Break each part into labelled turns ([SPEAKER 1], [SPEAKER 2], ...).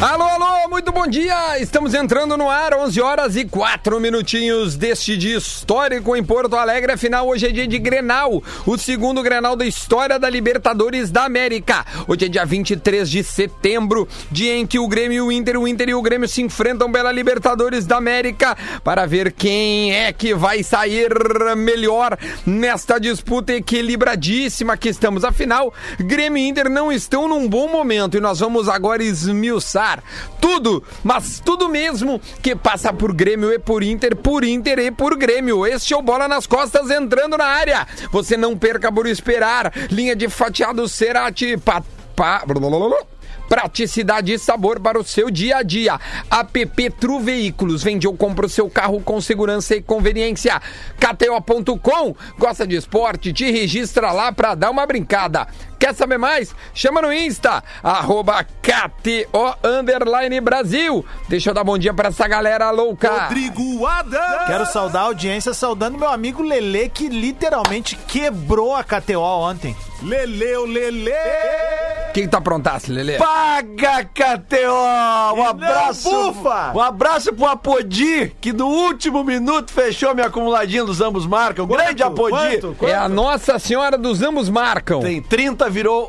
[SPEAKER 1] Alô, alô, muito bom dia! Estamos entrando no ar, 11 horas e 4 minutinhos deste dia histórico em Porto Alegre. Afinal, hoje é dia de Grenal, o segundo Grenal da história da Libertadores da América. Hoje é dia 23 de setembro, dia em que o Grêmio e o Inter, o Inter e o Grêmio se enfrentam pela Libertadores da América para ver quem é que vai sair melhor nesta disputa equilibradíssima que estamos. Afinal, Grêmio e Inter não estão num bom momento e nós vamos agora esmiuçar tudo, mas tudo mesmo que passa por Grêmio e por Inter, por Inter e por Grêmio. Este é o Bola nas Costas entrando na área. Você não perca por esperar. Linha de fatiado Cerati. Pa, pa, praticidade e sabor para o seu dia a dia. App Tru Veículos vende ou compra o seu carro com segurança e conveniência. KTO.com gosta de esporte? Te registra lá para dar uma brincada. Quer saber mais? Chama no Insta, arroba KTO Underline Brasil. Deixa eu dar bom dia para essa galera louca.
[SPEAKER 2] Rodrigo Adam.
[SPEAKER 3] Quero saudar a audiência, saudando meu amigo Lele, que literalmente quebrou a KTO ontem.
[SPEAKER 2] Leleu, Lele.
[SPEAKER 1] O que, que tu aprontasse, Lelê?
[SPEAKER 4] Paga, KTO! Um
[SPEAKER 2] não
[SPEAKER 4] abraço!
[SPEAKER 2] bufa!
[SPEAKER 4] Um abraço pro Apodi, que no último minuto fechou minha acumuladinha dos ambos marcam. Grande Apodi!
[SPEAKER 2] Quanto? Quanto?
[SPEAKER 1] É a Nossa Senhora dos Ambos Marcam.
[SPEAKER 4] Tem 30, virou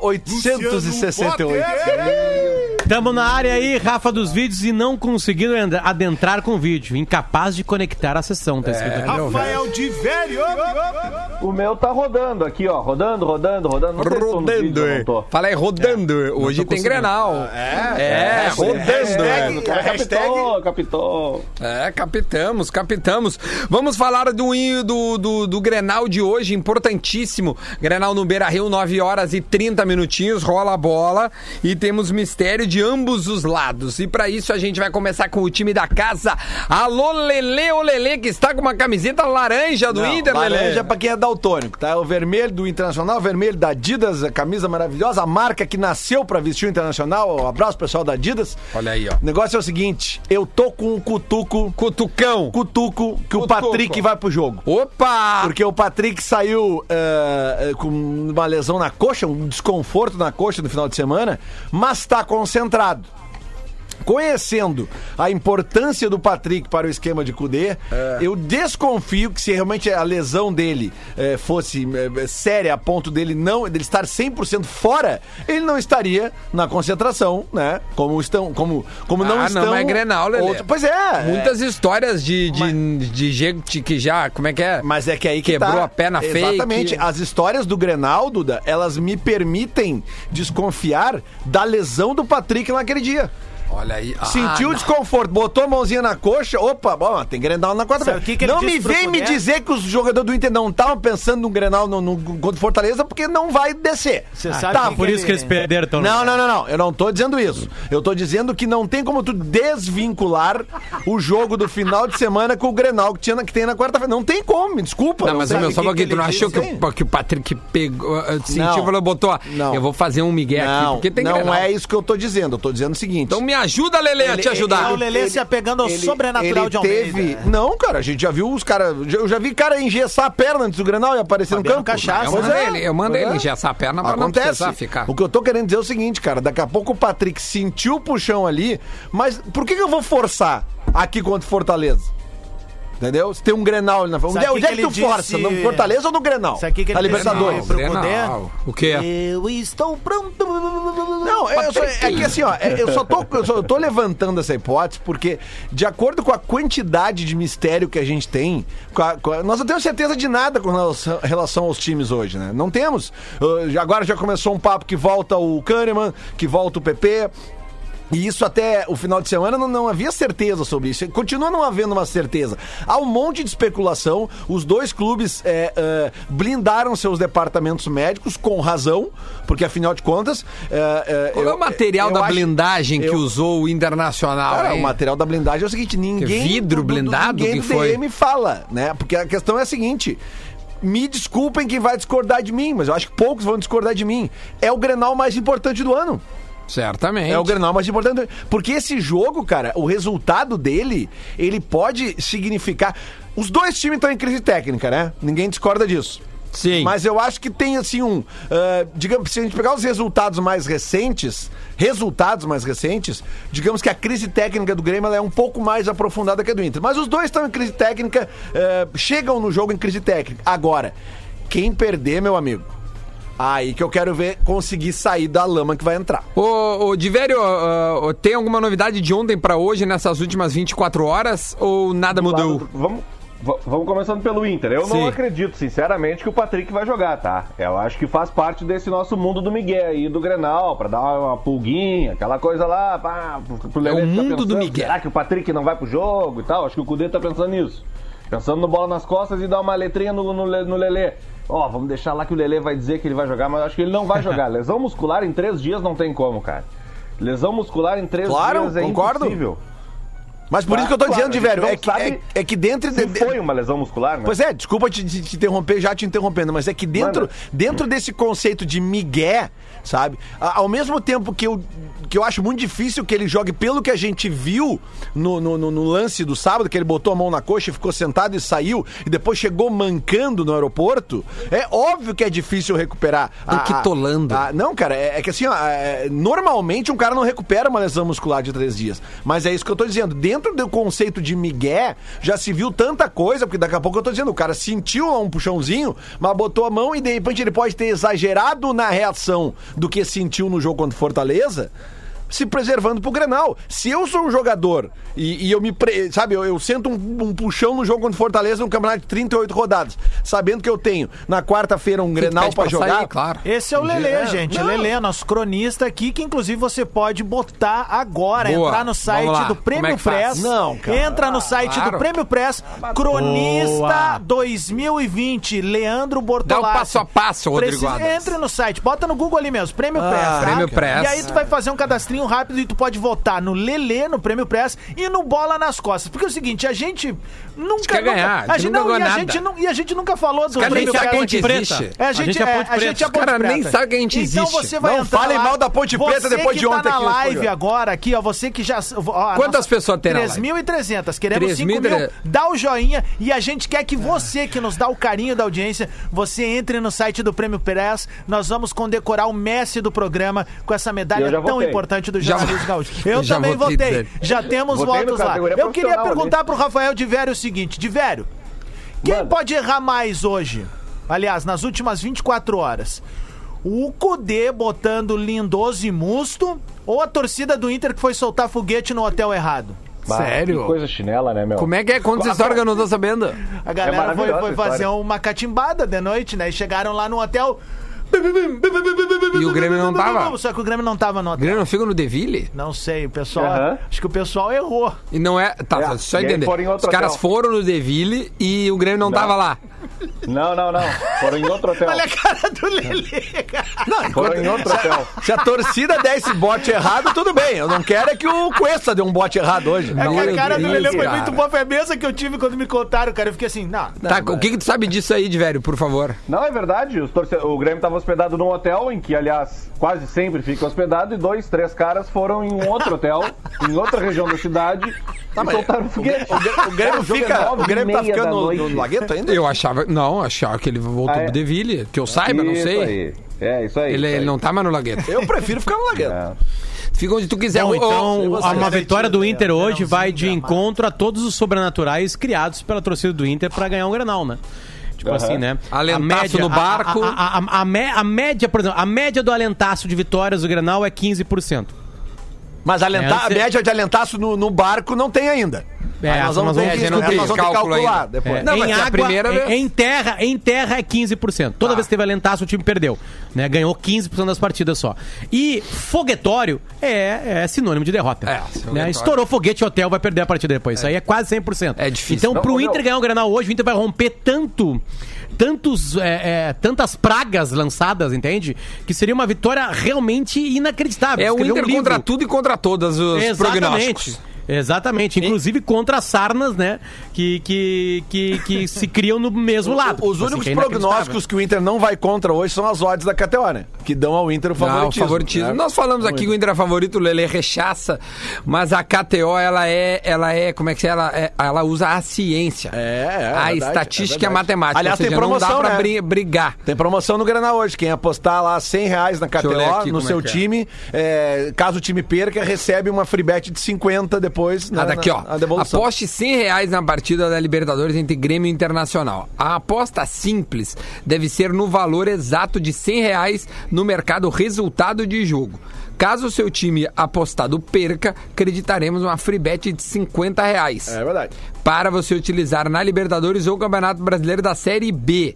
[SPEAKER 2] Luciano
[SPEAKER 4] 868.
[SPEAKER 2] Potter.
[SPEAKER 5] Tamo na área aí, Rafa dos vídeos, e não conseguindo and- adentrar com o vídeo. Incapaz de conectar a sessão, tá escrito aqui.
[SPEAKER 2] Rafael de Velho.
[SPEAKER 6] O meu tá rodando aqui, ó. Rodando, rodando, rodando. Não sei se tô no
[SPEAKER 1] Rodando,
[SPEAKER 6] vídeo,
[SPEAKER 1] é.
[SPEAKER 6] não tô.
[SPEAKER 1] Fala aí, rodando. Hoje tem Grenal. É, rodando. é.
[SPEAKER 2] Hashtag, hashtag
[SPEAKER 6] Capitão, capitão.
[SPEAKER 1] É, captamos, captamos. Vamos falar do, do, do, do Grenal de hoje, importantíssimo. Grenal no Beira Rio, 9 horas e 30 minutinhos, rola a bola e temos mistério de ambos os lados. E para isso a gente vai começar com o time da casa. Alô, Lele, ô Lele, que está com uma camiseta laranja do
[SPEAKER 4] Não,
[SPEAKER 1] Inter, Lele.
[SPEAKER 4] laranja é pra quem é daltônico, tá? O vermelho do Internacional, o vermelho da Adidas, a camisa maravilhosa, a marca que nasceu pra vestir o Internacional. Um abraço, pessoal da Adidas.
[SPEAKER 1] Olha aí, ó.
[SPEAKER 4] O negócio é o seguinte, eu tô com um cutuco,
[SPEAKER 1] Cutucão.
[SPEAKER 4] cutuco, que
[SPEAKER 1] Cutuco.
[SPEAKER 4] o Patrick vai pro jogo.
[SPEAKER 1] Opa!
[SPEAKER 4] Porque o Patrick saiu eh, eh, com uma lesão na coxa, um desconforto na coxa no final de semana, mas está concentrado. Conhecendo a importância do Patrick para o esquema de Cudê,
[SPEAKER 1] É.
[SPEAKER 4] eu desconfio que se realmente a lesão dele eh, fosse eh, séria a ponto dele não dele estar 100% fora, ele não estaria na concentração, né? Como estão, como como não
[SPEAKER 1] Ah, não,
[SPEAKER 4] estão.
[SPEAKER 1] mas é Grenal, Lelê.
[SPEAKER 4] outros- Pois é.
[SPEAKER 1] Muitas histórias de, de, de gente que já. Como é que é?
[SPEAKER 4] Mas é que aí que
[SPEAKER 1] Quebrou
[SPEAKER 4] tá.
[SPEAKER 1] a perna fake.
[SPEAKER 4] Exatamente. As histórias do Grenal, Duda, elas me permitem desconfiar da lesão do Patrick naquele dia.
[SPEAKER 1] Olha aí. Ah,
[SPEAKER 4] Sentiu
[SPEAKER 1] não.
[SPEAKER 4] desconforto, botou a mãozinha na coxa. Opa, bom, tem Grenal na quarta-feira.
[SPEAKER 3] Sabe o que que ele
[SPEAKER 4] não
[SPEAKER 3] disse
[SPEAKER 4] me
[SPEAKER 3] pro
[SPEAKER 4] vem me
[SPEAKER 3] Cudê?
[SPEAKER 4] dizer que os jogadores do Inter não estavam pensando no Grenal no, no, contra o Fortaleza, porque não vai descer.
[SPEAKER 3] Você sabe
[SPEAKER 4] tá,
[SPEAKER 3] que
[SPEAKER 5] Ah, Por
[SPEAKER 3] que
[SPEAKER 5] isso que eles perderam, então.
[SPEAKER 4] não, não, não, não. Eu não tô dizendo isso. Eu tô dizendo que não tem como tu desvincular o jogo do final de semana com o Grenal que, tinha, na- que tem na quarta-feira. Não tem como, me desculpa.
[SPEAKER 1] Não, mas o
[SPEAKER 4] sabe
[SPEAKER 1] meu, só um
[SPEAKER 4] que
[SPEAKER 1] pouquinho, tu não
[SPEAKER 4] ele
[SPEAKER 1] achou que,
[SPEAKER 4] disse?
[SPEAKER 1] o- que o Patrick pegou, eh, sentiu
[SPEAKER 4] Não.
[SPEAKER 1] e falou, botou, ó,
[SPEAKER 4] Não.
[SPEAKER 1] eu vou fazer um migué aqui,
[SPEAKER 4] Não,
[SPEAKER 1] porque tem
[SPEAKER 4] não
[SPEAKER 1] Grenal.
[SPEAKER 4] é isso que eu tô dizendo. Eu tô dizendo o seguinte.
[SPEAKER 1] Então me ajuda, Lele, a te ajudar.
[SPEAKER 3] É o Lelê se apegando ao sobrenatural
[SPEAKER 4] ele
[SPEAKER 3] de Almeida.
[SPEAKER 4] teve... Não, cara, a gente já viu os caras... Eu já vi cara engessar a perna antes do Grenal e aparecer no
[SPEAKER 3] Fabiano
[SPEAKER 4] campo.
[SPEAKER 3] Cachaça.
[SPEAKER 1] eu
[SPEAKER 4] Pois
[SPEAKER 1] mando
[SPEAKER 4] é,
[SPEAKER 1] ele, eu mando
[SPEAKER 4] pois
[SPEAKER 1] ele
[SPEAKER 4] é.
[SPEAKER 1] engessar a perna pra não
[SPEAKER 4] Acontece.
[SPEAKER 1] precisar ficar.
[SPEAKER 4] O que eu tô querendo dizer é o seguinte, cara. Daqui a pouco o Patrick sentiu o puxão ali, mas por que, que eu vou forçar aqui contra o Fortaleza? Entendeu? Se tem um Grenal ali na frente. Onde,
[SPEAKER 3] Sabe
[SPEAKER 4] é-
[SPEAKER 3] que
[SPEAKER 4] onde é
[SPEAKER 3] que
[SPEAKER 4] que tu
[SPEAKER 3] ele
[SPEAKER 4] força?
[SPEAKER 3] disse-
[SPEAKER 4] No Fortaleza ou no Grenal?
[SPEAKER 3] Sabe que que ele
[SPEAKER 4] Na
[SPEAKER 3] disse?
[SPEAKER 4] Libertadores.
[SPEAKER 3] Não, pro
[SPEAKER 1] Grenal. O quê?
[SPEAKER 3] Eu estou pronto.
[SPEAKER 4] Não, eu só, é que assim, ó, é- eu só tô, eu só- eu tô levantando essa hipótese porque, de acordo com a quantidade de mistério que a gente tem, com a- com a- nós não temos certeza de nada com relação, relação aos times hoje, né? Não temos. Uh, já- agora já começou um papo que volta o Kahneman, que volta o PP. E isso até o final de semana não, não havia certeza sobre isso. Continua não havendo uma certeza. Há um monte de especulação. Os dois clubes é, é, blindaram seus departamentos médicos com razão, porque afinal de contas. é, é,
[SPEAKER 1] Qual é
[SPEAKER 4] eu-
[SPEAKER 1] o material
[SPEAKER 4] eu
[SPEAKER 1] da
[SPEAKER 4] acho-
[SPEAKER 1] blindagem que
[SPEAKER 4] eu-
[SPEAKER 1] usou o Internacional?
[SPEAKER 4] Cara,
[SPEAKER 1] hein?
[SPEAKER 4] o material da blindagem é o seguinte, ninguém
[SPEAKER 1] vidro blindado
[SPEAKER 4] ninguém
[SPEAKER 1] que
[SPEAKER 4] do
[SPEAKER 1] foi?
[SPEAKER 4] DM fala, né? Porque a questão é a seguinte, me desculpem quem vai discordar de mim, mas eu acho que poucos vão discordar de mim. É o Grenal mais importante do ano.
[SPEAKER 1] Certamente.
[SPEAKER 4] É o Grenal mais importante. Porque esse jogo, cara, o resultado dele, ele pode significar. Os dois times estão em crise técnica, né? Ninguém discorda disso.
[SPEAKER 5] Sim.
[SPEAKER 4] Mas eu acho que tem assim um. ah, digamos, se a gente pegar os resultados mais recentes, resultados mais recentes, digamos que a crise técnica do Grêmio ela é um pouco mais aprofundada que a do Inter. Mas os dois estão em crise técnica, ah, chegam no jogo em crise técnica. Agora, quem perder, meu amigo, aí que eu quero ver conseguir sair da lama que vai entrar.
[SPEAKER 1] Ô, ô Divério, ah, ah, tem alguma novidade de ontem pra hoje, nessas últimas 24 horas, ou nada mudou?
[SPEAKER 6] Vamos, va- vamos começando pelo Inter. Eu
[SPEAKER 1] Sim.
[SPEAKER 6] não acredito, sinceramente, que o Patrick vai jogar, tá? Eu acho que faz parte desse nosso mundo do Miguel aí, do Grenal, pra dar uma pulguinha, aquela coisa lá, pá, pro- pro Lelê
[SPEAKER 1] É o
[SPEAKER 6] ficar
[SPEAKER 1] mundo do
[SPEAKER 6] pensando,
[SPEAKER 1] Miguel.
[SPEAKER 6] Será que o Patrick não vai pro jogo e tal? Acho que o Cudê tá pensando nisso. Pensando no bola nas costas e dar uma letrinha no, no, Le- no Lelê. Ó, vamos deixar lá que o Lelê vai dizer que ele vai jogar, mas eu acho que ele não vai jogar. Lesão muscular em três dias não tem como, cara. Lesão muscular em três
[SPEAKER 4] Claro,
[SPEAKER 6] dias é
[SPEAKER 4] concordo.
[SPEAKER 6] impossível.
[SPEAKER 4] Mas por
[SPEAKER 6] Claro,
[SPEAKER 4] isso que eu tô
[SPEAKER 6] claro,
[SPEAKER 4] dizendo,
[SPEAKER 6] a gente
[SPEAKER 4] Diverio,
[SPEAKER 6] não
[SPEAKER 4] é que, é,
[SPEAKER 6] sabe
[SPEAKER 4] é que dentro.
[SPEAKER 6] Se
[SPEAKER 4] de-
[SPEAKER 6] foi uma lesão muscular, né?
[SPEAKER 4] Pois é, desculpa te, te- te interromper, já te interrompendo, mas é que dentro,
[SPEAKER 6] Manda.
[SPEAKER 4] dentro desse conceito de migué, sabe? a- Ao mesmo tempo que eu, que eu acho muito difícil que ele jogue pelo que a gente viu no, no, no- no lance do sábado, que ele botou a mão na coxa e ficou sentado e saiu, e depois chegou mancando no aeroporto, é óbvio que é difícil recuperar. a-
[SPEAKER 1] Toquitolando.
[SPEAKER 4] a- a- não, cara, é, é que assim, ó, é, normalmente um cara não recupera uma lesão muscular de três dias. Mas é isso que eu tô dizendo. Dentro do conceito de migué, já se viu tanta coisa, porque daqui a pouco eu tô dizendo, o cara sentiu lá um puxãozinho, mas botou a mão e de repente ele pode ter exagerado na reação do que sentiu no jogo contra o Fortaleza. Se preservando pro Grenal. Se eu sou um jogador e, e eu me. pre- Sabe, eu, eu sento um, um puxão no jogo contra o Fortaleza, num campeonato de 38 rodadas, sabendo que eu tenho na quarta-feira um Grenal
[SPEAKER 1] pede
[SPEAKER 4] pra
[SPEAKER 1] pra
[SPEAKER 4] jogar.
[SPEAKER 1] sair, claro.
[SPEAKER 3] Esse é o Lele,
[SPEAKER 4] É,
[SPEAKER 3] gente.
[SPEAKER 4] não.
[SPEAKER 3] Lele, nosso cronista aqui, que inclusive você pode botar agora,
[SPEAKER 1] Boa.
[SPEAKER 3] entrar no
[SPEAKER 1] Vamos
[SPEAKER 3] site
[SPEAKER 1] lá.
[SPEAKER 3] do
[SPEAKER 1] Como é
[SPEAKER 3] Prêmio
[SPEAKER 1] que faz?
[SPEAKER 3] Press.
[SPEAKER 4] Não, cara. Ah,
[SPEAKER 3] Entra no site
[SPEAKER 1] claro.
[SPEAKER 3] do Prêmio Press, cronista
[SPEAKER 5] Boa.
[SPEAKER 3] 2020, Leandro Bortolassi.
[SPEAKER 1] Dá o passo a passo, Rodrigo Adams.
[SPEAKER 3] Entra no site, bota no Google ali mesmo,
[SPEAKER 4] Ah,
[SPEAKER 3] Prêmio Press. tá?
[SPEAKER 1] Prêmio Press.
[SPEAKER 3] E aí tu vai fazer um cadastrinho rápido e tu pode votar no Lele, no Prêmio Press e no Bola nas Costas. Porque é o seguinte, a gente nunca...
[SPEAKER 1] quer
[SPEAKER 3] nunca-
[SPEAKER 1] ganhar,
[SPEAKER 3] a gente,
[SPEAKER 1] nunca
[SPEAKER 3] não, e,
[SPEAKER 1] ganhou
[SPEAKER 3] a
[SPEAKER 1] nada.
[SPEAKER 3] gente, nu- e a gente nunca falou do
[SPEAKER 1] caras nem
[SPEAKER 3] Prêmio
[SPEAKER 1] sabem
[SPEAKER 3] Press.
[SPEAKER 1] que existe.
[SPEAKER 3] É, a gente,
[SPEAKER 5] A gente é
[SPEAKER 3] é,
[SPEAKER 5] Ponte
[SPEAKER 3] a
[SPEAKER 5] Preta.
[SPEAKER 3] gente é
[SPEAKER 5] Os
[SPEAKER 3] Ponte
[SPEAKER 1] caras
[SPEAKER 3] Preta.
[SPEAKER 1] nem sabem que a gente
[SPEAKER 3] então
[SPEAKER 1] existe.
[SPEAKER 3] Você vai
[SPEAKER 4] Não
[SPEAKER 3] entrar
[SPEAKER 4] falem
[SPEAKER 3] lá.
[SPEAKER 4] mal da Ponte Preta
[SPEAKER 3] Você
[SPEAKER 4] depois de
[SPEAKER 3] que
[SPEAKER 4] ontem
[SPEAKER 3] tá na
[SPEAKER 4] aqui nesse
[SPEAKER 3] live
[SPEAKER 4] programa.
[SPEAKER 3] agora aqui, ó, você que já ó, a
[SPEAKER 1] Quantas pessoas tem na live?
[SPEAKER 3] 3.300. Queremos 5 mil.
[SPEAKER 1] 3.300.
[SPEAKER 3] Dá o joinha e a gente quer que você que nos dá o carinho da audiência, você entre no site do Prêmio Perez. Nós vamos condecorar o Messi do programa com essa medalha
[SPEAKER 6] Eu já
[SPEAKER 3] tão
[SPEAKER 6] votei.
[SPEAKER 3] importante do
[SPEAKER 1] Já
[SPEAKER 3] jornalismo
[SPEAKER 1] vo-
[SPEAKER 3] gaúcho. Eu
[SPEAKER 1] Já
[SPEAKER 3] também
[SPEAKER 1] votei,
[SPEAKER 3] votei.
[SPEAKER 1] Dani.
[SPEAKER 3] Já temos
[SPEAKER 6] Votei no
[SPEAKER 3] votos lá.
[SPEAKER 6] categoria
[SPEAKER 3] Eu queria
[SPEAKER 6] profissional ali.
[SPEAKER 3] perguntar pro Rafael Divério o seguinte, Divério, quem
[SPEAKER 6] Manda.
[SPEAKER 3] pode errar mais hoje? Aliás, nas últimas 24 horas. O Cudê botando Lindoso e Musto ou a torcida do Inter que foi soltar foguete no hotel errado?
[SPEAKER 6] Bah,
[SPEAKER 1] Sério?
[SPEAKER 6] Que coisa chinela, né, meu?
[SPEAKER 1] Como é que é? Conta essa história que eu não tô sabendo.
[SPEAKER 3] A galera foi,
[SPEAKER 6] maravilhosa
[SPEAKER 3] foi
[SPEAKER 6] a
[SPEAKER 3] fazer
[SPEAKER 6] história.
[SPEAKER 3] uma catimbada de noite, né? E chegaram lá no hotel.
[SPEAKER 1] E o Grêmio não tava?
[SPEAKER 3] Só que o Grêmio não tava no
[SPEAKER 1] O
[SPEAKER 3] hotel.
[SPEAKER 1] Grêmio não fica no Deville?
[SPEAKER 3] Não sei, o pessoal.
[SPEAKER 6] Aham.
[SPEAKER 3] Acho que o pessoal errou.
[SPEAKER 1] E não é. Tá,
[SPEAKER 6] É,
[SPEAKER 1] só
[SPEAKER 6] e aí
[SPEAKER 1] entender.
[SPEAKER 6] foram em
[SPEAKER 1] Os
[SPEAKER 6] outro
[SPEAKER 1] caras
[SPEAKER 6] hotel.
[SPEAKER 1] foram no Deville e o Grêmio não, tava lá.
[SPEAKER 6] Não, não, não. Foram em outro hotel.
[SPEAKER 3] Olha a cara do Lelê, cara.
[SPEAKER 6] Foram em outro hotel.
[SPEAKER 4] Se a torcida der esse bote errado, tudo bem. Eu não quero é que o Cuesta dê um bote errado hoje.
[SPEAKER 3] É que
[SPEAKER 1] Meu
[SPEAKER 3] a cara do
[SPEAKER 1] Deus,
[SPEAKER 3] Lelê foi
[SPEAKER 1] cara.
[SPEAKER 3] muito boa, foi a mesa que eu tive quando me contaram, cara. Eu fiquei assim, não.
[SPEAKER 1] tá, o
[SPEAKER 6] é.
[SPEAKER 1] que, que tu sabe disso aí, de velho, por favor?
[SPEAKER 6] Não, é verdade. Os torce- O Grêmio estava hospedado num hotel, em que, aliás, quase sempre fica hospedado, e dois, três caras foram em um outro hotel, em outra região da cidade,
[SPEAKER 1] Tá,
[SPEAKER 6] e soltaram foguete.
[SPEAKER 4] É, O Grêmio fica. O Grêmio tá ficando no, no lagueto ainda?
[SPEAKER 1] Eu achava. Não, achava que ele voltou
[SPEAKER 6] Ah, é?
[SPEAKER 1] pro Deville. Que eu saiba, não sei.
[SPEAKER 6] É, isso aí.
[SPEAKER 1] Ele,
[SPEAKER 6] isso
[SPEAKER 1] ele
[SPEAKER 6] aí.
[SPEAKER 1] não tá mais no Lagueto.
[SPEAKER 4] Eu prefiro ficar no lagueto.
[SPEAKER 6] É.
[SPEAKER 1] Fica onde tu quiser.
[SPEAKER 5] Bom,
[SPEAKER 1] Ô, ô,
[SPEAKER 5] então,
[SPEAKER 1] ô,
[SPEAKER 5] uma vitória do Inter
[SPEAKER 3] né?
[SPEAKER 5] hoje vai
[SPEAKER 3] Verãozinho
[SPEAKER 5] de
[SPEAKER 3] gramado.
[SPEAKER 5] encontro a todos os sobrenaturais criados pela torcida do Inter para ganhar um Grenal, né? Tipo assim, né?
[SPEAKER 1] Alentaço no
[SPEAKER 5] a-
[SPEAKER 1] barco.
[SPEAKER 5] A, a- a- a me- a média, por exemplo, a média do alentaço de vitórias do Grenal é 15%.
[SPEAKER 4] Mas alentar,
[SPEAKER 5] É, você-
[SPEAKER 4] a média de alentaço no, no barco não tem ainda.
[SPEAKER 5] É,
[SPEAKER 4] Aí nós vamos
[SPEAKER 5] nós
[SPEAKER 4] ter
[SPEAKER 5] vamos
[SPEAKER 4] que
[SPEAKER 5] ver, não
[SPEAKER 4] descobrir, nós
[SPEAKER 5] tem
[SPEAKER 4] vamos ter que
[SPEAKER 1] cálculo
[SPEAKER 4] calcular
[SPEAKER 1] ainda.
[SPEAKER 4] depois.
[SPEAKER 5] É,
[SPEAKER 1] Não, mas
[SPEAKER 5] em
[SPEAKER 1] é a
[SPEAKER 5] água,
[SPEAKER 1] primeira
[SPEAKER 5] em,
[SPEAKER 1] vez. Tá.
[SPEAKER 5] em terra, em terra é 15%. Toda vez que teve alentaço, o time perdeu. Né? Ganhou 15% das partidas só. E foguetório é, é sinônimo de derrota.
[SPEAKER 1] É,
[SPEAKER 5] né?
[SPEAKER 1] foguetório.
[SPEAKER 5] Estourou foguete, hotel vai perder a partida depois. Isso aí é quase 100%.
[SPEAKER 1] É difícil.
[SPEAKER 5] Então,
[SPEAKER 1] Não,
[SPEAKER 5] pro
[SPEAKER 6] ô, meu.
[SPEAKER 5] Inter ganhar o Granal hoje, o Inter vai romper tanto... Tantos, é, é, tantas pragas lançadas, entende? Que seria uma vitória realmente inacreditável.
[SPEAKER 1] É o
[SPEAKER 5] Escrever um
[SPEAKER 1] Inter
[SPEAKER 5] livro.
[SPEAKER 1] contra tudo e contra todas os prognósticos.
[SPEAKER 5] Exatamente. Exatamente, inclusive contra as sarnas, né? Que, que, que, que se criam no mesmo lado.
[SPEAKER 4] Os
[SPEAKER 5] Assim,
[SPEAKER 4] únicos
[SPEAKER 5] que é inacreditável.
[SPEAKER 4] prognósticos que o Inter não vai contra hoje são as odds da KTO, né? que dão ao Inter o
[SPEAKER 1] Ah, o
[SPEAKER 4] favoritismo.
[SPEAKER 1] favoritismo.
[SPEAKER 4] né?
[SPEAKER 1] Nós falamos aqui que o Inter é favorito, o Lele rechaça, mas a KTO, ela é, ela é, como é que é? Ela, é- ela usa a ciência.
[SPEAKER 4] É, é
[SPEAKER 1] A
[SPEAKER 4] verdade,
[SPEAKER 1] estatística e a
[SPEAKER 4] verdade.
[SPEAKER 1] matemática.
[SPEAKER 4] Aliás,
[SPEAKER 1] ou seja,
[SPEAKER 4] tem promoção,
[SPEAKER 1] não dá pra
[SPEAKER 4] né?
[SPEAKER 1] bri- brigar.
[SPEAKER 4] Tem promoção no Granal hoje. Quem apostar lá 100 reais na
[SPEAKER 1] eu olhar aqui
[SPEAKER 4] KTO, no
[SPEAKER 1] como é
[SPEAKER 4] seu
[SPEAKER 1] que é.
[SPEAKER 4] time, é, caso o time perca, recebe uma free bet de 50 depois.
[SPEAKER 1] Ah,
[SPEAKER 4] na-
[SPEAKER 1] daqui, ó.
[SPEAKER 4] na- na devolução.
[SPEAKER 1] Aposte 100 reais na partida da Libertadores entre Grêmio e Internacional. A aposta simples deve ser no valor exato de 100 reais no mercado resultado de jogo. Caso o seu time apostado perca, creditaremos uma free bet de 50 reais.
[SPEAKER 4] É verdade.
[SPEAKER 1] para você utilizar na Libertadores ou Campeonato Brasileiro da Série B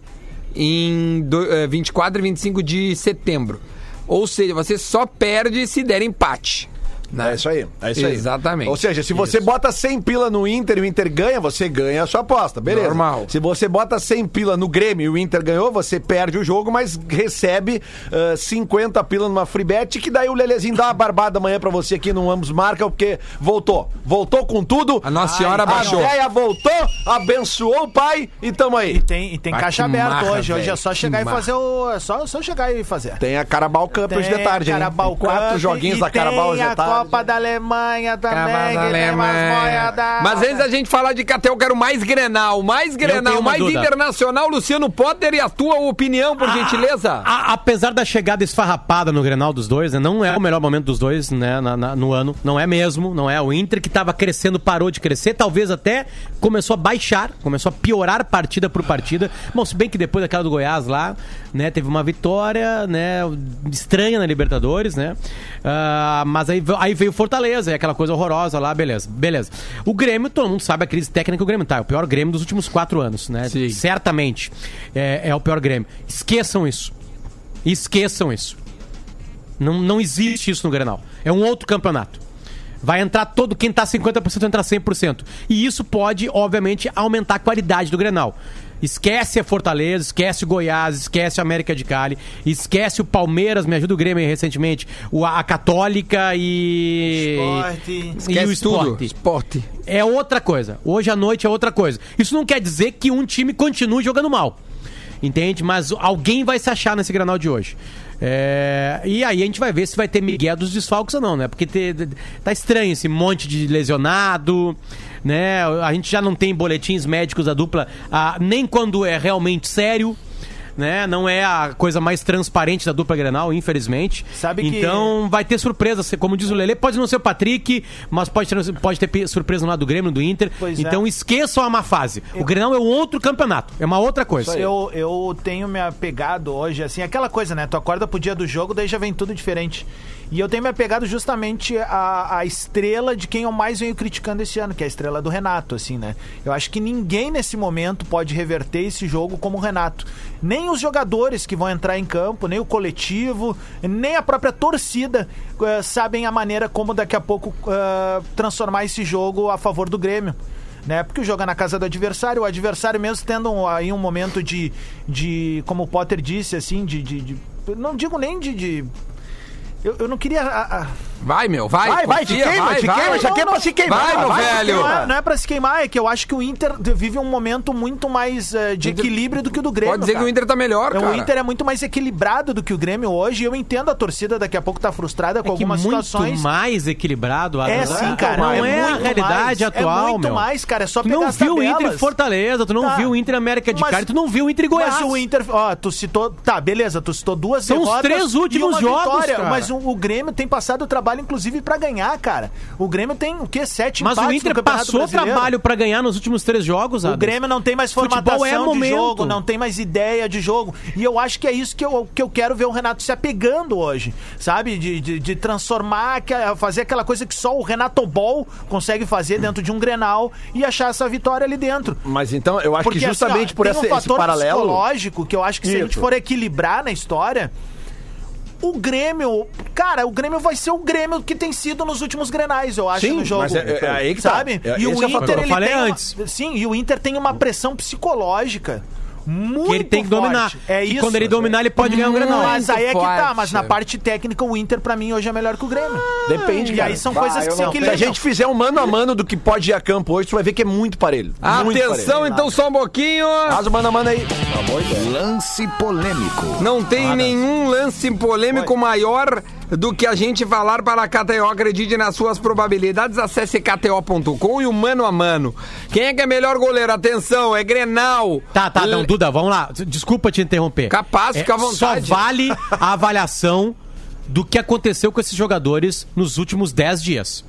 [SPEAKER 1] em do- eh, 24 e 25 de setembro. Ou seja, você só perde se der empate. né?
[SPEAKER 4] É isso aí, é isso aí.
[SPEAKER 1] Exatamente.
[SPEAKER 4] Ou seja, se você bota 100 pila no Inter e o Inter ganha, você ganha a sua aposta, beleza.
[SPEAKER 1] Normal.
[SPEAKER 4] Se você bota 100 pila no Grêmio e o Inter ganhou, você perde o jogo, mas recebe ah, 50 pila numa free bet, que daí o Lelezinho dá uma barbada amanhã pra você aqui no Ambos Marca, porque voltou. Voltou com tudo.
[SPEAKER 1] A Nossa Senhora
[SPEAKER 4] a
[SPEAKER 1] baixou.
[SPEAKER 4] véia voltou, abençoou o pai e tamo aí.
[SPEAKER 3] E tem, e tem
[SPEAKER 1] Ah,
[SPEAKER 3] caixa
[SPEAKER 1] que
[SPEAKER 3] aberta
[SPEAKER 1] marra,
[SPEAKER 3] hoje. Hoje é
[SPEAKER 1] velho,
[SPEAKER 3] só
[SPEAKER 1] que
[SPEAKER 3] chegar e
[SPEAKER 1] marra.
[SPEAKER 3] fazer o. É só, só chegar e fazer.
[SPEAKER 4] Tem a Carabao Cup hoje de tarde, hein?
[SPEAKER 3] Carabao
[SPEAKER 4] Tem quatro
[SPEAKER 3] Cup
[SPEAKER 4] joguinhos
[SPEAKER 3] e
[SPEAKER 4] da Carabao hoje
[SPEAKER 3] tem
[SPEAKER 4] de
[SPEAKER 3] a
[SPEAKER 4] tarde.
[SPEAKER 3] Copa da Alemanha também.
[SPEAKER 1] Cavalo
[SPEAKER 3] que tem
[SPEAKER 1] alemão.
[SPEAKER 3] umas moedas.
[SPEAKER 1] Mas antes da gente falar de KT, eu quero mais Grenal, mais
[SPEAKER 5] tenho
[SPEAKER 1] Grenal,
[SPEAKER 5] uma
[SPEAKER 1] mais
[SPEAKER 5] dúvida.
[SPEAKER 1] internacional, Luciano Potter e a tua opinião, por gentileza.
[SPEAKER 5] A- apesar da chegada esfarrapada no Grenal dos dois, né, não é o melhor momento dos dois né, na- na- no ano. Não é mesmo, não é. O Inter que estava crescendo parou de crescer, talvez até começou a baixar, começou a piorar partida por partida. Bom, se bem que depois daquela do Goiás lá, né, teve uma vitória né, estranha na Libertadores, né? Ah, mas aí, ve- aí veio Fortaleza, é aquela coisa horrorosa lá, beleza, beleza. O Grêmio, todo mundo sabe a crise técnica que o Grêmio tá. É o pior Grêmio dos últimos quatro anos, né?
[SPEAKER 1] Sim.
[SPEAKER 5] Certamente é- é o pior Grêmio. Esqueçam isso. Esqueçam isso. Não, não existe isso no Grenal. É um outro campeonato. Vai entrar todo quem tá 50% entrar 100%. E isso pode, obviamente, aumentar a qualidade do Grenal. Esquece a Fortaleza, esquece o Goiás, esquece a América de Cali, esquece o Palmeiras, me ajuda o Grêmio aí recentemente, o, a Católica e
[SPEAKER 3] Esporte.
[SPEAKER 5] e o
[SPEAKER 1] Esquece tudo.
[SPEAKER 5] Sport.
[SPEAKER 1] Esporte.
[SPEAKER 5] É outra coisa. Hoje à noite é outra coisa. Isso não quer dizer que um time continue jogando mal. Entende? Mas alguém vai se achar nesse granal de hoje. É, E aí a gente vai ver se vai ter Miguel dos desfalques ou não, né? Porque te- tá estranho esse monte de lesionado, né? A gente já não tem boletins médicos da dupla, ah, nem quando é realmente sério. Né? Não é a coisa mais transparente da dupla Grenal, infelizmente.
[SPEAKER 3] Sabe que-
[SPEAKER 5] então, então vai ter surpresa, como diz o Lele, pode não ser o Patrick, mas pode ter, pode ter pe- surpresa lá do Grêmio, do Inter.
[SPEAKER 3] Pois é.
[SPEAKER 5] então esqueçam a má fase. O Grenal é um outro campeonato, é uma outra coisa.
[SPEAKER 3] Eu, eu tenho me apegado hoje, assim, aquela coisa, né? Tu acorda pro dia do jogo, daí já vem tudo diferente. E eu tenho me apegado justamente à, à estrela de quem eu mais venho criticando esse ano, que é a estrela do Renato, assim, né? Eu acho que ninguém nesse momento pode reverter esse jogo como o Renato. Nem os jogadores que vão entrar em campo, nem o coletivo, nem a própria torcida eh, sabem a maneira como daqui a pouco eh, transformar esse jogo a favor do Grêmio né? Porque joga na casa do adversário, o adversário mesmo tendo um- aí um momento de, de como o Potter disse, assim, de, de- de- eu não digo nem de, de- eu, eu não queria a- a-
[SPEAKER 1] Vai, meu, vai.
[SPEAKER 4] Vai, vai, te
[SPEAKER 1] confia,
[SPEAKER 4] queima, te queima, isso aqui é pra se queimar.
[SPEAKER 1] Vai, meu
[SPEAKER 4] vai, se
[SPEAKER 1] velho.
[SPEAKER 4] queima.
[SPEAKER 3] não, é, não é pra se queimar, é que eu acho que o Inter vive um momento muito mais eh, de
[SPEAKER 1] Inter-
[SPEAKER 3] equilíbrio do que o do Grêmio,
[SPEAKER 1] Pode dizer que
[SPEAKER 3] cara.
[SPEAKER 1] o Inter tá melhor,
[SPEAKER 3] É,
[SPEAKER 1] cara.
[SPEAKER 3] O Inter é muito mais equilibrado do que o Grêmio hoje. Eu entendo a torcida daqui a pouco tá frustrada
[SPEAKER 5] É
[SPEAKER 3] com
[SPEAKER 5] que
[SPEAKER 3] algumas
[SPEAKER 5] muito
[SPEAKER 3] situações.
[SPEAKER 5] mais equilibrado, Adam.
[SPEAKER 3] É sim, cara.
[SPEAKER 5] Não é, a
[SPEAKER 3] muito mais,
[SPEAKER 5] realidade atual,
[SPEAKER 3] É muito
[SPEAKER 5] meu.
[SPEAKER 3] mais, cara. É só
[SPEAKER 5] Tu
[SPEAKER 3] pegar
[SPEAKER 5] não
[SPEAKER 3] as
[SPEAKER 5] viu o Inter e
[SPEAKER 3] tabelas.
[SPEAKER 5] Fortaleza, tu não
[SPEAKER 3] Tá.
[SPEAKER 5] viu o Inter e América de
[SPEAKER 3] Mas-
[SPEAKER 5] Cali, tu não viu o Inter e Goiás.
[SPEAKER 3] Mas o Inter, ó, tu citou, tá, beleza, tu citou duas
[SPEAKER 5] São os
[SPEAKER 3] derrotas
[SPEAKER 5] três últimos
[SPEAKER 3] e uma
[SPEAKER 5] jogos,
[SPEAKER 3] vitória,
[SPEAKER 5] cara.
[SPEAKER 3] mas o, o Grêmio tem passado o trabalho inclusive pra ganhar, cara. O Grêmio tem o quê? Sete
[SPEAKER 5] Mas o
[SPEAKER 3] empates no
[SPEAKER 5] Inter
[SPEAKER 3] Campeonato
[SPEAKER 5] passou
[SPEAKER 3] Brasileiro.
[SPEAKER 5] trabalho pra ganhar nos últimos três jogos,
[SPEAKER 3] O
[SPEAKER 5] Adam.
[SPEAKER 3] Grêmio não tem mais
[SPEAKER 5] Futebol
[SPEAKER 3] formatação
[SPEAKER 5] é momento.
[SPEAKER 3] de jogo, não tem mais ideia de jogo. E eu acho que é isso que eu, que eu quero ver o Renato se apegando hoje, sabe? De, de, de transformar, que- eh, fazer aquela coisa que só o Renato Ball consegue fazer dentro de um Grenal e achar essa vitória ali dentro.
[SPEAKER 4] Mas então, eu acho que
[SPEAKER 3] assim,
[SPEAKER 4] justamente
[SPEAKER 3] ó,
[SPEAKER 4] por
[SPEAKER 3] tem
[SPEAKER 4] essa,
[SPEAKER 3] um
[SPEAKER 4] esse
[SPEAKER 3] fator
[SPEAKER 4] paralelo.
[SPEAKER 3] psicológico que eu acho que se a gente
[SPEAKER 4] Isso.
[SPEAKER 3] for equilibrar na história, o Grêmio, cara, o Grêmio vai ser o Grêmio que tem sido nos últimos Grenais, eu acho,
[SPEAKER 4] Sim,
[SPEAKER 3] no jogo.
[SPEAKER 4] mas é- é aí que tá.
[SPEAKER 3] sabe?
[SPEAKER 4] É-
[SPEAKER 3] e o
[SPEAKER 4] esse é o
[SPEAKER 3] Inter
[SPEAKER 4] fator.
[SPEAKER 5] Eu falei
[SPEAKER 3] tem uma-
[SPEAKER 5] antes.
[SPEAKER 3] sim, e o Inter tem uma pressão psicológica. Muito
[SPEAKER 5] que ele tem que dominar.
[SPEAKER 3] forte. É
[SPEAKER 5] e
[SPEAKER 3] isso.
[SPEAKER 5] quando ele dominar, ele pode ganhar um Grenal.
[SPEAKER 3] Mas aí é que tá,
[SPEAKER 1] forte.
[SPEAKER 3] mas na parte técnica o Inter pra mim hoje é melhor que o Grêmio.
[SPEAKER 4] Depende,
[SPEAKER 3] e
[SPEAKER 4] cara.
[SPEAKER 3] aí são
[SPEAKER 6] Bah,
[SPEAKER 3] coisas que
[SPEAKER 6] eu
[SPEAKER 3] se
[SPEAKER 6] não-
[SPEAKER 4] Se
[SPEAKER 3] equilibram.
[SPEAKER 4] a gente fizer um mano a mano do que pode ir a campo hoje, tu vai ver que é muito parelho.
[SPEAKER 5] Ah.
[SPEAKER 4] Muito parelho.
[SPEAKER 1] Ah, Atenção, então, só um pouquinho.
[SPEAKER 4] Faz o mano a mano aí.
[SPEAKER 7] Lance polêmico.
[SPEAKER 1] Não tem nenhum lance polêmico maior do que a gente falar para a KTO. Acredite nas suas probabilidades. Acesse KTO.com e o mano a mano. Quem é que é melhor goleiro? Atenção, é Grenal.
[SPEAKER 5] Tá, tá, não,
[SPEAKER 1] Le-
[SPEAKER 5] Duda, vamos lá. Desculpa te interromper. É,
[SPEAKER 1] Capaz, fica à vontade.
[SPEAKER 5] Só vale a avaliação do que aconteceu com esses jogadores nos últimos 10 dias.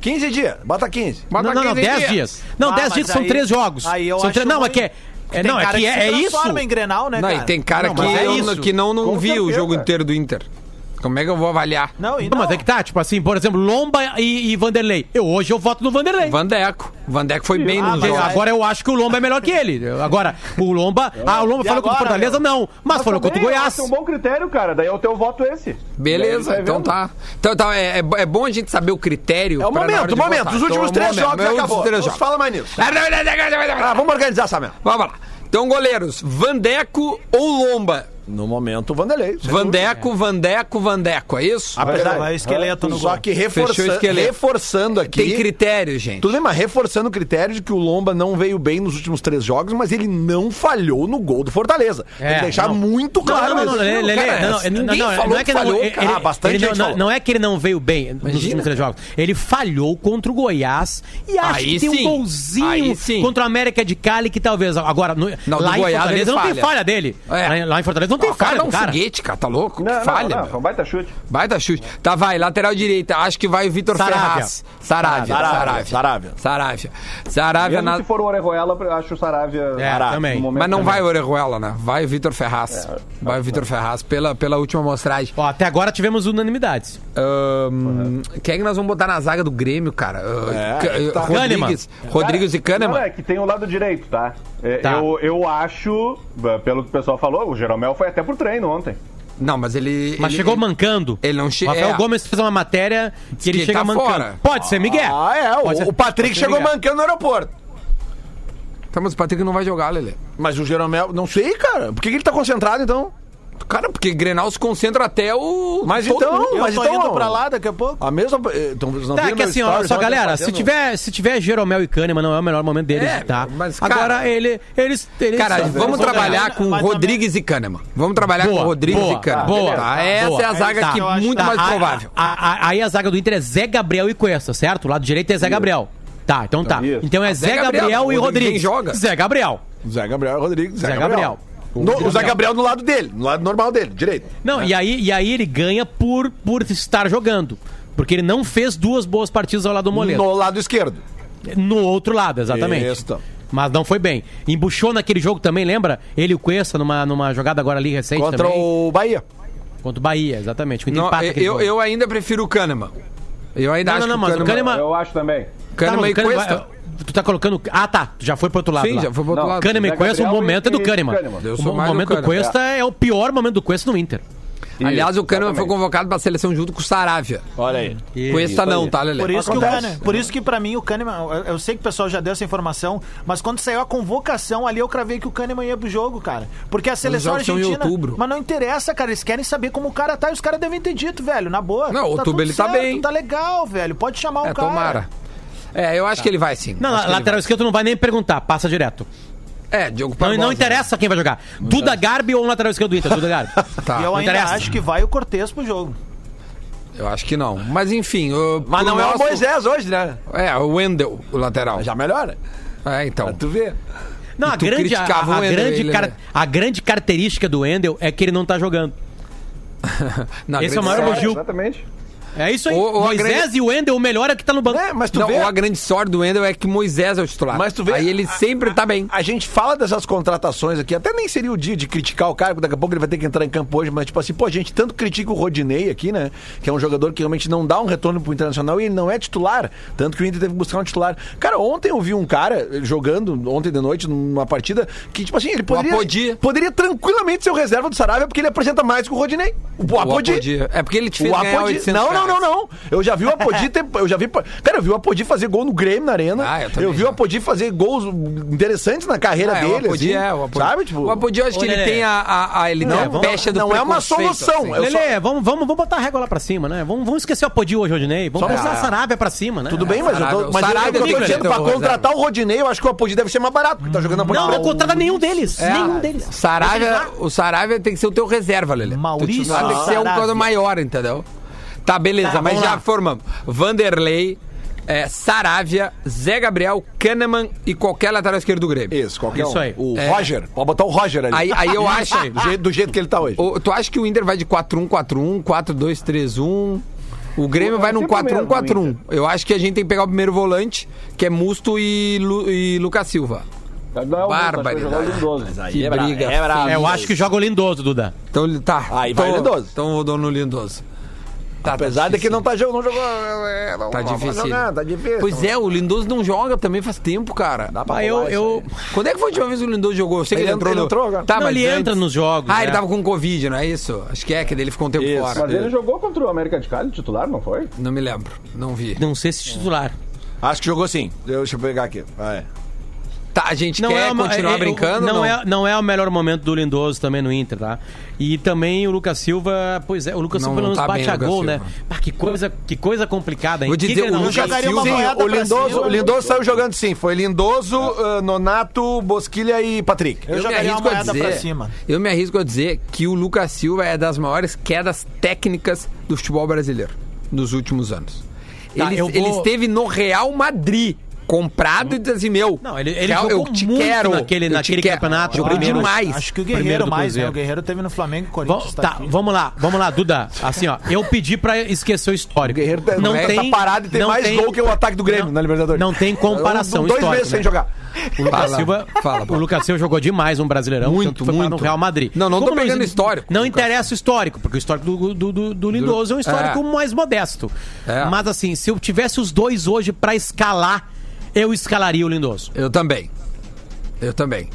[SPEAKER 4] 15 dias, bota 15.
[SPEAKER 1] Bota
[SPEAKER 5] não, não, não,
[SPEAKER 1] 15
[SPEAKER 5] 10 dias. Não,
[SPEAKER 3] Ah,
[SPEAKER 5] 10
[SPEAKER 3] mas
[SPEAKER 5] dias são
[SPEAKER 3] aí-
[SPEAKER 5] 3 jogos.
[SPEAKER 3] aí eu
[SPEAKER 5] são
[SPEAKER 3] acho
[SPEAKER 5] três, não, é
[SPEAKER 3] ruim.
[SPEAKER 5] que é, é, não, é,
[SPEAKER 3] cara
[SPEAKER 5] que é,
[SPEAKER 3] se
[SPEAKER 5] é isso.
[SPEAKER 3] transforma em Grenal, né,
[SPEAKER 1] Não, e
[SPEAKER 3] cara?
[SPEAKER 1] tem cara
[SPEAKER 5] Não,
[SPEAKER 1] que,
[SPEAKER 5] mas é
[SPEAKER 1] eu-
[SPEAKER 5] isso.
[SPEAKER 1] que não, não
[SPEAKER 6] Com
[SPEAKER 1] viu o
[SPEAKER 6] certeza.
[SPEAKER 1] jogo inteiro do Inter. Como é que eu vou avaliar?
[SPEAKER 3] Não, e
[SPEAKER 5] Não, mas é que tá, tipo assim, por exemplo, Lomba e, e Vanderlei. Eu hoje eu voto no Vanderlei.
[SPEAKER 1] Vandeco. Vandeco foi bem
[SPEAKER 3] Ah,
[SPEAKER 1] no
[SPEAKER 3] mas
[SPEAKER 5] Porque
[SPEAKER 1] jogo.
[SPEAKER 3] aí-
[SPEAKER 5] agora eu acho que o Lomba é melhor que ele. Agora, o Lomba. Ah, o Lomba
[SPEAKER 3] É. E
[SPEAKER 5] falou contra o
[SPEAKER 3] agora,
[SPEAKER 5] Fortaleza,
[SPEAKER 3] meu?
[SPEAKER 5] não. Mas, falou contra o
[SPEAKER 6] também,
[SPEAKER 5] Goiás.
[SPEAKER 6] esse É um bom critério, cara. Daí é o teu voto esse.
[SPEAKER 1] Beleza,
[SPEAKER 6] Daí vai
[SPEAKER 1] então
[SPEAKER 6] vendo.
[SPEAKER 1] tá. Então, tá, é, é bo- é bom a gente saber o critério.
[SPEAKER 4] É o
[SPEAKER 1] pra na hora
[SPEAKER 4] momento,
[SPEAKER 1] de
[SPEAKER 4] o momento.
[SPEAKER 1] votar.
[SPEAKER 4] Os últimos
[SPEAKER 1] Então, é o
[SPEAKER 4] três
[SPEAKER 1] momento,
[SPEAKER 4] jogos
[SPEAKER 1] é
[SPEAKER 4] já
[SPEAKER 1] os
[SPEAKER 4] acabou.
[SPEAKER 1] três
[SPEAKER 4] Não se
[SPEAKER 1] jogos.
[SPEAKER 4] fala mais nisso. Ah, vamos organizar, Samuel.
[SPEAKER 1] Vamos lá. Então, goleiros, Vandeco ou Lomba?
[SPEAKER 4] No momento, o Vanderlei. sem
[SPEAKER 1] Vandeco, Vandeco, Vandeco, é isso?
[SPEAKER 3] Apesar
[SPEAKER 4] Vai,
[SPEAKER 3] do esqueleto no
[SPEAKER 4] dúvida. Só
[SPEAKER 3] gol.
[SPEAKER 4] que
[SPEAKER 1] Fechou o
[SPEAKER 4] reforçando,
[SPEAKER 1] esqueleto.
[SPEAKER 4] reforçando aqui.
[SPEAKER 1] Tem critério, gente.
[SPEAKER 4] Tu lembra? Reforçando o critério de que o Lomba não veio bem nos últimos três jogos, mas ele não falhou no gol do Fortaleza. Tem que
[SPEAKER 5] É,
[SPEAKER 4] deixar
[SPEAKER 5] não.
[SPEAKER 4] muito claro
[SPEAKER 5] Não, não, não,
[SPEAKER 4] isso.
[SPEAKER 5] Lelê,
[SPEAKER 4] Cara,
[SPEAKER 5] Lelê, não, não,
[SPEAKER 4] ninguém
[SPEAKER 5] não, não,
[SPEAKER 4] falou
[SPEAKER 5] não é que não,
[SPEAKER 4] falhou,
[SPEAKER 5] ele-
[SPEAKER 4] cara. Ah, bastante
[SPEAKER 5] ele
[SPEAKER 4] gente
[SPEAKER 5] não,
[SPEAKER 4] falou.
[SPEAKER 5] não é que ele não veio bem nos últimos três jogos. Ele falhou contra o Goiás e acho
[SPEAKER 1] Aí
[SPEAKER 5] que tem
[SPEAKER 1] sim.
[SPEAKER 5] um golzinho
[SPEAKER 1] Aí sim.
[SPEAKER 5] contra o América de Cali que talvez agora no-
[SPEAKER 1] Não, do
[SPEAKER 5] lá em
[SPEAKER 1] Goiás ele
[SPEAKER 5] Fortaleza não tem
[SPEAKER 1] falha.
[SPEAKER 5] falha dele.
[SPEAKER 1] É.
[SPEAKER 5] Lá em- Lá em Fortaleza não tem
[SPEAKER 1] O cara
[SPEAKER 5] falha,
[SPEAKER 1] dá um
[SPEAKER 5] do cara.
[SPEAKER 1] foguete, cara, tá louco?
[SPEAKER 6] Não, não,
[SPEAKER 1] Falha,
[SPEAKER 6] não,
[SPEAKER 1] meu.
[SPEAKER 6] foi um baita chute.
[SPEAKER 1] Baita chute. Tá, vai, lateral direita. Acho que vai o Vitor
[SPEAKER 5] Saravia.
[SPEAKER 1] Ferraz. Saravia. Saravia.
[SPEAKER 4] Saravia,
[SPEAKER 1] Saravia.
[SPEAKER 4] Saravia.
[SPEAKER 1] Saravia. Saravia
[SPEAKER 6] Mesmo
[SPEAKER 1] na...
[SPEAKER 6] se for o Orejuela, eu acho o Saravia...
[SPEAKER 5] É,
[SPEAKER 6] Saravia,
[SPEAKER 5] também.
[SPEAKER 6] no momento
[SPEAKER 1] Mas não
[SPEAKER 6] também.
[SPEAKER 1] vai o Orejuela, né? Vai o Vitor Ferraz. vai o Vitor Ferraz pela, pela última mostragem.
[SPEAKER 5] Ó, até agora tivemos unanimidades.
[SPEAKER 1] Ahn, quem é que nós vamos botar na zaga do Grêmio, cara? Ah, Ca- Rodrigues, Rodrigues e
[SPEAKER 6] Não,
[SPEAKER 1] Kahneman.
[SPEAKER 6] é que tem o lado direito, tá? É,
[SPEAKER 5] Tá.
[SPEAKER 6] Eu, eu acho, pelo que o pessoal falou, o Jeromel foi até pro treino ontem.
[SPEAKER 1] Não, mas ele.
[SPEAKER 5] Mas
[SPEAKER 1] ele-
[SPEAKER 5] chegou mancando.
[SPEAKER 1] ele não che-
[SPEAKER 5] Rafael
[SPEAKER 1] é.
[SPEAKER 5] Gomes fez uma matéria que ele
[SPEAKER 1] que
[SPEAKER 5] chega
[SPEAKER 1] tá
[SPEAKER 5] mancando.
[SPEAKER 1] fora.
[SPEAKER 5] Pode ser Miguel.
[SPEAKER 4] Ah, é.
[SPEAKER 5] Pode ser-
[SPEAKER 4] O, o Patrick
[SPEAKER 5] pode ser
[SPEAKER 4] chegou
[SPEAKER 5] Miguel.
[SPEAKER 4] mancando no aeroporto.
[SPEAKER 1] Tá, mas o Patrick não vai jogar, Lelê.
[SPEAKER 4] Mas o Jeromel, não sei, cara. Por que, que ele tá concentrado então?
[SPEAKER 1] Cara, porque Grenal se concentra até o.
[SPEAKER 4] Mas
[SPEAKER 1] todo
[SPEAKER 4] então,
[SPEAKER 1] mundo.
[SPEAKER 3] Eu
[SPEAKER 4] mas
[SPEAKER 3] tô
[SPEAKER 4] então.
[SPEAKER 3] indo pra lá daqui a pouco.
[SPEAKER 4] A mesma. eh, Então, vocês não
[SPEAKER 5] Tá,
[SPEAKER 4] viram
[SPEAKER 5] que
[SPEAKER 4] meu
[SPEAKER 5] assim, olha
[SPEAKER 4] stories
[SPEAKER 5] só,
[SPEAKER 4] ontem
[SPEAKER 5] galera, se
[SPEAKER 4] fazendo-
[SPEAKER 5] tiver, se tiver Jeromel e Kahneman, não é o melhor momento deles,
[SPEAKER 1] É,
[SPEAKER 5] tá?
[SPEAKER 1] mas, cara-
[SPEAKER 5] Agora, ele, eles, eles...
[SPEAKER 1] Cara,
[SPEAKER 5] eles
[SPEAKER 1] vamos
[SPEAKER 5] vão ganhar.
[SPEAKER 1] trabalhar com
[SPEAKER 3] Mas
[SPEAKER 1] Rodrigues e Kahneman. Vamos trabalhar com Rodrigues
[SPEAKER 5] boa,
[SPEAKER 1] e Kahneman.
[SPEAKER 5] Boa,
[SPEAKER 1] Tá, Essa
[SPEAKER 5] boa.
[SPEAKER 1] é a zaga
[SPEAKER 3] tá,
[SPEAKER 1] que
[SPEAKER 3] eu acho-
[SPEAKER 1] muito
[SPEAKER 3] tá,
[SPEAKER 1] mais
[SPEAKER 5] a-
[SPEAKER 1] provável.
[SPEAKER 5] a- a- aí a zaga do Inter é Zé Gabriel e Cuesta, certo? O lado direito é Zé Gabriel. Tá, então tá.
[SPEAKER 6] Isso.
[SPEAKER 5] Então é
[SPEAKER 1] Ah, Zé
[SPEAKER 5] Zé
[SPEAKER 1] Gabriel,
[SPEAKER 5] Gabriel, e
[SPEAKER 1] Rodrigues nem
[SPEAKER 5] Rodrigues.
[SPEAKER 1] joga.
[SPEAKER 5] Zé Gabriel.
[SPEAKER 4] Zé Gabriel Rodrigues. Zé,
[SPEAKER 5] Zé
[SPEAKER 4] Gabriel.
[SPEAKER 5] Gabriel.
[SPEAKER 4] No- o Zé Gabriel do lado dele, no lado normal dele, direito.
[SPEAKER 1] É.
[SPEAKER 5] Não, e, aí, e aí ele ganha por, por estar jogando. Porque ele não fez duas boas partidas ao lado do Moledo.
[SPEAKER 4] No lado esquerdo.
[SPEAKER 5] No, outro lado, exatamente.
[SPEAKER 4] Isso, então.
[SPEAKER 5] Mas não foi bem. Embuchou naquele jogo também, lembra? Ele e o Cuesta numa, numa jogada agora ali recente
[SPEAKER 4] Contra
[SPEAKER 5] também.
[SPEAKER 4] o Bahia.
[SPEAKER 5] Contra o Bahia, exatamente. que o Inter
[SPEAKER 1] Não,
[SPEAKER 5] empata aquele
[SPEAKER 1] eu,
[SPEAKER 5] jogo.
[SPEAKER 1] eu ainda prefiro o Kahneman. Eu ainda
[SPEAKER 5] Não,
[SPEAKER 1] acho
[SPEAKER 5] não, não,
[SPEAKER 1] que
[SPEAKER 5] mas o Kahneman-
[SPEAKER 6] Eu acho também.
[SPEAKER 5] Tá, mas
[SPEAKER 1] Kahneman
[SPEAKER 5] o
[SPEAKER 1] e
[SPEAKER 5] Kahneman
[SPEAKER 1] Cuesta.
[SPEAKER 5] vai- Tu tá colocando. Ah, tá. Tu já foi pro outro lado.
[SPEAKER 1] Sim,
[SPEAKER 5] lá.
[SPEAKER 1] já foi pro outro
[SPEAKER 6] Não,
[SPEAKER 1] lado.
[SPEAKER 5] Kahneman e
[SPEAKER 6] Zé
[SPEAKER 5] Cuesta, o
[SPEAKER 6] Gabriel
[SPEAKER 5] momento é do
[SPEAKER 6] e- e
[SPEAKER 5] Kahneman.
[SPEAKER 6] Kahneman.
[SPEAKER 1] Eu
[SPEAKER 5] O,
[SPEAKER 1] sou
[SPEAKER 5] mo-
[SPEAKER 1] mais do
[SPEAKER 5] momento do
[SPEAKER 1] Kahneman.
[SPEAKER 5] Cuesta é. o pior momento do Cuesta no Inter.
[SPEAKER 1] Aliás, o Kahneman foi
[SPEAKER 6] exatamente.
[SPEAKER 1] convocado pra seleção junto com o Saravia.
[SPEAKER 4] Olha aí.
[SPEAKER 1] Cuesta não, tá, Lelê?
[SPEAKER 3] Por isso, que o
[SPEAKER 4] Acontece.
[SPEAKER 3] Kahneman, por isso que pra mim o Kahneman, eu, eu sei que o pessoal já deu essa informação, mas quando saiu a convocação ali eu cravei que o Kahneman ia pro jogo, cara. Porque a seleção
[SPEAKER 1] jogos são em
[SPEAKER 3] argentina,
[SPEAKER 1] outubro.
[SPEAKER 3] mas não interessa, cara, eles querem saber como o cara tá, e os caras devem ter dito, velho, na boa.
[SPEAKER 1] Não, outubro
[SPEAKER 3] tudo
[SPEAKER 1] ele tá bem.
[SPEAKER 3] Tá legal, velho. Pode chamar
[SPEAKER 1] É,
[SPEAKER 3] o cara. Tá.
[SPEAKER 1] tomara. É, eu acho que ele vai sim.
[SPEAKER 5] Não,
[SPEAKER 1] Acho
[SPEAKER 5] lá-
[SPEAKER 1] que ele
[SPEAKER 5] lateral
[SPEAKER 1] vai.
[SPEAKER 5] esquerdo tu não vai nem perguntar, passa direto.
[SPEAKER 1] É, Diogo
[SPEAKER 5] Não,
[SPEAKER 1] Barbosa.
[SPEAKER 5] não interessa quem vai jogar. Duda Garbi ou um lateral esquerdo do Inter? Duda Garbi.
[SPEAKER 1] Tá,
[SPEAKER 3] E eu
[SPEAKER 1] eu...
[SPEAKER 3] ainda
[SPEAKER 5] interessa.
[SPEAKER 3] acho que vai o Cortez pro jogo.
[SPEAKER 1] acho que não. Mas enfim. o-
[SPEAKER 4] Mas
[SPEAKER 1] pro
[SPEAKER 4] não é o
[SPEAKER 1] nosso-
[SPEAKER 4] Moisés hoje, né?
[SPEAKER 1] É, o Wendel, o lateral.
[SPEAKER 4] Já melhora.
[SPEAKER 1] É, então.
[SPEAKER 4] Tu vê.
[SPEAKER 5] Não,
[SPEAKER 1] E
[SPEAKER 5] a
[SPEAKER 1] tu
[SPEAKER 5] grande, a,
[SPEAKER 1] criticava
[SPEAKER 5] a
[SPEAKER 1] o Wendel,
[SPEAKER 5] grande
[SPEAKER 1] ele,
[SPEAKER 5] car-
[SPEAKER 1] né?
[SPEAKER 5] a grande característica do Endel é que ele não tá jogando.
[SPEAKER 1] Na
[SPEAKER 5] Esse é
[SPEAKER 1] grande
[SPEAKER 5] o maior
[SPEAKER 1] sorte-
[SPEAKER 5] elogio. Gil.
[SPEAKER 6] Exatamente.
[SPEAKER 5] É isso aí.
[SPEAKER 1] O- o- a
[SPEAKER 5] Moisés
[SPEAKER 1] grande- Né,
[SPEAKER 5] e o Endel, o melhor é que tá no banco.
[SPEAKER 4] É, mas tu
[SPEAKER 1] Não,
[SPEAKER 4] vê.
[SPEAKER 1] ou a grande sorte do Wendel é que Moisés é o titular.
[SPEAKER 4] Mas tu vê-
[SPEAKER 1] Aí ele sempre tá bem.
[SPEAKER 4] A gente fala dessas contratações aqui, até nem seria o dia de criticar o cara, porque daqui a pouco ele vai ter que entrar em campo hoje, mas tipo assim, pô, a gente tanto critica o Rodinei aqui, né? Que é um jogador que realmente não dá um retorno pro Internacional e ele não é titular, tanto que o Inter teve que buscar um titular. Cara, ontem eu vi um cara ele jogando, ontem de noite, numa partida, que tipo assim, ele poderia,
[SPEAKER 1] Apodi.
[SPEAKER 4] poderia tranquilamente ser o reserva do Saravia, porque ele apresenta mais que o Rodinei. O, o Apodi.
[SPEAKER 1] Apodi. É porque ele te fez
[SPEAKER 4] O
[SPEAKER 1] ganhar
[SPEAKER 4] Apodi.
[SPEAKER 1] 800
[SPEAKER 4] Não, não, não, não. Eu já vi o Apodi ter. Eu já vi. Cara, eu vi o Apodi fazer gol no Grêmio na arena.
[SPEAKER 1] Ah, eu também
[SPEAKER 4] vi o
[SPEAKER 1] já.
[SPEAKER 4] Apodi fazer gols interessantes na carreira
[SPEAKER 1] Ah,
[SPEAKER 4] dele.
[SPEAKER 1] o Apodi
[SPEAKER 4] assim.
[SPEAKER 1] é, o Apodi.
[SPEAKER 4] Sabe? Tipo,
[SPEAKER 1] o Apodi, é eu acho
[SPEAKER 5] Ô,
[SPEAKER 1] que ele
[SPEAKER 5] Lelê.
[SPEAKER 1] tem a, a, a- ele tem a
[SPEAKER 4] Não,
[SPEAKER 1] pecha do
[SPEAKER 4] não é uma
[SPEAKER 1] preconceito, assim.
[SPEAKER 4] solução, eu
[SPEAKER 5] Lelê, vamos, vamos, vamos botar a régua lá pra cima, né? Vamos, vamos esquecer o Apodi hoje, Rodinei. Vamos
[SPEAKER 4] Só
[SPEAKER 5] botar
[SPEAKER 4] pra-
[SPEAKER 5] a Sarabia pra cima, né?
[SPEAKER 4] tudo bem, mas eu
[SPEAKER 1] Sarabia.
[SPEAKER 4] tô. Mas
[SPEAKER 1] Sarabia é
[SPEAKER 4] eu, eu
[SPEAKER 1] tem
[SPEAKER 4] tô
[SPEAKER 1] que
[SPEAKER 4] dizendo,
[SPEAKER 1] ter
[SPEAKER 4] pra
[SPEAKER 1] o Rosário.
[SPEAKER 4] contratar o Rodinei, eu acho que o Apodi deve ser mais barato, porque tá jogando a
[SPEAKER 5] Não, não
[SPEAKER 4] Preto.
[SPEAKER 5] contrata nenhum deles.
[SPEAKER 1] É,
[SPEAKER 5] Nenhum deles.
[SPEAKER 1] Saravia, o Saravia tem que ser o teu reserva, Lelê.
[SPEAKER 3] Maurício
[SPEAKER 1] Tu te- tem que ser um
[SPEAKER 3] Saravia.
[SPEAKER 1] coisa maior, entendeu? Tá, beleza,
[SPEAKER 3] Tá,
[SPEAKER 1] mas
[SPEAKER 3] vamos
[SPEAKER 1] já
[SPEAKER 3] lá.
[SPEAKER 1] formamos. Vanderlei, é, Saravia, Zé Gabriel, Kahneman e qualquer lateral esquerdo do Grêmio.
[SPEAKER 4] Isso, qualquer
[SPEAKER 5] Isso
[SPEAKER 4] um.
[SPEAKER 5] aí.
[SPEAKER 4] O
[SPEAKER 1] É.
[SPEAKER 4] Roger. Pode botar o Roger ali.
[SPEAKER 1] Aí, aí eu acho.
[SPEAKER 4] do, jeito, do jeito que ele tá hoje.
[SPEAKER 1] o- tu acha que o Inter vai de 4-1-4-1, 4-2-3-1? O Grêmio vai num
[SPEAKER 6] sempre o
[SPEAKER 1] 4-1-4-1. Eu acho que a gente tem que pegar o primeiro volante, que é Musto e, Lu- e Lucas Silva.
[SPEAKER 6] Não é o
[SPEAKER 1] Barbaridade.
[SPEAKER 6] Barbaridade.
[SPEAKER 1] Que briga. feia.
[SPEAKER 5] É, eu acho que joga o Lindoso, Duda.
[SPEAKER 1] Então, tá.
[SPEAKER 4] Aí vai
[SPEAKER 1] Então-
[SPEAKER 4] Lindoso.
[SPEAKER 1] Então vou dar no Lindoso. Tá, tá
[SPEAKER 4] Apesar de que
[SPEAKER 1] difícil.
[SPEAKER 4] não tá jogando, não jogou. é, Não,
[SPEAKER 1] Tá
[SPEAKER 4] não
[SPEAKER 1] difícil.
[SPEAKER 4] jogando, tá difícil.
[SPEAKER 1] Pois é, o Lindoso não joga também faz tempo, cara.
[SPEAKER 4] Dá pra
[SPEAKER 5] Ah, eu,
[SPEAKER 4] rolar isso
[SPEAKER 5] eu...
[SPEAKER 4] aí.
[SPEAKER 1] Quando é que foi a última vez que o Lindoso jogou? Eu sei que ele,
[SPEAKER 4] Ele
[SPEAKER 1] entrou
[SPEAKER 4] entra-
[SPEAKER 1] no...
[SPEAKER 4] ele entrou agora.
[SPEAKER 1] Tá,
[SPEAKER 5] Não,
[SPEAKER 1] mas
[SPEAKER 5] ele
[SPEAKER 1] antes-
[SPEAKER 5] entra nos jogos.
[SPEAKER 1] Ah,
[SPEAKER 5] né?
[SPEAKER 1] ele tava com Covid, não é isso? Acho que é, que daí ele ficou um tempo
[SPEAKER 4] Isso.
[SPEAKER 1] fora.
[SPEAKER 6] Mas ele jogou contra o América de Cali, titular, não foi?
[SPEAKER 1] Não me lembro, não vi.
[SPEAKER 5] Não sei se é titular.
[SPEAKER 4] Acho que jogou sim. Deixa eu pegar aqui. Ah, é.
[SPEAKER 1] Tá, a gente
[SPEAKER 5] Não
[SPEAKER 1] quer
[SPEAKER 5] é uma-
[SPEAKER 1] continuar
[SPEAKER 5] é- é-
[SPEAKER 1] brincando?
[SPEAKER 5] não, É, não é o melhor momento do Lindoso também no Inter, tá? E também o Lucas Silva, pois é, o Lucas
[SPEAKER 1] Não,
[SPEAKER 5] Silva pelo
[SPEAKER 1] não
[SPEAKER 5] menos
[SPEAKER 1] tá
[SPEAKER 5] bate
[SPEAKER 1] bem,
[SPEAKER 5] a
[SPEAKER 1] Lucas
[SPEAKER 5] gol,
[SPEAKER 1] Silva.
[SPEAKER 5] né? Pá, que coisa, que coisa complicada, hein?
[SPEAKER 1] Vou dizer,
[SPEAKER 5] que
[SPEAKER 1] o
[SPEAKER 5] Grenal-
[SPEAKER 1] Lucas
[SPEAKER 3] jogaria uma
[SPEAKER 1] Silva-
[SPEAKER 3] boiada
[SPEAKER 4] O
[SPEAKER 3] pra
[SPEAKER 4] Lindoso,
[SPEAKER 3] cima.
[SPEAKER 4] o Lindoso saiu jogando sim. Foi Lindoso, ah, Nonato, Bosquilha e Patrick.
[SPEAKER 3] Eu
[SPEAKER 1] me
[SPEAKER 3] jogaria uma
[SPEAKER 1] arrisco a
[SPEAKER 3] moeda pra
[SPEAKER 1] dizer-
[SPEAKER 3] cima.
[SPEAKER 1] Eu me arrisco a dizer que o Lucas Silva é das maiores quedas técnicas do futebol brasileiro nos últimos anos.
[SPEAKER 5] Tá,
[SPEAKER 1] ele,
[SPEAKER 5] eu vou-
[SPEAKER 1] ele esteve no Real Madrid. Comprado e disse assim, meu.
[SPEAKER 5] Não, ele- ele
[SPEAKER 1] Real,
[SPEAKER 5] jogou
[SPEAKER 1] eu te
[SPEAKER 5] muito
[SPEAKER 1] quero.
[SPEAKER 5] naquele-
[SPEAKER 1] eu te
[SPEAKER 5] naquele
[SPEAKER 1] quero.
[SPEAKER 5] campeonato,
[SPEAKER 1] Jogou
[SPEAKER 5] primeiro.
[SPEAKER 1] demais.
[SPEAKER 3] Ah, Acho que o
[SPEAKER 5] Primeiro
[SPEAKER 3] Guerreiro
[SPEAKER 5] do
[SPEAKER 3] mais, né?
[SPEAKER 5] Cruzeiro.
[SPEAKER 3] O Guerreiro teve no Flamengo e
[SPEAKER 5] Vam-
[SPEAKER 3] Corinthians.
[SPEAKER 5] tá,
[SPEAKER 3] aqui.
[SPEAKER 5] vamos lá, vamos lá, Duda. Assim, ó, eu pedi pra esquecer o histórico.
[SPEAKER 4] O Guerreiro tá- o
[SPEAKER 5] não
[SPEAKER 4] Guerreiro
[SPEAKER 5] tem
[SPEAKER 4] tá parado e tem
[SPEAKER 5] não
[SPEAKER 4] mais gol que o ataque do Grêmio
[SPEAKER 5] não-
[SPEAKER 4] na Libertadores. Então,
[SPEAKER 5] Não tem comparação
[SPEAKER 4] Dois
[SPEAKER 5] histórica,
[SPEAKER 4] meses sem
[SPEAKER 5] né?
[SPEAKER 4] jogar.
[SPEAKER 5] O Lucas
[SPEAKER 1] Fala.
[SPEAKER 5] Silva,
[SPEAKER 1] Fala,
[SPEAKER 5] o
[SPEAKER 1] Paulo.
[SPEAKER 5] Lucas Silva jogou demais um brasileirão,
[SPEAKER 1] Muito,
[SPEAKER 5] tanto foi parar no
[SPEAKER 1] muito.
[SPEAKER 5] Real Madrid.
[SPEAKER 1] Não, não tô
[SPEAKER 5] Como
[SPEAKER 1] pegando histórico,
[SPEAKER 5] Não
[SPEAKER 1] Lucas.
[SPEAKER 5] interessa o histórico, porque o histórico do, do, do- do Lindoso é um histórico
[SPEAKER 1] É.
[SPEAKER 5] mais modesto.
[SPEAKER 1] É.
[SPEAKER 5] Mas assim, se eu tivesse os dois hoje pra escalar, eu escalaria o Lindoso.
[SPEAKER 1] Eu também. Eu também.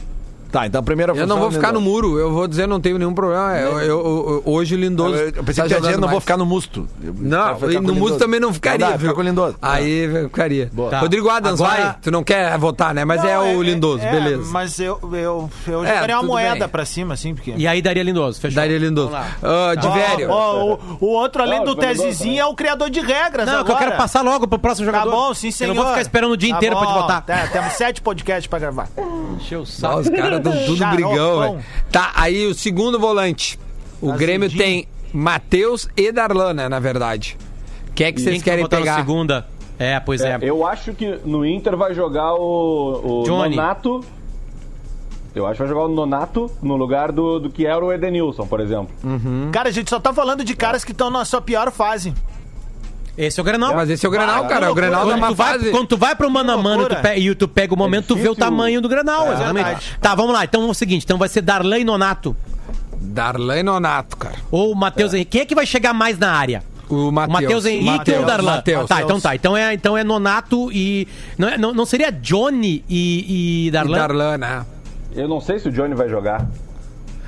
[SPEAKER 4] Tá, então a primeira
[SPEAKER 1] Eu não vou ficar no
[SPEAKER 4] musto.
[SPEAKER 1] muro, eu vou dizer não tenho nenhum problema. Eu, eu- eu- hoje o Lindoso.
[SPEAKER 4] Eu pensei que
[SPEAKER 1] tá
[SPEAKER 4] que
[SPEAKER 1] jogando
[SPEAKER 4] eu não
[SPEAKER 1] mais.
[SPEAKER 4] vou ficar no musto. Eu- pra
[SPEAKER 1] Não,
[SPEAKER 4] ficar
[SPEAKER 1] e
[SPEAKER 4] com o
[SPEAKER 1] no
[SPEAKER 4] Tá, Lindoso.
[SPEAKER 1] Musto também não ficaria.
[SPEAKER 4] Não dá,
[SPEAKER 1] viu?
[SPEAKER 4] fica com o Lindoso.
[SPEAKER 1] Aí ficaria.
[SPEAKER 5] Tá.
[SPEAKER 1] Rodrigo Adams,
[SPEAKER 5] Agora-
[SPEAKER 1] vai. Tu não quer votar, né? Mas é,
[SPEAKER 3] Não,
[SPEAKER 1] o Lindoso,
[SPEAKER 3] é,
[SPEAKER 1] beleza.
[SPEAKER 3] Mas eu, eu, eu
[SPEAKER 1] É,
[SPEAKER 3] jogaria uma
[SPEAKER 1] tudo
[SPEAKER 3] moeda
[SPEAKER 1] bem.
[SPEAKER 3] pra cima, assim, porque.
[SPEAKER 5] E aí daria Lindoso, fechou?
[SPEAKER 1] Daria Lindoso. Ah,
[SPEAKER 3] Ó,
[SPEAKER 1] Diverio.
[SPEAKER 3] ó, o, o outro, além
[SPEAKER 6] Não,
[SPEAKER 3] do
[SPEAKER 6] o jogador também.
[SPEAKER 3] Tesezinho, é o criador de regras.
[SPEAKER 5] Não, é que eu
[SPEAKER 3] agora.
[SPEAKER 5] quero passar logo pro próximo
[SPEAKER 3] Tá
[SPEAKER 5] jogador.
[SPEAKER 3] bom, sim, senhor.
[SPEAKER 5] Eu não vou ficar esperando o dia
[SPEAKER 3] Tá
[SPEAKER 5] inteiro pra te
[SPEAKER 3] bom.
[SPEAKER 5] votar.
[SPEAKER 3] Tá, temos sete podcasts pra gravar.
[SPEAKER 5] Encheu o saco.
[SPEAKER 1] Ah, os caras estão tudo
[SPEAKER 3] Xaropão.
[SPEAKER 1] brigão, velho. Tá, aí o segundo volante. O
[SPEAKER 3] Azedinho.
[SPEAKER 1] Grêmio tem Matheus e Darlan, né, na verdade. Quem é que
[SPEAKER 5] Quem
[SPEAKER 1] vocês
[SPEAKER 5] que vai
[SPEAKER 1] querem
[SPEAKER 5] botar na
[SPEAKER 1] pegar?
[SPEAKER 5] segunda. É, pois é.
[SPEAKER 6] Eu acho que no Inter vai jogar o, o
[SPEAKER 5] Johnny.
[SPEAKER 6] Nonato. Eu acho que vai jogar o Nonato no lugar do, do que era o Edenilson, por exemplo.
[SPEAKER 5] Hum.
[SPEAKER 3] Cara, a gente só tá falando de caras que estão na sua pior fase.
[SPEAKER 5] Esse é o Grenal.
[SPEAKER 1] Mas esse é o Granal, cara. O Granal da
[SPEAKER 5] Quando
[SPEAKER 1] má
[SPEAKER 5] tu, vai,
[SPEAKER 1] fase.
[SPEAKER 5] quando tu vai pro mano a mano
[SPEAKER 3] loucura.
[SPEAKER 5] tu pe- e tu pega o momento, tu vê o
[SPEAKER 6] difícil.
[SPEAKER 5] tamanho do Grenal, exatamente.
[SPEAKER 3] verdade.
[SPEAKER 5] Tá, vamos lá. Então é o seguinte, então vai ser Darlan e Nonato.
[SPEAKER 1] Darlan e Nonato, cara.
[SPEAKER 5] Ou o Matheus Henrique. Quem é que vai chegar mais na área?
[SPEAKER 1] O
[SPEAKER 5] O Matheus
[SPEAKER 1] Matheus
[SPEAKER 5] Henrique
[SPEAKER 1] Matheus,
[SPEAKER 5] ou o Darlan?
[SPEAKER 1] Matheus.
[SPEAKER 5] Tá, então tá. Então é, então é Nonato e. Não, é- não, não seria Johnny e, e
[SPEAKER 1] E
[SPEAKER 5] Darlan?
[SPEAKER 1] Darlan, né?
[SPEAKER 6] Eu não sei se o Johnny vai jogar.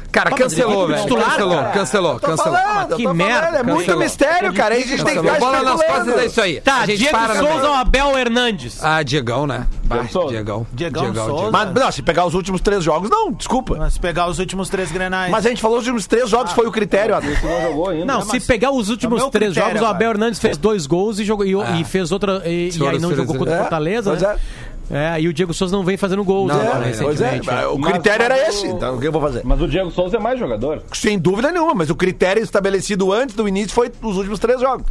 [SPEAKER 1] Cara,
[SPEAKER 5] mas ele
[SPEAKER 1] cancelou,
[SPEAKER 5] é
[SPEAKER 1] velho.
[SPEAKER 5] titular,
[SPEAKER 1] Cancelou,
[SPEAKER 5] cara.
[SPEAKER 1] cancelou,
[SPEAKER 4] Tô
[SPEAKER 1] cancelou.
[SPEAKER 4] falando,
[SPEAKER 5] Ah, que
[SPEAKER 4] eu tô
[SPEAKER 5] merda,
[SPEAKER 4] falando, É muito
[SPEAKER 1] cancelou.
[SPEAKER 4] mistério, cara. Aí a gente tem que
[SPEAKER 1] Cancelou.
[SPEAKER 4] ficar
[SPEAKER 1] Bola nas
[SPEAKER 4] especulando.
[SPEAKER 1] costas é isso aí.
[SPEAKER 5] Tá,
[SPEAKER 1] A gente
[SPEAKER 5] Diego
[SPEAKER 1] para na
[SPEAKER 5] Souza
[SPEAKER 1] bola.
[SPEAKER 5] ou Abel Hernandes?
[SPEAKER 1] Ah, Diegão, né? Bah,
[SPEAKER 6] Diego Souza.
[SPEAKER 1] Diegão.
[SPEAKER 3] Diegão Souza.
[SPEAKER 4] Mas, não, se pegar os últimos três jogos, não, desculpa.
[SPEAKER 3] Mas Se pegar os últimos três grenais.
[SPEAKER 4] Mas a gente falou os últimos três jogos, foi o critério. ó.
[SPEAKER 6] Esse não jogou ainda. né,
[SPEAKER 5] Não, se pegar os últimos
[SPEAKER 3] é o meu
[SPEAKER 5] três
[SPEAKER 3] critério
[SPEAKER 5] jogos, o Abel
[SPEAKER 3] agora.
[SPEAKER 5] Hernandes fez dois gols e, jogou, e, e fez outra. E, e aí não
[SPEAKER 1] Senhoras e
[SPEAKER 5] jogou
[SPEAKER 1] senhores,
[SPEAKER 5] contra o
[SPEAKER 4] é.
[SPEAKER 5] Fortaleza.
[SPEAKER 4] Pois
[SPEAKER 5] né? É, e o Diego Souza não vem fazendo gols.
[SPEAKER 1] Não,
[SPEAKER 5] né,
[SPEAKER 1] não, não,
[SPEAKER 4] É, pois é,
[SPEAKER 5] recentemente, né?
[SPEAKER 4] o
[SPEAKER 6] Mas-
[SPEAKER 4] critério era
[SPEAKER 6] mas
[SPEAKER 4] esse.
[SPEAKER 6] o-
[SPEAKER 4] Então, o que eu vou fazer?
[SPEAKER 6] Mas o Diego Souza é mais jogador.
[SPEAKER 4] Sem dúvida nenhuma, mas o critério estabelecido antes do início foi os últimos três jogos.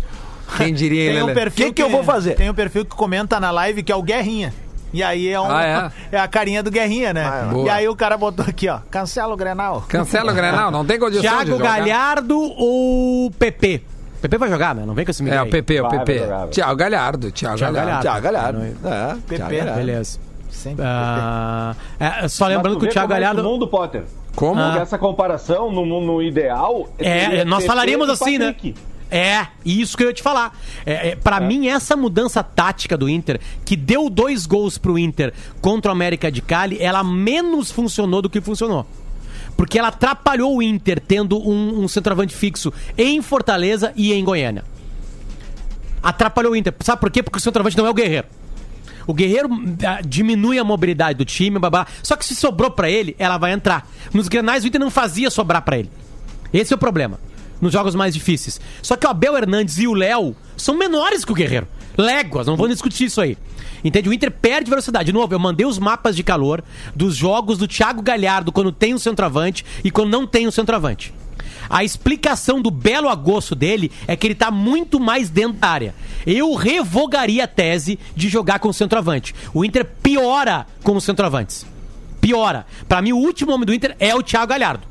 [SPEAKER 1] Quem diria, hein,
[SPEAKER 3] Tem um
[SPEAKER 1] Lelê?
[SPEAKER 3] perfil
[SPEAKER 4] Que que eu vou fazer?
[SPEAKER 3] Tem um perfil que comenta na live que é o Guerrinha. E aí é, um,
[SPEAKER 1] Ah,
[SPEAKER 3] é a carinha do Guerrinha, né?
[SPEAKER 1] Boa.
[SPEAKER 3] e aí o cara botou aqui, ó. Cancela o Grenal.
[SPEAKER 1] Cancela o Grenal, não tem condição de
[SPEAKER 5] Thiago
[SPEAKER 1] jogar.
[SPEAKER 5] Galhardo ou PP? PP vai jogar, né? Não vem com esse
[SPEAKER 1] É,
[SPEAKER 5] Miguel.
[SPEAKER 1] o PP, o
[SPEAKER 6] Vai,
[SPEAKER 1] PP.
[SPEAKER 6] vai jogar, vai.
[SPEAKER 1] Thiago Galhardo, Thiago
[SPEAKER 5] Thiago
[SPEAKER 1] Galhardo.
[SPEAKER 4] Tiago Galhardo.
[SPEAKER 5] não é?
[SPEAKER 4] É, Tiago
[SPEAKER 3] PP,
[SPEAKER 4] Galhardo.
[SPEAKER 5] Beleza.
[SPEAKER 3] Sempre.
[SPEAKER 5] Ah, é, só
[SPEAKER 6] Mas
[SPEAKER 5] lembrando
[SPEAKER 6] tu
[SPEAKER 5] que o
[SPEAKER 6] vê
[SPEAKER 5] Thiago
[SPEAKER 6] como é que
[SPEAKER 5] Galhardo.
[SPEAKER 6] O mundo Potter.
[SPEAKER 1] Como?
[SPEAKER 6] Porque essa comparação no, no- no ideal.
[SPEAKER 5] Ah. É,
[SPEAKER 6] seria
[SPEAKER 5] nós
[SPEAKER 6] PP
[SPEAKER 5] falaríamos
[SPEAKER 6] e
[SPEAKER 5] assim, né?
[SPEAKER 6] Patrick.
[SPEAKER 5] É, isso que eu ia te falar. É, é, para mim, essa mudança tática do Inter, que deu dois gols pro Inter contra o América de Cali, ela menos funcionou do que funcionou. Porque ela atrapalhou o Inter tendo um, um centroavante fixo em Fortaleza e em Goiânia. atrapalhou o Inter. Sabe por quê? Porque o centroavante não é o Guerreiro. O Guerreiro ah, diminui a mobilidade do time, babá. Só que se sobrou pra ele, ela vai entrar. Nos Grenais o Inter não fazia sobrar pra ele. Esse é o problema. Nos jogos mais difíceis. Só que o Abel Hernandes e o Léo são menores que o Guerreiro. Léguas, não vou nem discutir isso aí. Entende? O Inter perde velocidade. De novo, eu mandei os mapas de calor dos jogos do Thiago Galhardo quando tem um centroavante e quando não tem um centroavante. A explicação do belo agosto dele é que ele tá muito mais dentro da área. Eu revogaria a tese de jogar com o centroavante. O Inter piora com os centroavantes. Piora. Pra mim, o último homem do Inter é o Thiago Galhardo.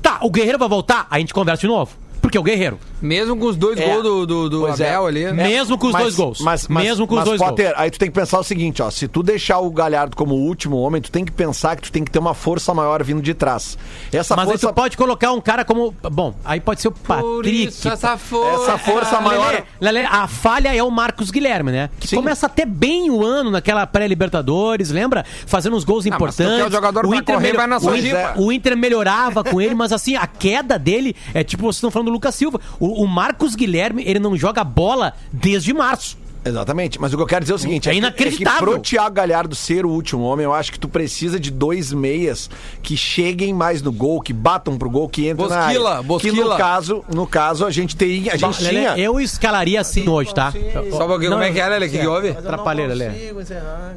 [SPEAKER 5] Tá, o Guerreiro vai voltar? A gente conversa de novo. Porque é o Guerreiro.
[SPEAKER 1] Mesmo com os dois gols do, do, do
[SPEAKER 4] Pois é.
[SPEAKER 1] Abel ali. né?
[SPEAKER 5] mesmo com os
[SPEAKER 4] Mas-
[SPEAKER 5] dois gols.
[SPEAKER 4] Mas, mas-
[SPEAKER 5] mesmo com os
[SPEAKER 4] mas,
[SPEAKER 5] dois
[SPEAKER 4] Potter,
[SPEAKER 5] gols.
[SPEAKER 4] aí tu tem que pensar o seguinte, ó. Se tu deixar o Galhardo como o último homem, tu tem que pensar que tu tem que ter uma força maior vindo de trás. Essa
[SPEAKER 5] Mas aí
[SPEAKER 4] força...
[SPEAKER 5] tu pode colocar um cara como. Bom, aí pode ser o
[SPEAKER 1] Por
[SPEAKER 5] Patrick.
[SPEAKER 1] isso, essa força.
[SPEAKER 4] Essa força
[SPEAKER 5] Ah,
[SPEAKER 4] maior...
[SPEAKER 5] Lelê, Lelê, a falha é o Marcos Guilherme, né? Que
[SPEAKER 4] Sim.
[SPEAKER 5] começa até bem o ano naquela pré-Libertadores, lembra? Fazendo uns gols
[SPEAKER 1] mas tu quer o
[SPEAKER 5] importantes.
[SPEAKER 1] jogador pra correr, vai na
[SPEAKER 5] o,
[SPEAKER 1] Sojipa.
[SPEAKER 5] o Inter melhorava com ele, mas assim, a queda dele é tipo vocês estão falando do Lucas Silva. O, o Marcos Guilherme, ele não joga bola desde março.
[SPEAKER 4] Exatamente, mas o que eu quero dizer é o seguinte:
[SPEAKER 5] É
[SPEAKER 4] que-
[SPEAKER 5] inacreditável.
[SPEAKER 4] que pro Thiago Galhardo ser o último homem, eu acho que tu precisa de dois meias que cheguem mais no gol, que batam pro gol, que entrem na
[SPEAKER 1] Bosquila,
[SPEAKER 4] área. Que
[SPEAKER 1] Bosquila.
[SPEAKER 4] no caso, no caso a gente tem, a
[SPEAKER 5] Bah,
[SPEAKER 4] gente
[SPEAKER 5] Lelê,
[SPEAKER 4] tinha.
[SPEAKER 5] eu escalaria assim hoje, tá?
[SPEAKER 1] Só um pouquinho, como é que é, Lelê? O que, que houve?
[SPEAKER 5] Atrapalhei, Lelê.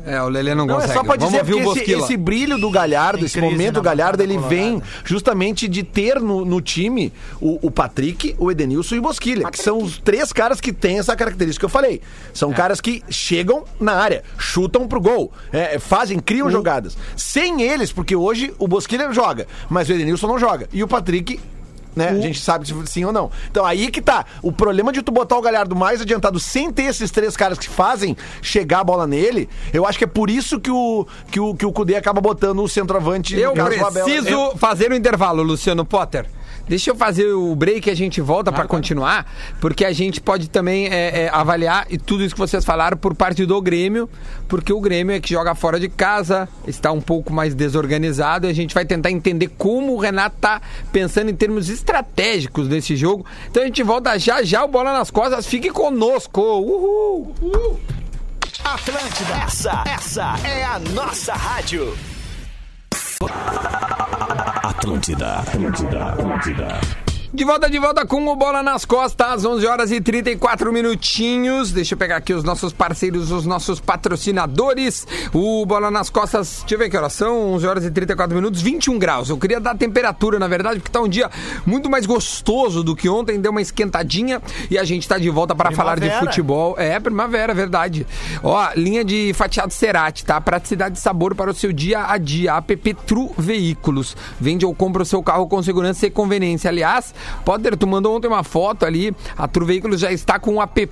[SPEAKER 1] É, o Lelê não,
[SPEAKER 4] Não, é
[SPEAKER 1] consegue.
[SPEAKER 4] só pra
[SPEAKER 1] Vamos
[SPEAKER 4] dizer
[SPEAKER 1] ouvir o
[SPEAKER 4] porque esse,
[SPEAKER 1] Bosquila.
[SPEAKER 4] esse brilho do Galhardo, esse
[SPEAKER 3] crise
[SPEAKER 4] momento
[SPEAKER 3] na
[SPEAKER 4] do Galhardo,
[SPEAKER 3] bancada
[SPEAKER 4] ele
[SPEAKER 5] né?
[SPEAKER 4] vem
[SPEAKER 3] colorada.
[SPEAKER 4] justamente de ter no, no time o, o Patrick, o Edenilson e o Bosquilha, que são os três caras que têm essa característica que eu falei.
[SPEAKER 1] É.
[SPEAKER 4] São caras que chegam na área, chutam pro gol, é, fazem, criam
[SPEAKER 1] Hum.
[SPEAKER 4] jogadas. Sem eles, porque hoje o Bosquilha joga, mas o Edenilson não joga. E o Patrick. Né? A gente sabe se sim ou não. Então aí que tá. O problema de tu botar o Galhardo mais adiantado sem ter esses três caras que fazem chegar a bola nele, eu acho que é por isso que o, que o, que o Cudê acaba botando o centroavante
[SPEAKER 1] Eu
[SPEAKER 4] no caso, o Abel. né?
[SPEAKER 1] preciso fazer um intervalo, Luciano Potter. Deixa eu fazer o break e a gente volta para continuar, porque a gente pode também é, é, avaliar e tudo isso que vocês falaram por parte do Grêmio, porque o Grêmio é que joga fora de casa, está um pouco mais desorganizado, e a gente vai tentar entender como o Renato tá pensando em termos estratégicos desse jogo. Então a gente volta já já, o Bola nas Costas, fique conosco! Uhul!
[SPEAKER 8] Essa, essa é a nossa rádio.
[SPEAKER 7] Atlântida, Atlântida, Atlântida.
[SPEAKER 1] De volta, de volta com o Bola nas Costas, às 11 horas e 34 minutinhos. Deixa eu pegar aqui os nossos parceiros, os nossos patrocinadores. O Bola nas Costas, deixa eu ver que horas são, 11 horas e 34 minutos, 21 graus. Eu queria dar a temperatura, na verdade, porque tá um dia muito mais gostoso do que ontem, deu uma esquentadinha e a gente tá de volta para falar de
[SPEAKER 3] Primavera.
[SPEAKER 1] futebol. Bom, É, primavera, verdade. Ó, linha de fatiado Cerati, tá? Praticidade e sabor para o seu dia a dia. App Tru Veículos. Vende ou compra o seu carro com segurança e conveniência. Aliás, Potter, tu mandou ontem uma foto ali. A Tru Veículos já está com o app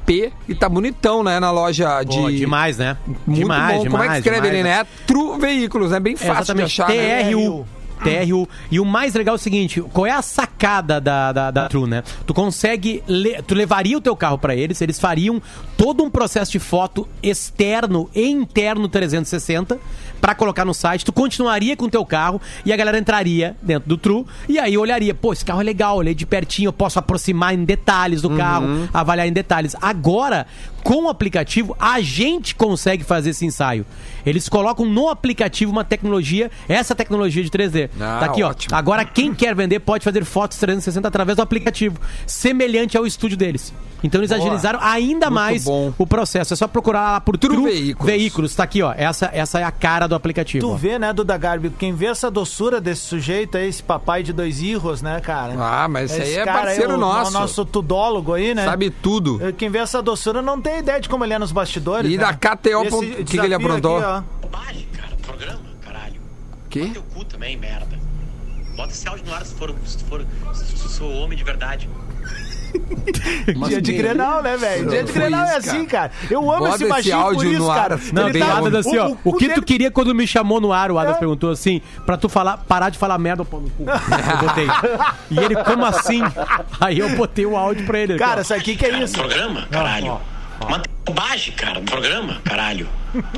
[SPEAKER 1] e tá bonitão, né? Na loja de...
[SPEAKER 5] Pô, demais, né?
[SPEAKER 1] Muito
[SPEAKER 5] demais,
[SPEAKER 1] bom.
[SPEAKER 5] demais.
[SPEAKER 1] Como é que escreve
[SPEAKER 5] demais,
[SPEAKER 1] ali, né? Tru Veículos, né? Bem
[SPEAKER 5] É,
[SPEAKER 1] fácil de
[SPEAKER 5] exatamente.
[SPEAKER 1] achar, né?
[SPEAKER 5] TRU. TRU. E o mais legal é o seguinte, qual é a sacada da, da, da Tru, né? Tu consegue, le- tu levaria o teu carro pra eles, eles fariam todo um processo de foto externo e interno 360 pra colocar no site, tu continuaria com o teu carro e a galera entraria dentro do Tru e aí olharia, pô, esse carro é legal, olhei de pertinho, eu posso aproximar em detalhes do
[SPEAKER 1] Uhum.
[SPEAKER 5] carro, avaliar em detalhes. Agora, com o aplicativo, a gente consegue fazer esse ensaio. Eles colocam no aplicativo uma tecnologia, essa tecnologia de 3D.
[SPEAKER 1] Ah,
[SPEAKER 5] tá aqui,
[SPEAKER 1] ótimo.
[SPEAKER 5] ó. Agora, quem quer vender pode fazer fotos 360 através do aplicativo, semelhante ao estúdio deles. Então, eles agilizaram ainda mais
[SPEAKER 1] bom.
[SPEAKER 5] o processo. É só procurar lá por
[SPEAKER 1] Tru
[SPEAKER 5] Tru,
[SPEAKER 1] Veículos.
[SPEAKER 5] Veículos. Tá aqui, ó. Essa, essa é a cara do aplicativo.
[SPEAKER 3] Tu
[SPEAKER 5] ó.
[SPEAKER 3] vê, né, Duda Garbi, quem vê essa doçura desse sujeito aí, esse papai de dois irros, né, cara?
[SPEAKER 1] Ah, mas esse aí é
[SPEAKER 3] cara
[SPEAKER 1] parceiro
[SPEAKER 3] o-
[SPEAKER 1] nosso.
[SPEAKER 3] o nosso tudólogo aí, né?
[SPEAKER 1] Sabe tudo.
[SPEAKER 5] É.
[SPEAKER 3] Eh, Quem vê essa doçura não tem ideia de como ele é nos bastidores.
[SPEAKER 1] E
[SPEAKER 3] né?
[SPEAKER 1] da KTO,
[SPEAKER 3] Esse
[SPEAKER 1] o que que ele
[SPEAKER 3] desafio
[SPEAKER 1] aprontou?
[SPEAKER 3] ó.
[SPEAKER 9] bobagem, cara, do programa, caralho.
[SPEAKER 1] Que?
[SPEAKER 9] Bota teu cu também, merda. Bota esse áudio no ar se for, se tu for, se tu sou homem de verdade.
[SPEAKER 3] Dia de Grenal, né, velho? Dia de
[SPEAKER 1] Foi
[SPEAKER 3] Grenal é
[SPEAKER 1] isso,
[SPEAKER 3] assim, cara. Eu amo
[SPEAKER 1] Bota
[SPEAKER 3] esse
[SPEAKER 1] esse
[SPEAKER 3] baixinho por
[SPEAKER 1] áudio
[SPEAKER 3] isso,
[SPEAKER 1] no ar.
[SPEAKER 3] cara.
[SPEAKER 1] Não,
[SPEAKER 3] Ele
[SPEAKER 5] tem
[SPEAKER 1] tá-
[SPEAKER 5] Adas assim, ó. O
[SPEAKER 3] cu
[SPEAKER 5] que tu
[SPEAKER 3] dele-
[SPEAKER 5] queria quando me chamou no ar? O Adas
[SPEAKER 3] É.
[SPEAKER 5] perguntou assim, pra tu falar, parar de falar merda, pô, no cu. Eu botei. E ele, como assim? Aí eu botei o áudio pra ele.
[SPEAKER 3] Cara,
[SPEAKER 5] ó.
[SPEAKER 3] isso aqui que é
[SPEAKER 9] Cara, do
[SPEAKER 3] isso?
[SPEAKER 9] programa, caralho. Bota bobagem, cara, do programa, caralho.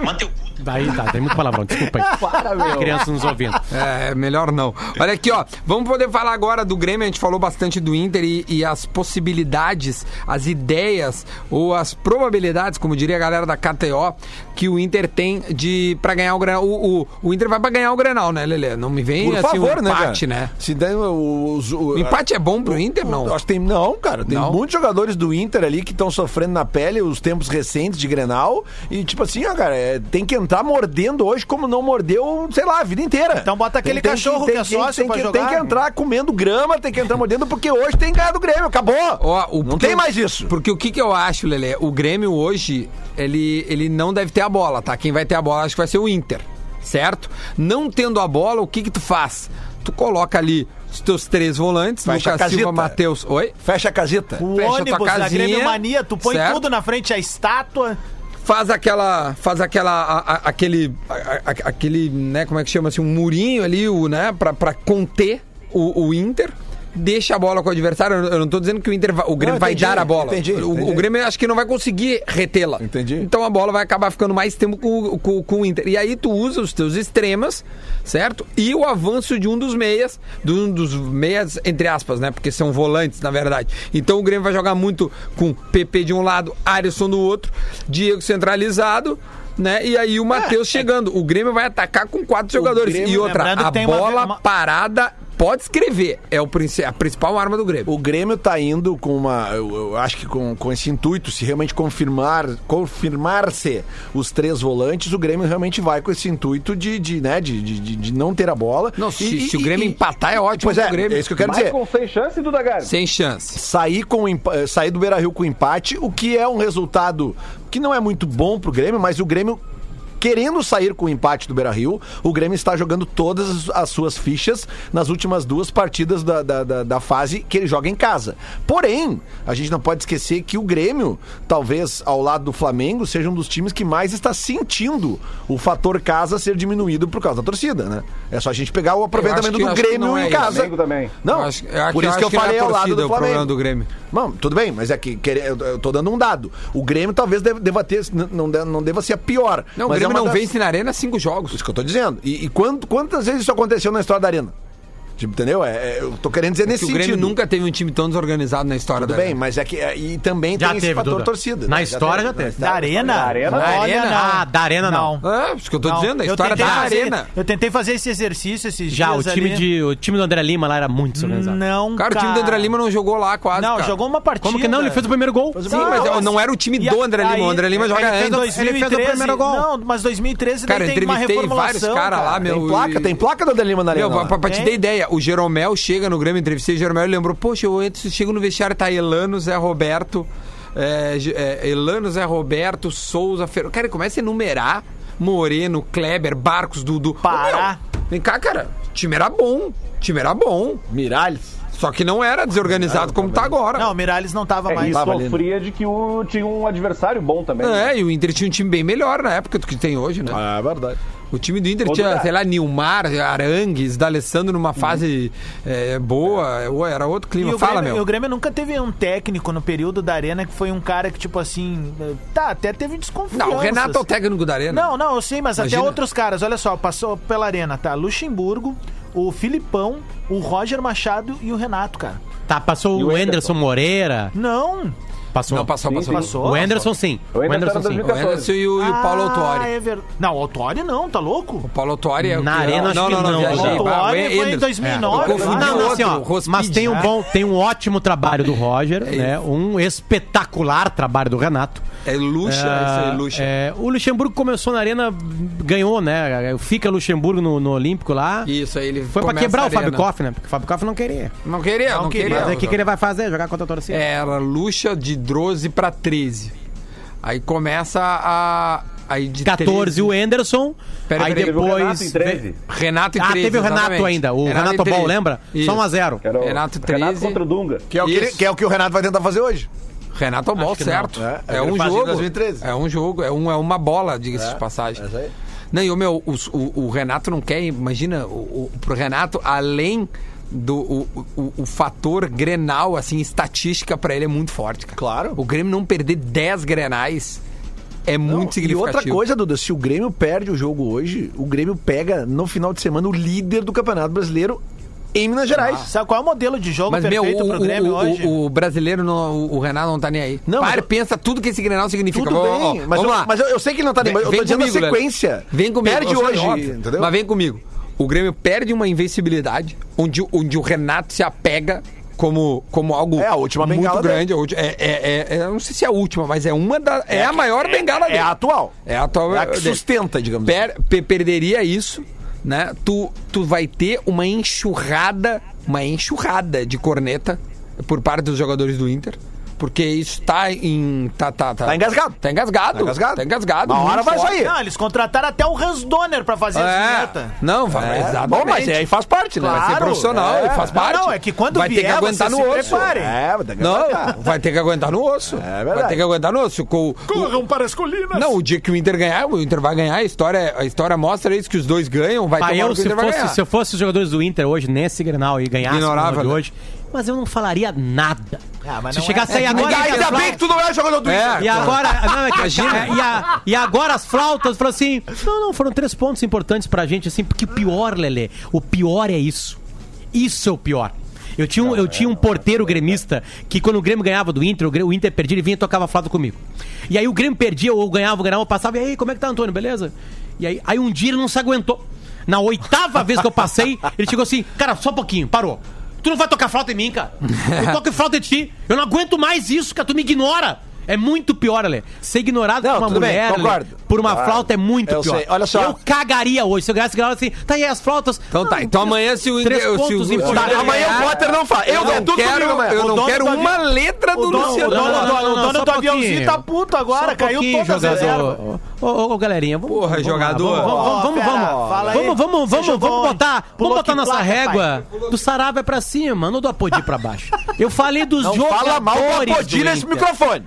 [SPEAKER 9] Manda teu cu.
[SPEAKER 5] Aí tá, tem muito palavrão, desculpa aí. Para, meu. Criança nos ouvindo.
[SPEAKER 1] É, melhor não. Olha aqui, ó. Vamos poder falar agora do Grêmio. A gente falou bastante do Inter e, e as possibilidades, as ideias ou as probabilidades, como diria a galera da KTO, que o Inter tem de para ganhar o Grenal. O, o, o Inter vai pra ganhar o Grenal, né, Lelê? Não me vem
[SPEAKER 4] Por
[SPEAKER 1] assim
[SPEAKER 4] favor,
[SPEAKER 1] um
[SPEAKER 4] né, cara?
[SPEAKER 1] empate, né?
[SPEAKER 4] Se der o, os- o-
[SPEAKER 1] O empate é bom pro Inter, não?
[SPEAKER 4] Acho que tem, não, cara. Tem
[SPEAKER 1] Não?
[SPEAKER 4] muitos jogadores do Inter ali que estão sofrendo na pele os tempos recentes de Grenal. E, tipo assim, ó, cara, é, tem que entrar mordendo hoje como não mordeu, sei lá, a vida inteira.
[SPEAKER 3] Então bota
[SPEAKER 4] Tem-
[SPEAKER 3] aquele
[SPEAKER 4] tem
[SPEAKER 3] cachorro que é sócio
[SPEAKER 4] tem
[SPEAKER 3] pra
[SPEAKER 4] que,
[SPEAKER 3] jogar.
[SPEAKER 4] Tem que entrar comendo grama, tem que entrar mordendo, porque hoje tem ganhado o Grêmio, acabou.
[SPEAKER 1] Ó, o-
[SPEAKER 4] não
[SPEAKER 1] porque
[SPEAKER 4] tem
[SPEAKER 1] eu-
[SPEAKER 4] mais isso.
[SPEAKER 1] Porque o que, que eu acho, Lelê? O Grêmio hoje, ele, ele não deve ter a bola, tá? Quem vai ter a bola acho que vai ser o Inter, certo? Não tendo a bola, o que que tu faz? Tu coloca ali os teus três volantes,
[SPEAKER 4] Fecha a
[SPEAKER 1] Lucas Silva,
[SPEAKER 4] caseta.
[SPEAKER 1] Matheus... Oi?
[SPEAKER 4] Fecha a caseta.
[SPEAKER 3] O
[SPEAKER 1] Fecha tua
[SPEAKER 3] ônibus da
[SPEAKER 1] casinha,
[SPEAKER 3] Grêmio Mania, tu põe
[SPEAKER 1] certo.
[SPEAKER 3] tudo na frente, a estátua.
[SPEAKER 1] Faz aquela... Faz aquela... a- a- aquele... a- a- aquele, né? Como é que chama assim? Um murinho ali, o, né? Pra, pra conter o, o Inter... Deixa a bola com o adversário. Eu eu não tô dizendo que o Inter vai- o Grêmio
[SPEAKER 4] Não,
[SPEAKER 1] vai
[SPEAKER 4] entendi,
[SPEAKER 1] dar a bola.
[SPEAKER 4] entendi,
[SPEAKER 1] O- o
[SPEAKER 4] entendi.
[SPEAKER 1] Grêmio Grêmio acho que não vai conseguir retê-la.
[SPEAKER 4] Entendi.
[SPEAKER 1] Então a bola vai acabar ficando mais tempo com, com- com o Inter. E aí tu usa os teus extremas, certo? E o avanço de um dos meias, de um dos meias, entre aspas, né? Porque são volantes, na verdade. Então o Grêmio vai jogar muito com PP de um lado, Alisson do outro, Diego centralizado. Né? E aí o Matheus chegando. O Grêmio vai atacar com quatro jogadores.
[SPEAKER 3] É, Grêmio,
[SPEAKER 1] e outra,
[SPEAKER 3] lembrando que
[SPEAKER 1] a
[SPEAKER 3] tem uma-
[SPEAKER 1] bola
[SPEAKER 3] uma-
[SPEAKER 1] parada pode escrever. É o, princi- a principal arma do Grêmio.
[SPEAKER 4] O Grêmio tá indo com uma. Eu, eu acho que com, com esse intuito, se realmente confirmar confirmar-se os três volantes, o Grêmio realmente vai com esse intuito de, de, né, de, de, de- de não ter a bola.
[SPEAKER 1] Não, se, se o Grêmio empatar é ótimo
[SPEAKER 4] Pois
[SPEAKER 1] pro
[SPEAKER 4] é,
[SPEAKER 1] Grêmio.
[SPEAKER 4] é isso que eu quero dizer.
[SPEAKER 6] Michael sem chance, Duda Garbi.
[SPEAKER 1] Sem chance.
[SPEAKER 4] Sair, com, o empa- eh, sair do Beira Rio com empate, o que é um resultado que não é muito bom pro Grêmio, mas o Grêmio. Querendo sair com o empate do Beira Rio, o Grêmio está jogando todas as- as suas fichas nas últimas duas partidas da, da, da- da fase que ele joga em casa. Porém, a gente não pode esquecer que o Grêmio, talvez ao lado do Flamengo, seja um dos times que mais está sentindo o fator casa ser diminuído por causa da torcida, né? É só a gente pegar o aproveitamento
[SPEAKER 1] que-
[SPEAKER 4] do
[SPEAKER 1] acho que
[SPEAKER 4] Grêmio
[SPEAKER 1] não é
[SPEAKER 4] em
[SPEAKER 1] isso.
[SPEAKER 4] casa.
[SPEAKER 6] Flamengo também.
[SPEAKER 4] Não,
[SPEAKER 1] Eu acho- eu acho-
[SPEAKER 4] por
[SPEAKER 1] eu
[SPEAKER 4] isso
[SPEAKER 1] acho
[SPEAKER 4] que eu
[SPEAKER 1] que não é a
[SPEAKER 4] falei ao lado
[SPEAKER 1] torcida, é
[SPEAKER 4] do
[SPEAKER 1] o problema
[SPEAKER 4] Flamengo.
[SPEAKER 1] do Grêmio.
[SPEAKER 4] Bom, tudo bem, mas é que que- eu eu tô dando um dado. O Grêmio talvez deva deva ter, n- não, de- não deva ser a pior.
[SPEAKER 1] Não,
[SPEAKER 4] mas
[SPEAKER 1] o
[SPEAKER 4] é
[SPEAKER 1] Grêmio
[SPEAKER 4] uma
[SPEAKER 1] não
[SPEAKER 4] das-
[SPEAKER 1] vence na Arena cinco jogos.
[SPEAKER 4] Isso que eu tô dizendo. E, e quant- quantas vezes isso aconteceu na história da Arena? Tipo, entendeu? É, é, eu tô querendo dizer
[SPEAKER 1] Que
[SPEAKER 4] nesse
[SPEAKER 1] o Grêmio
[SPEAKER 4] sentido.
[SPEAKER 1] nunca teve um time tão desorganizado na história
[SPEAKER 4] Tudo
[SPEAKER 1] da
[SPEAKER 4] bem, mas é que. é, E também
[SPEAKER 5] Já
[SPEAKER 4] tem esse
[SPEAKER 5] teve,
[SPEAKER 4] fator
[SPEAKER 5] Duda.
[SPEAKER 4] torcida.
[SPEAKER 5] Na
[SPEAKER 4] né?
[SPEAKER 5] história já
[SPEAKER 4] na
[SPEAKER 5] teve.
[SPEAKER 3] Da arena?
[SPEAKER 6] arena?
[SPEAKER 3] Olha,
[SPEAKER 1] Da arena?
[SPEAKER 3] não.
[SPEAKER 5] Ah, da arena não.
[SPEAKER 1] Arena. É, isso que eu tô dizendo, a
[SPEAKER 3] Eu
[SPEAKER 1] história
[SPEAKER 3] tentei
[SPEAKER 1] da
[SPEAKER 3] fazer-
[SPEAKER 1] Arena.
[SPEAKER 3] Eu tentei fazer esse exercício esses
[SPEAKER 5] Já, o
[SPEAKER 3] dias
[SPEAKER 5] time,
[SPEAKER 3] ali.
[SPEAKER 5] de, o time do André Lima lá era muito desorganizado.
[SPEAKER 3] Não,
[SPEAKER 1] Cara, o time do André Lima não jogou lá quase.
[SPEAKER 3] Não,
[SPEAKER 1] cara.
[SPEAKER 3] jogou uma partida.
[SPEAKER 5] Como que não? Ele fez o primeiro gol.
[SPEAKER 1] Sim, mas eu- não era o time
[SPEAKER 3] E
[SPEAKER 1] do André Lima.
[SPEAKER 3] aí-
[SPEAKER 1] O André Lima joga
[SPEAKER 3] ele fez
[SPEAKER 1] antes.
[SPEAKER 3] 2013,
[SPEAKER 5] Ele fez o primeiro gol.
[SPEAKER 3] Não, mas 2013
[SPEAKER 1] Cara,
[SPEAKER 3] daí tem uma
[SPEAKER 1] entrevistei vários
[SPEAKER 3] reformulação.
[SPEAKER 1] caras lá,
[SPEAKER 3] cara.
[SPEAKER 1] Ah, meu.
[SPEAKER 4] Tem placa,
[SPEAKER 1] e-
[SPEAKER 4] tem placa do André Lima na Arena.
[SPEAKER 1] Meu, pra,
[SPEAKER 4] lá.
[SPEAKER 1] pra- pra te
[SPEAKER 3] Tem.
[SPEAKER 1] dar ideia, o Jeromel chega no Grêmio, entrevistei o Jeromel e lembrou, poxa, eu entro, chego no vestiário, tá Elano, Zé Roberto, é, Ge- é, Elano, Zé Roberto, Souza, Ferro. Cara, ele começa a enumerar Moreno, Kleber, Barcos, Dudu. Ô,
[SPEAKER 3] Pará.
[SPEAKER 1] meu, Vem cá, cara, o time era bom, o time era bom,
[SPEAKER 4] Miralles.
[SPEAKER 1] só que não era desorganizado como tá agora.
[SPEAKER 3] Não, o Miralles não tava
[SPEAKER 6] É,
[SPEAKER 3] mais.
[SPEAKER 6] e
[SPEAKER 4] Tava ali, né?
[SPEAKER 6] sofria de que o, tinha um adversário bom também. né?
[SPEAKER 1] É, e o Inter tinha um time bem melhor na época do que tem hoje, né?
[SPEAKER 4] Ah, é verdade.
[SPEAKER 1] O time do Inter
[SPEAKER 6] Ô,
[SPEAKER 1] tinha,
[SPEAKER 6] Duda.
[SPEAKER 1] sei lá, Nilmar, Arangues, D'Alessandro numa fase é, boa. Ou Era outro
[SPEAKER 3] Uhum. E
[SPEAKER 1] clima.
[SPEAKER 3] o,
[SPEAKER 1] Fala,
[SPEAKER 3] Grêmio,
[SPEAKER 1] meu.
[SPEAKER 3] o Grêmio nunca teve um técnico no período da Arena que foi um cara que, tipo assim. Tá, até teve desconfiança.
[SPEAKER 1] Não, o Renato é o técnico da Arena.
[SPEAKER 3] Não, não, eu sei, mas
[SPEAKER 1] Imagina.
[SPEAKER 3] até outros caras. Olha só, passou pela arena, tá? Luxemburgo, o Filipão, o Roger Machado e o Renato, cara.
[SPEAKER 5] Tá, passou
[SPEAKER 6] E
[SPEAKER 5] o
[SPEAKER 6] o
[SPEAKER 5] Anderson,
[SPEAKER 6] Anderson?
[SPEAKER 5] Moreira.
[SPEAKER 3] Não,
[SPEAKER 5] Passou.
[SPEAKER 1] Não, passou,
[SPEAKER 6] Sim,
[SPEAKER 1] passou.
[SPEAKER 6] sim.
[SPEAKER 3] passou.
[SPEAKER 5] O Anderson sim. O
[SPEAKER 6] O Anderson
[SPEAKER 5] Anderson
[SPEAKER 6] era
[SPEAKER 5] sim.
[SPEAKER 6] 2014.
[SPEAKER 1] O Anderson e o, e o Paulo
[SPEAKER 3] Ah,
[SPEAKER 1] Autori.
[SPEAKER 3] é ver... Não, o Autori não, tá louco?
[SPEAKER 1] O Paulo Autori é o
[SPEAKER 5] Na
[SPEAKER 1] que-
[SPEAKER 5] Arena, acho
[SPEAKER 1] não,
[SPEAKER 5] que
[SPEAKER 1] não, não,
[SPEAKER 5] não.
[SPEAKER 3] O
[SPEAKER 5] Paulo
[SPEAKER 1] viajei. Ah,
[SPEAKER 3] Autori
[SPEAKER 1] é
[SPEAKER 3] foi em
[SPEAKER 1] Ederson.
[SPEAKER 3] 2009.
[SPEAKER 1] Eu confundi
[SPEAKER 3] lá.
[SPEAKER 5] Não, não, assim, ó,
[SPEAKER 1] outro,
[SPEAKER 5] mas tem um
[SPEAKER 1] Rospid,
[SPEAKER 5] bom, tem um ótimo trabalho do Roger, né? Um espetacular trabalho do Renato.
[SPEAKER 1] É Lucha, esse é Lucha.
[SPEAKER 5] É, o Luxemburgo começou na arena, ganhou, né? Fica Luxemburgo no, no Olímpico lá.
[SPEAKER 1] Isso, aí ele
[SPEAKER 5] Foi pra
[SPEAKER 1] começa
[SPEAKER 5] quebrar
[SPEAKER 1] a
[SPEAKER 5] o Fábio
[SPEAKER 1] arena.
[SPEAKER 5] Koff, né? Porque o Fábio Koff não queria.
[SPEAKER 1] Não queria, não, É. queria.
[SPEAKER 5] Mas aí o que, que ele vai fazer? Jogar contra a torcida?
[SPEAKER 1] Era Lucha de 12 pra 13. Aí começa a... Aí de
[SPEAKER 5] 14
[SPEAKER 1] 13
[SPEAKER 5] o Anderson,
[SPEAKER 1] Pera,
[SPEAKER 5] aí
[SPEAKER 1] pera, teve
[SPEAKER 6] Teve o Renato
[SPEAKER 5] depois...
[SPEAKER 6] em 13.
[SPEAKER 1] Renato e
[SPEAKER 5] Ah,
[SPEAKER 1] 13,
[SPEAKER 5] teve o Renato
[SPEAKER 1] exatamente.
[SPEAKER 5] ainda, o
[SPEAKER 1] e
[SPEAKER 5] Renato Ball,
[SPEAKER 1] 13.
[SPEAKER 5] lembra?
[SPEAKER 1] Isso.
[SPEAKER 5] Só 1 a 0
[SPEAKER 6] Que era o
[SPEAKER 1] Renato 13.
[SPEAKER 6] Renato contra o Dunga.
[SPEAKER 4] Que é, o que,
[SPEAKER 1] Isso.
[SPEAKER 4] ele- que é o que o Renato vai tentar fazer hoje.
[SPEAKER 1] Renato Ball,
[SPEAKER 5] que não.
[SPEAKER 1] certo.
[SPEAKER 4] É,
[SPEAKER 1] É,
[SPEAKER 4] é
[SPEAKER 1] um
[SPEAKER 4] ele faz em
[SPEAKER 1] jogo.
[SPEAKER 4] 2013.
[SPEAKER 1] É um jogo, é, um, é uma bola, diga-se de passagem.
[SPEAKER 4] isso aí.
[SPEAKER 1] Não, e o meu, os- o, o Renato não quer, imagina, o, o, pro Renato, além do o, o, o fator grenal, assim, estatística pra ele é muito forte, cara.
[SPEAKER 4] Claro.
[SPEAKER 1] O Grêmio não perder 10 grenais é muito
[SPEAKER 4] E
[SPEAKER 1] significativo.
[SPEAKER 4] outra coisa, Duda, se o Grêmio perde o jogo hoje, o Grêmio pega no final de semana o líder do Campeonato Brasileiro em Minas Gerais.
[SPEAKER 1] Ah,
[SPEAKER 3] Sabe qual é o modelo de jogo
[SPEAKER 1] Mas, meu,
[SPEAKER 3] perfeito
[SPEAKER 1] o,
[SPEAKER 3] pro Grêmio
[SPEAKER 1] o-
[SPEAKER 3] hoje?
[SPEAKER 1] o- o brasileiro, não- o, o Renato não tá nem aí.
[SPEAKER 4] Não,
[SPEAKER 1] Para,
[SPEAKER 4] mas eu-
[SPEAKER 1] pensa tudo que esse Grenal significa.
[SPEAKER 4] Tudo
[SPEAKER 1] Ó, ó,
[SPEAKER 4] bem, mas, eu,
[SPEAKER 1] vamos lá.
[SPEAKER 4] mas eu, eu sei que ele não tá nem.
[SPEAKER 1] Vem-
[SPEAKER 4] Eu tô
[SPEAKER 1] vem
[SPEAKER 4] dizendo
[SPEAKER 1] comigo,
[SPEAKER 4] a sequência.
[SPEAKER 1] Lelê. Vem comigo.
[SPEAKER 4] Perde
[SPEAKER 1] eu sei,
[SPEAKER 4] hoje,
[SPEAKER 1] óbvio.
[SPEAKER 4] entendeu?
[SPEAKER 1] Mas vem comigo. O Grêmio perde uma invencibilidade onde, onde o Renato se apega como, como algo
[SPEAKER 4] É, a última
[SPEAKER 1] muito
[SPEAKER 4] bengala dele.
[SPEAKER 1] grande. a ulti- É, é, é- é- eu não sei se é a última, mas é uma da, é, a maior bengala
[SPEAKER 4] É
[SPEAKER 1] dele.
[SPEAKER 4] a atual.
[SPEAKER 1] É a atual.
[SPEAKER 4] É a que
[SPEAKER 1] dele.
[SPEAKER 4] sustenta, digamos assim.
[SPEAKER 1] Per- pe- perderia isso, né? Tu, tu vai ter uma enxurrada, uma enxurrada de corneta por parte dos jogadores do Inter. Porque isso tá em. Tá, tá, tá.
[SPEAKER 4] Tá engasgado.
[SPEAKER 1] Tá engasgado.
[SPEAKER 4] Tá engasgado.
[SPEAKER 1] Tá engasgado.
[SPEAKER 4] Uma hora
[SPEAKER 1] muito
[SPEAKER 4] vai
[SPEAKER 1] forte.
[SPEAKER 4] sair.
[SPEAKER 3] Não, eles contrataram até o Hans Donner pra fazer a
[SPEAKER 1] É.
[SPEAKER 3] vinheta.
[SPEAKER 1] Não, vai,
[SPEAKER 4] É,
[SPEAKER 1] exatamente.
[SPEAKER 4] bom, mas aí faz parte, né?
[SPEAKER 1] Vai ser
[SPEAKER 3] Claro.
[SPEAKER 1] profissional,
[SPEAKER 4] É.
[SPEAKER 1] ele faz
[SPEAKER 3] Não,
[SPEAKER 1] parte.
[SPEAKER 3] não, é que quando
[SPEAKER 1] vai ter que
[SPEAKER 3] vier,
[SPEAKER 1] aguentar
[SPEAKER 3] vocês
[SPEAKER 1] no
[SPEAKER 3] se
[SPEAKER 1] osso.
[SPEAKER 3] preparem.
[SPEAKER 4] É, vai ter que aguentar.
[SPEAKER 1] Não, vai ter que aguentar no osso. vai
[SPEAKER 4] É verdade.
[SPEAKER 1] ter que aguentar no osso. Com, o-
[SPEAKER 2] Corram para as colinas.
[SPEAKER 1] não, o dia que o Inter ganhar, o Inter vai ganhar. A história, a história mostra isso que os dois ganham. Vai
[SPEAKER 5] Pá,
[SPEAKER 1] ter uma hora
[SPEAKER 5] Ah, eu,
[SPEAKER 1] que o
[SPEAKER 5] se,
[SPEAKER 1] Inter vai ganhar.
[SPEAKER 5] fosse, se eu fosse os jogadores do Inter hoje nesse Grenal e ganhasse
[SPEAKER 1] Ignorava,
[SPEAKER 5] o Grenal de
[SPEAKER 1] né?
[SPEAKER 5] hoje, mas eu não falaria nada.
[SPEAKER 3] Ah, mas
[SPEAKER 5] se
[SPEAKER 3] não
[SPEAKER 5] chegasse
[SPEAKER 3] é-
[SPEAKER 5] aí
[SPEAKER 3] é-
[SPEAKER 5] agora... e as
[SPEAKER 4] Ainda
[SPEAKER 5] flautas-
[SPEAKER 4] bem que tu não é jogador do
[SPEAKER 1] É.
[SPEAKER 4] Inter.
[SPEAKER 5] E
[SPEAKER 3] tá.
[SPEAKER 5] agora, não, é que- é, e, a- e agora as flautas falam assim: não, não, foram três pontos importantes pra gente, assim, porque o pior, Lelê, o pior é isso. Isso é o pior. Eu tinha um, eu tinha um porteiro gremista que quando o Grêmio ganhava do Inter, o, Grêmio, o Inter perdia, ele vinha e tocava flauta comigo. E aí o Grêmio perdia, ou ganhava, o Grêmio passava, e aí, como é que tá, Antônio, beleza? E aí, aí um dia ele não se aguentou. Na oitava vez que eu passei, ele chegou assim, cara, só um pouquinho, parou. Tu não vai tocar flauta em mim, cara. Eu toco flauta em ti. Eu não aguento mais isso, cara. Tu me ignora. É muito pior, Ale. Ser ignorado
[SPEAKER 4] Não,
[SPEAKER 5] por uma
[SPEAKER 4] tudo bem,
[SPEAKER 5] mulher, Ale,
[SPEAKER 4] concordo.
[SPEAKER 5] por uma
[SPEAKER 4] Concordo.
[SPEAKER 5] flauta é muito
[SPEAKER 4] Eu
[SPEAKER 5] pior.
[SPEAKER 4] sei, olha só.
[SPEAKER 5] Eu cagaria hoje. Se eu ganhasse, eu ganhava assim, tá aí as flautas.
[SPEAKER 1] Então tá, então amanhã se o Inter-
[SPEAKER 5] Três
[SPEAKER 1] se o-
[SPEAKER 5] pontos
[SPEAKER 1] se o-
[SPEAKER 5] importantes.
[SPEAKER 1] Tá, amanhã
[SPEAKER 4] Amanhã o Potter não fala. Eu,
[SPEAKER 1] Eu
[SPEAKER 4] é
[SPEAKER 1] não
[SPEAKER 4] tudo
[SPEAKER 1] quero,
[SPEAKER 4] comigo amanhã.
[SPEAKER 1] eu não
[SPEAKER 3] dono
[SPEAKER 1] quero
[SPEAKER 3] do avi-
[SPEAKER 1] uma letra do
[SPEAKER 3] O dono,
[SPEAKER 1] Luciano.
[SPEAKER 3] o
[SPEAKER 5] Não,
[SPEAKER 3] dono, do-
[SPEAKER 5] não, não,
[SPEAKER 3] o dono
[SPEAKER 5] não, só
[SPEAKER 3] do
[SPEAKER 5] um
[SPEAKER 3] aviãozinho
[SPEAKER 5] pouquinho.
[SPEAKER 3] tá puto agora,
[SPEAKER 5] Só um
[SPEAKER 3] caiu
[SPEAKER 5] pouquinho,
[SPEAKER 3] todas as ervas.
[SPEAKER 5] jogador. Ô, ô, ô, galerinha, vamos.
[SPEAKER 1] Porra,
[SPEAKER 5] vamos lá,
[SPEAKER 1] jogador.
[SPEAKER 5] Vamos, vamos,
[SPEAKER 3] Ó,
[SPEAKER 5] vamos,
[SPEAKER 3] fera,
[SPEAKER 5] vamos.
[SPEAKER 3] fala aí.
[SPEAKER 5] Vamos, vamos,
[SPEAKER 3] Você
[SPEAKER 5] vamos,
[SPEAKER 3] jogou
[SPEAKER 5] vamos
[SPEAKER 3] onde?
[SPEAKER 5] botar, vamos
[SPEAKER 3] Pulou
[SPEAKER 5] botar
[SPEAKER 3] que
[SPEAKER 5] nossa
[SPEAKER 3] placa,
[SPEAKER 5] régua do Sarava é pra cima, não do Apodi pra baixo. Eu falei dos
[SPEAKER 4] Não
[SPEAKER 5] jogadores.
[SPEAKER 4] fala mal do Apodi
[SPEAKER 5] do
[SPEAKER 4] nesse
[SPEAKER 5] Inter.
[SPEAKER 4] microfone.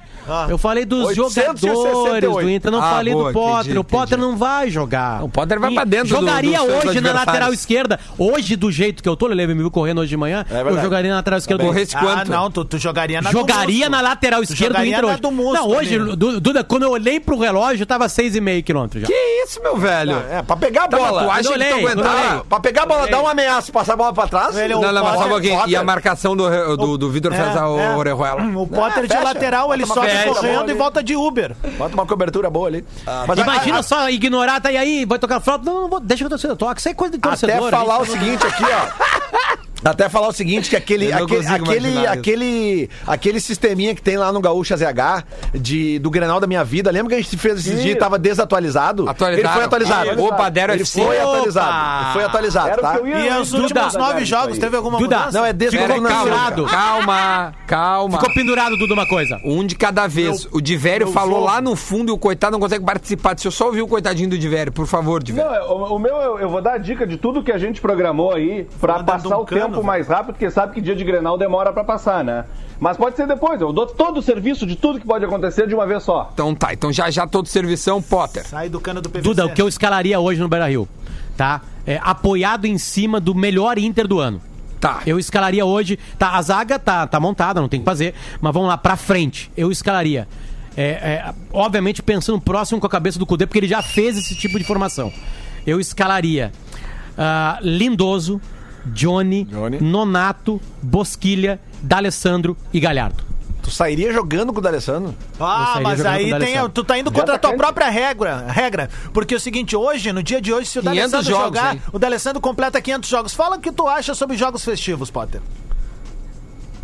[SPEAKER 5] Eu falei dos
[SPEAKER 4] 868.
[SPEAKER 5] jogadores do Inter, não
[SPEAKER 1] Ah,
[SPEAKER 5] falei
[SPEAKER 1] boa,
[SPEAKER 5] do Potter.
[SPEAKER 1] entendi,
[SPEAKER 5] o Potter
[SPEAKER 1] entendi.
[SPEAKER 5] não vai jogar.
[SPEAKER 1] O Potter vai
[SPEAKER 5] E
[SPEAKER 1] pra dentro do-
[SPEAKER 5] Jogaria
[SPEAKER 1] dos seus
[SPEAKER 5] hoje na
[SPEAKER 1] adversários. É
[SPEAKER 5] lateral esquerda. Hoje, do jeito que eu tô, Lele me viu correndo hoje de manhã, eu
[SPEAKER 4] verdade.
[SPEAKER 5] jogaria na lateral esquerda. do Inter.
[SPEAKER 1] Corresse
[SPEAKER 3] Ah,
[SPEAKER 1] quanto?
[SPEAKER 3] não, tu, tu jogaria na do
[SPEAKER 5] Jogaria
[SPEAKER 3] Musco.
[SPEAKER 5] na lateral esquerda do
[SPEAKER 3] jogaria
[SPEAKER 5] Inter
[SPEAKER 3] na
[SPEAKER 5] hoje.
[SPEAKER 3] do Musco
[SPEAKER 5] não, hoje,
[SPEAKER 3] ali.
[SPEAKER 5] Du- Duda, quando eu olhei pro relógio, tava 6,5 quilômetros já.
[SPEAKER 1] Que isso, meu velho?
[SPEAKER 4] É, pra pegar a
[SPEAKER 1] Tá, mas
[SPEAKER 4] bola.
[SPEAKER 1] tu acha
[SPEAKER 5] Quando
[SPEAKER 1] que tu
[SPEAKER 5] olhei,
[SPEAKER 1] aguentava?
[SPEAKER 5] quando olhei.
[SPEAKER 4] Ah, Pra pegar a bola, dá uma ameaça, passar a bola pra trás.
[SPEAKER 3] Ele é o
[SPEAKER 1] Não, não, mas só um
[SPEAKER 3] Potter-
[SPEAKER 1] pouquinho. E a marcação do, do, do Vitor fez a
[SPEAKER 3] é.
[SPEAKER 1] Orejuela.
[SPEAKER 3] O Potter de
[SPEAKER 4] fecha.
[SPEAKER 3] lateral, ele
[SPEAKER 4] Bota uma
[SPEAKER 3] sobe
[SPEAKER 4] fecha,
[SPEAKER 3] correndo
[SPEAKER 4] olha.
[SPEAKER 3] e volta de Uber.
[SPEAKER 4] Bota uma cobertura boa ali. Mas a-
[SPEAKER 5] Ah. Imagina
[SPEAKER 4] a-
[SPEAKER 5] só ignorar, tá e aí, vai tocar flauta. Não, não vou, deixa que o torcedor toque. Isso é coisa de
[SPEAKER 4] Até
[SPEAKER 5] torcedor.
[SPEAKER 4] falar o seguinte aqui, ó. Até falar o seguinte, que aquele,
[SPEAKER 1] Eu não
[SPEAKER 4] aquele,
[SPEAKER 1] consigo imaginar
[SPEAKER 4] aquele,
[SPEAKER 1] isso.
[SPEAKER 4] aquele, aquele sisteminha que tem lá no Gaúcha ZH, de, do Grenal da Minha Vida, lembra que a gente fez esses dias e tava desatualizado?
[SPEAKER 1] Atualizaram.
[SPEAKER 4] Ele foi atualizado.
[SPEAKER 1] Isso. Opa, deram
[SPEAKER 4] Ele
[SPEAKER 1] FC.
[SPEAKER 4] foi
[SPEAKER 1] Opa.
[SPEAKER 4] atualizado. Ele foi atualizado, tá?
[SPEAKER 3] E os
[SPEAKER 5] Duda.
[SPEAKER 3] últimos nove
[SPEAKER 6] Isso
[SPEAKER 3] jogos,
[SPEAKER 6] aí.
[SPEAKER 3] teve alguma
[SPEAKER 5] Duda.
[SPEAKER 3] mudança?
[SPEAKER 4] Não, é
[SPEAKER 1] Pera,
[SPEAKER 4] desatualizado.
[SPEAKER 5] pendurado.
[SPEAKER 1] calma, calma, calma.
[SPEAKER 5] Ficou pendurado, Duda, uma coisa.
[SPEAKER 1] Um de cada vez. o Divério falou lá no fundo e o coitado não consegue participar. Deixa eu só ouvir o coitadinho do Divério, por favor, Divério.
[SPEAKER 6] Não, é, o, o meu, eu, eu vou dar a dica de tudo que a gente programou aí pra
[SPEAKER 3] Mandando
[SPEAKER 6] passar
[SPEAKER 3] um
[SPEAKER 6] o
[SPEAKER 3] cano,
[SPEAKER 6] tempo
[SPEAKER 5] né?
[SPEAKER 3] velho.
[SPEAKER 6] mais rápido, porque sabe que dia de Grenal demora pra passar, né? Mas pode ser depois, eu dou todo o serviço de tudo que pode acontecer de uma vez só.
[SPEAKER 1] Então tá, então já já todo servição, Potter.
[SPEAKER 3] Sai do cano do PVC.
[SPEAKER 5] Duda, o que eu escalaria hoje no Beira Rio, tá? É, apoiado em cima do melhor Inter do ano.
[SPEAKER 1] Tá.
[SPEAKER 5] Eu escalaria hoje. Tá, a zaga tá, tá montada, não tem o que fazer. Mas vamos lá, pra frente. Eu escalaria. É, é, obviamente pensando próximo com a cabeça do Cudê, porque ele já fez esse tipo de formação. Eu escalaria ah, Lindoso, Johnny, Nonato, Bosquilha, D'Alessandro e Galhardo.
[SPEAKER 4] Tu sairia jogando com o D'Alessandro?
[SPEAKER 5] Eu
[SPEAKER 3] Ah,
[SPEAKER 5] sairia
[SPEAKER 3] mas
[SPEAKER 5] jogando
[SPEAKER 3] aí
[SPEAKER 5] com o
[SPEAKER 3] tem,
[SPEAKER 5] D'Alessandro.
[SPEAKER 3] tu tá indo contra a tua
[SPEAKER 6] atacante.
[SPEAKER 3] própria regra, regra. Porque é o seguinte, hoje, no dia de hoje, se o
[SPEAKER 1] 500
[SPEAKER 3] D'Alessandro
[SPEAKER 1] jogos,
[SPEAKER 3] jogar,
[SPEAKER 1] hein?
[SPEAKER 3] o D'Alessandro completa 500 jogos. Fala o que tu acha sobre jogos festivos, Potter.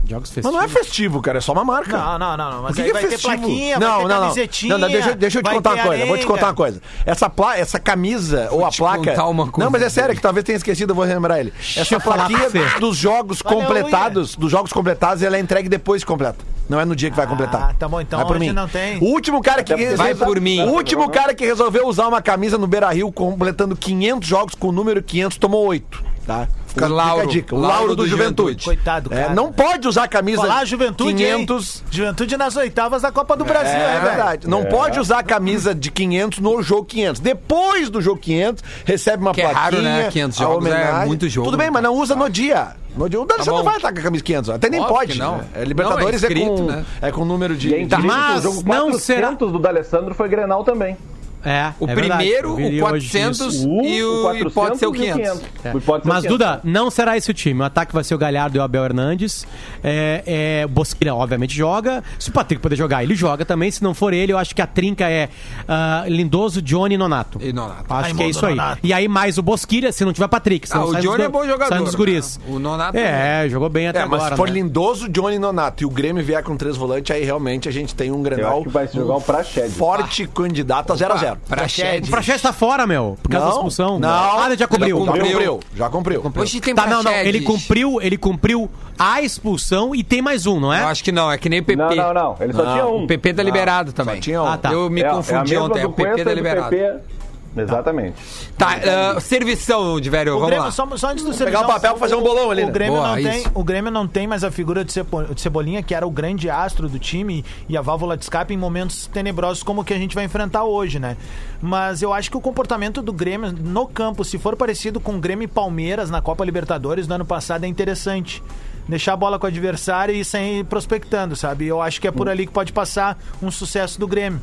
[SPEAKER 5] Jogos
[SPEAKER 4] Mas
[SPEAKER 5] festivos.
[SPEAKER 4] não é festivo, cara, é só uma marca.
[SPEAKER 3] Não, não, não. não. Mas
[SPEAKER 4] Por que que
[SPEAKER 3] aí
[SPEAKER 4] é
[SPEAKER 3] vai ter
[SPEAKER 4] festivo?
[SPEAKER 3] plaquinha,
[SPEAKER 4] não,
[SPEAKER 3] vai ter
[SPEAKER 4] não, não.
[SPEAKER 3] camisetinha.
[SPEAKER 4] Não, não, deixa, deixa eu te
[SPEAKER 3] vai
[SPEAKER 4] contar
[SPEAKER 3] ter
[SPEAKER 4] uma coisa. Vou te
[SPEAKER 3] arenga.
[SPEAKER 4] contar uma coisa. Essa, pla... Essa camisa ou a
[SPEAKER 1] te
[SPEAKER 4] placa.
[SPEAKER 1] contar uma coisa.
[SPEAKER 4] Não, mas é sério, que talvez tenha esquecido, eu vou lembrar ele.
[SPEAKER 5] Deixa
[SPEAKER 4] Essa
[SPEAKER 5] eu falar
[SPEAKER 4] plaquinha
[SPEAKER 5] pra você.
[SPEAKER 4] dos jogos
[SPEAKER 3] Valeu,
[SPEAKER 4] completados, dos jogos completados, ela é entregue depois que completa. Não é no dia que vai completar.
[SPEAKER 3] tá bom, então
[SPEAKER 4] Vai por
[SPEAKER 3] hoje
[SPEAKER 4] mim.
[SPEAKER 3] não tem.
[SPEAKER 4] O último cara que
[SPEAKER 1] vai por mim.
[SPEAKER 4] O último cara que resolveu usar uma camisa no Beira Rio completando 500 jogos com o número 500 tomou 8, tá? Fica,
[SPEAKER 1] O Lauro.
[SPEAKER 4] fica a dica. O Lauro, do, Juventude.
[SPEAKER 3] Coitado,
[SPEAKER 4] É,
[SPEAKER 3] cara.
[SPEAKER 4] não pode usar a camisa
[SPEAKER 3] Falar juventude,
[SPEAKER 4] 500.
[SPEAKER 3] hein? Juventude nas oitavas da Copa do Brasil,
[SPEAKER 4] É,
[SPEAKER 3] é, velho?
[SPEAKER 4] verdade. Não pode usar a camisa de 500 no jogo 500. Depois do jogo 500, recebe uma
[SPEAKER 1] Que é
[SPEAKER 4] plaquinha.
[SPEAKER 1] raro, né? 500
[SPEAKER 4] a
[SPEAKER 1] jogos é
[SPEAKER 4] homenagem.
[SPEAKER 1] muito jogo,
[SPEAKER 4] Tudo bem,
[SPEAKER 1] né? Tá
[SPEAKER 4] mas não usa no dia. No dia. O D'Alessandro
[SPEAKER 1] bom.
[SPEAKER 4] não vai estar com a camisa 500. Até nem
[SPEAKER 1] Óbvio
[SPEAKER 4] pode.
[SPEAKER 1] que não.
[SPEAKER 4] né? É, Libertadores
[SPEAKER 1] Não, é escrito,
[SPEAKER 4] é, com,
[SPEAKER 1] né?
[SPEAKER 4] é com número de...
[SPEAKER 6] E é incrível que o
[SPEAKER 5] Tá, Mas
[SPEAKER 6] jogo
[SPEAKER 5] não
[SPEAKER 6] 400
[SPEAKER 5] será-
[SPEAKER 6] do D'Alessandro foi Grenal também.
[SPEAKER 5] É,
[SPEAKER 1] O
[SPEAKER 5] é verdade.
[SPEAKER 1] primeiro,
[SPEAKER 5] Eu vi
[SPEAKER 1] o
[SPEAKER 5] hoje isso.
[SPEAKER 1] 400
[SPEAKER 6] Uh,
[SPEAKER 1] e, o, e pode ser o 500.
[SPEAKER 5] É.
[SPEAKER 6] E pode ser o
[SPEAKER 5] Mas,
[SPEAKER 6] 500.
[SPEAKER 5] Duda, não será esse o time. O ataque vai ser o Galhardo e o Abel Hernandes. É, é, o Bosquilha, obviamente, joga. Se o Patrick puder jogar, ele joga também. Se não for ele, eu acho que a trinca é ah, Lindoso, Johnny e Nonato.
[SPEAKER 1] E Nonato.
[SPEAKER 5] Acho que é
[SPEAKER 3] Raimundo
[SPEAKER 5] isso aí.
[SPEAKER 3] Nonato.
[SPEAKER 5] E aí mais o Bosquilha, se não tiver Patrick.
[SPEAKER 1] Ah,
[SPEAKER 5] senão
[SPEAKER 1] o
[SPEAKER 5] sai dos
[SPEAKER 1] Johnny
[SPEAKER 5] gu-
[SPEAKER 1] é bom jogador.
[SPEAKER 5] Sai dos guris.
[SPEAKER 1] né? O Nonato
[SPEAKER 5] É, jogou bem até
[SPEAKER 4] É, mas
[SPEAKER 5] agora.
[SPEAKER 4] se for
[SPEAKER 5] né?
[SPEAKER 4] lindoso, Johnny e Nonato e o Grêmio vier com três volantes, aí realmente a gente tem um
[SPEAKER 6] Eu acho
[SPEAKER 4] Grenal
[SPEAKER 6] que vai se jogar o Prached.
[SPEAKER 4] forte candidato a 0x0.
[SPEAKER 1] pra
[SPEAKER 5] O
[SPEAKER 1] Shed.
[SPEAKER 5] Frachete tá fora, meu. Por causa da expulsão.
[SPEAKER 4] Não.
[SPEAKER 5] Ah, ele já cobriu.
[SPEAKER 4] Já cumpriu.
[SPEAKER 1] Cumpriu.
[SPEAKER 4] Já cumpriu.
[SPEAKER 1] Hoje tem
[SPEAKER 5] Tá, não, não.
[SPEAKER 1] Praxedes.
[SPEAKER 5] Ele cumpriu, ele cumpriu a expulsão e tem mais um, não é?
[SPEAKER 1] Eu acho que não, é que nem o PP.
[SPEAKER 6] Não, não, não. Ele só tinha um.
[SPEAKER 1] O PP tá liberado também.
[SPEAKER 4] tinha um.
[SPEAKER 5] Ah, tá.
[SPEAKER 1] Eu me
[SPEAKER 6] É, é a
[SPEAKER 1] confundi
[SPEAKER 6] mesma
[SPEAKER 1] ontem.
[SPEAKER 6] do
[SPEAKER 1] O PP
[SPEAKER 6] Cuesta
[SPEAKER 1] tá
[SPEAKER 6] e do
[SPEAKER 1] liberado.
[SPEAKER 6] PP. Exatamente.
[SPEAKER 1] Tá, ah, servição, de velho,
[SPEAKER 3] O
[SPEAKER 1] vamos lá.
[SPEAKER 3] Grêmio, só, só antes do Pegar
[SPEAKER 4] o papel pra fazer um bolão ali,
[SPEAKER 3] O
[SPEAKER 4] né?
[SPEAKER 3] Grêmio,
[SPEAKER 1] Boa, é
[SPEAKER 3] não
[SPEAKER 1] isso.
[SPEAKER 3] tem, o Grêmio não tem mais a figura de Cepo- de Cebolinha, que era o grande astro do time e a válvula de escape em momentos tenebrosos como o que a gente vai enfrentar hoje, né? Mas eu acho que o comportamento do Grêmio no campo, se for parecido com o Grêmio e Palmeiras na Copa Libertadores do ano passado, é interessante. Deixar a bola com o adversário e sem ir prospectando, sabe? Eu acho que é por
[SPEAKER 1] Hum.
[SPEAKER 3] ali que pode passar um sucesso do Grêmio.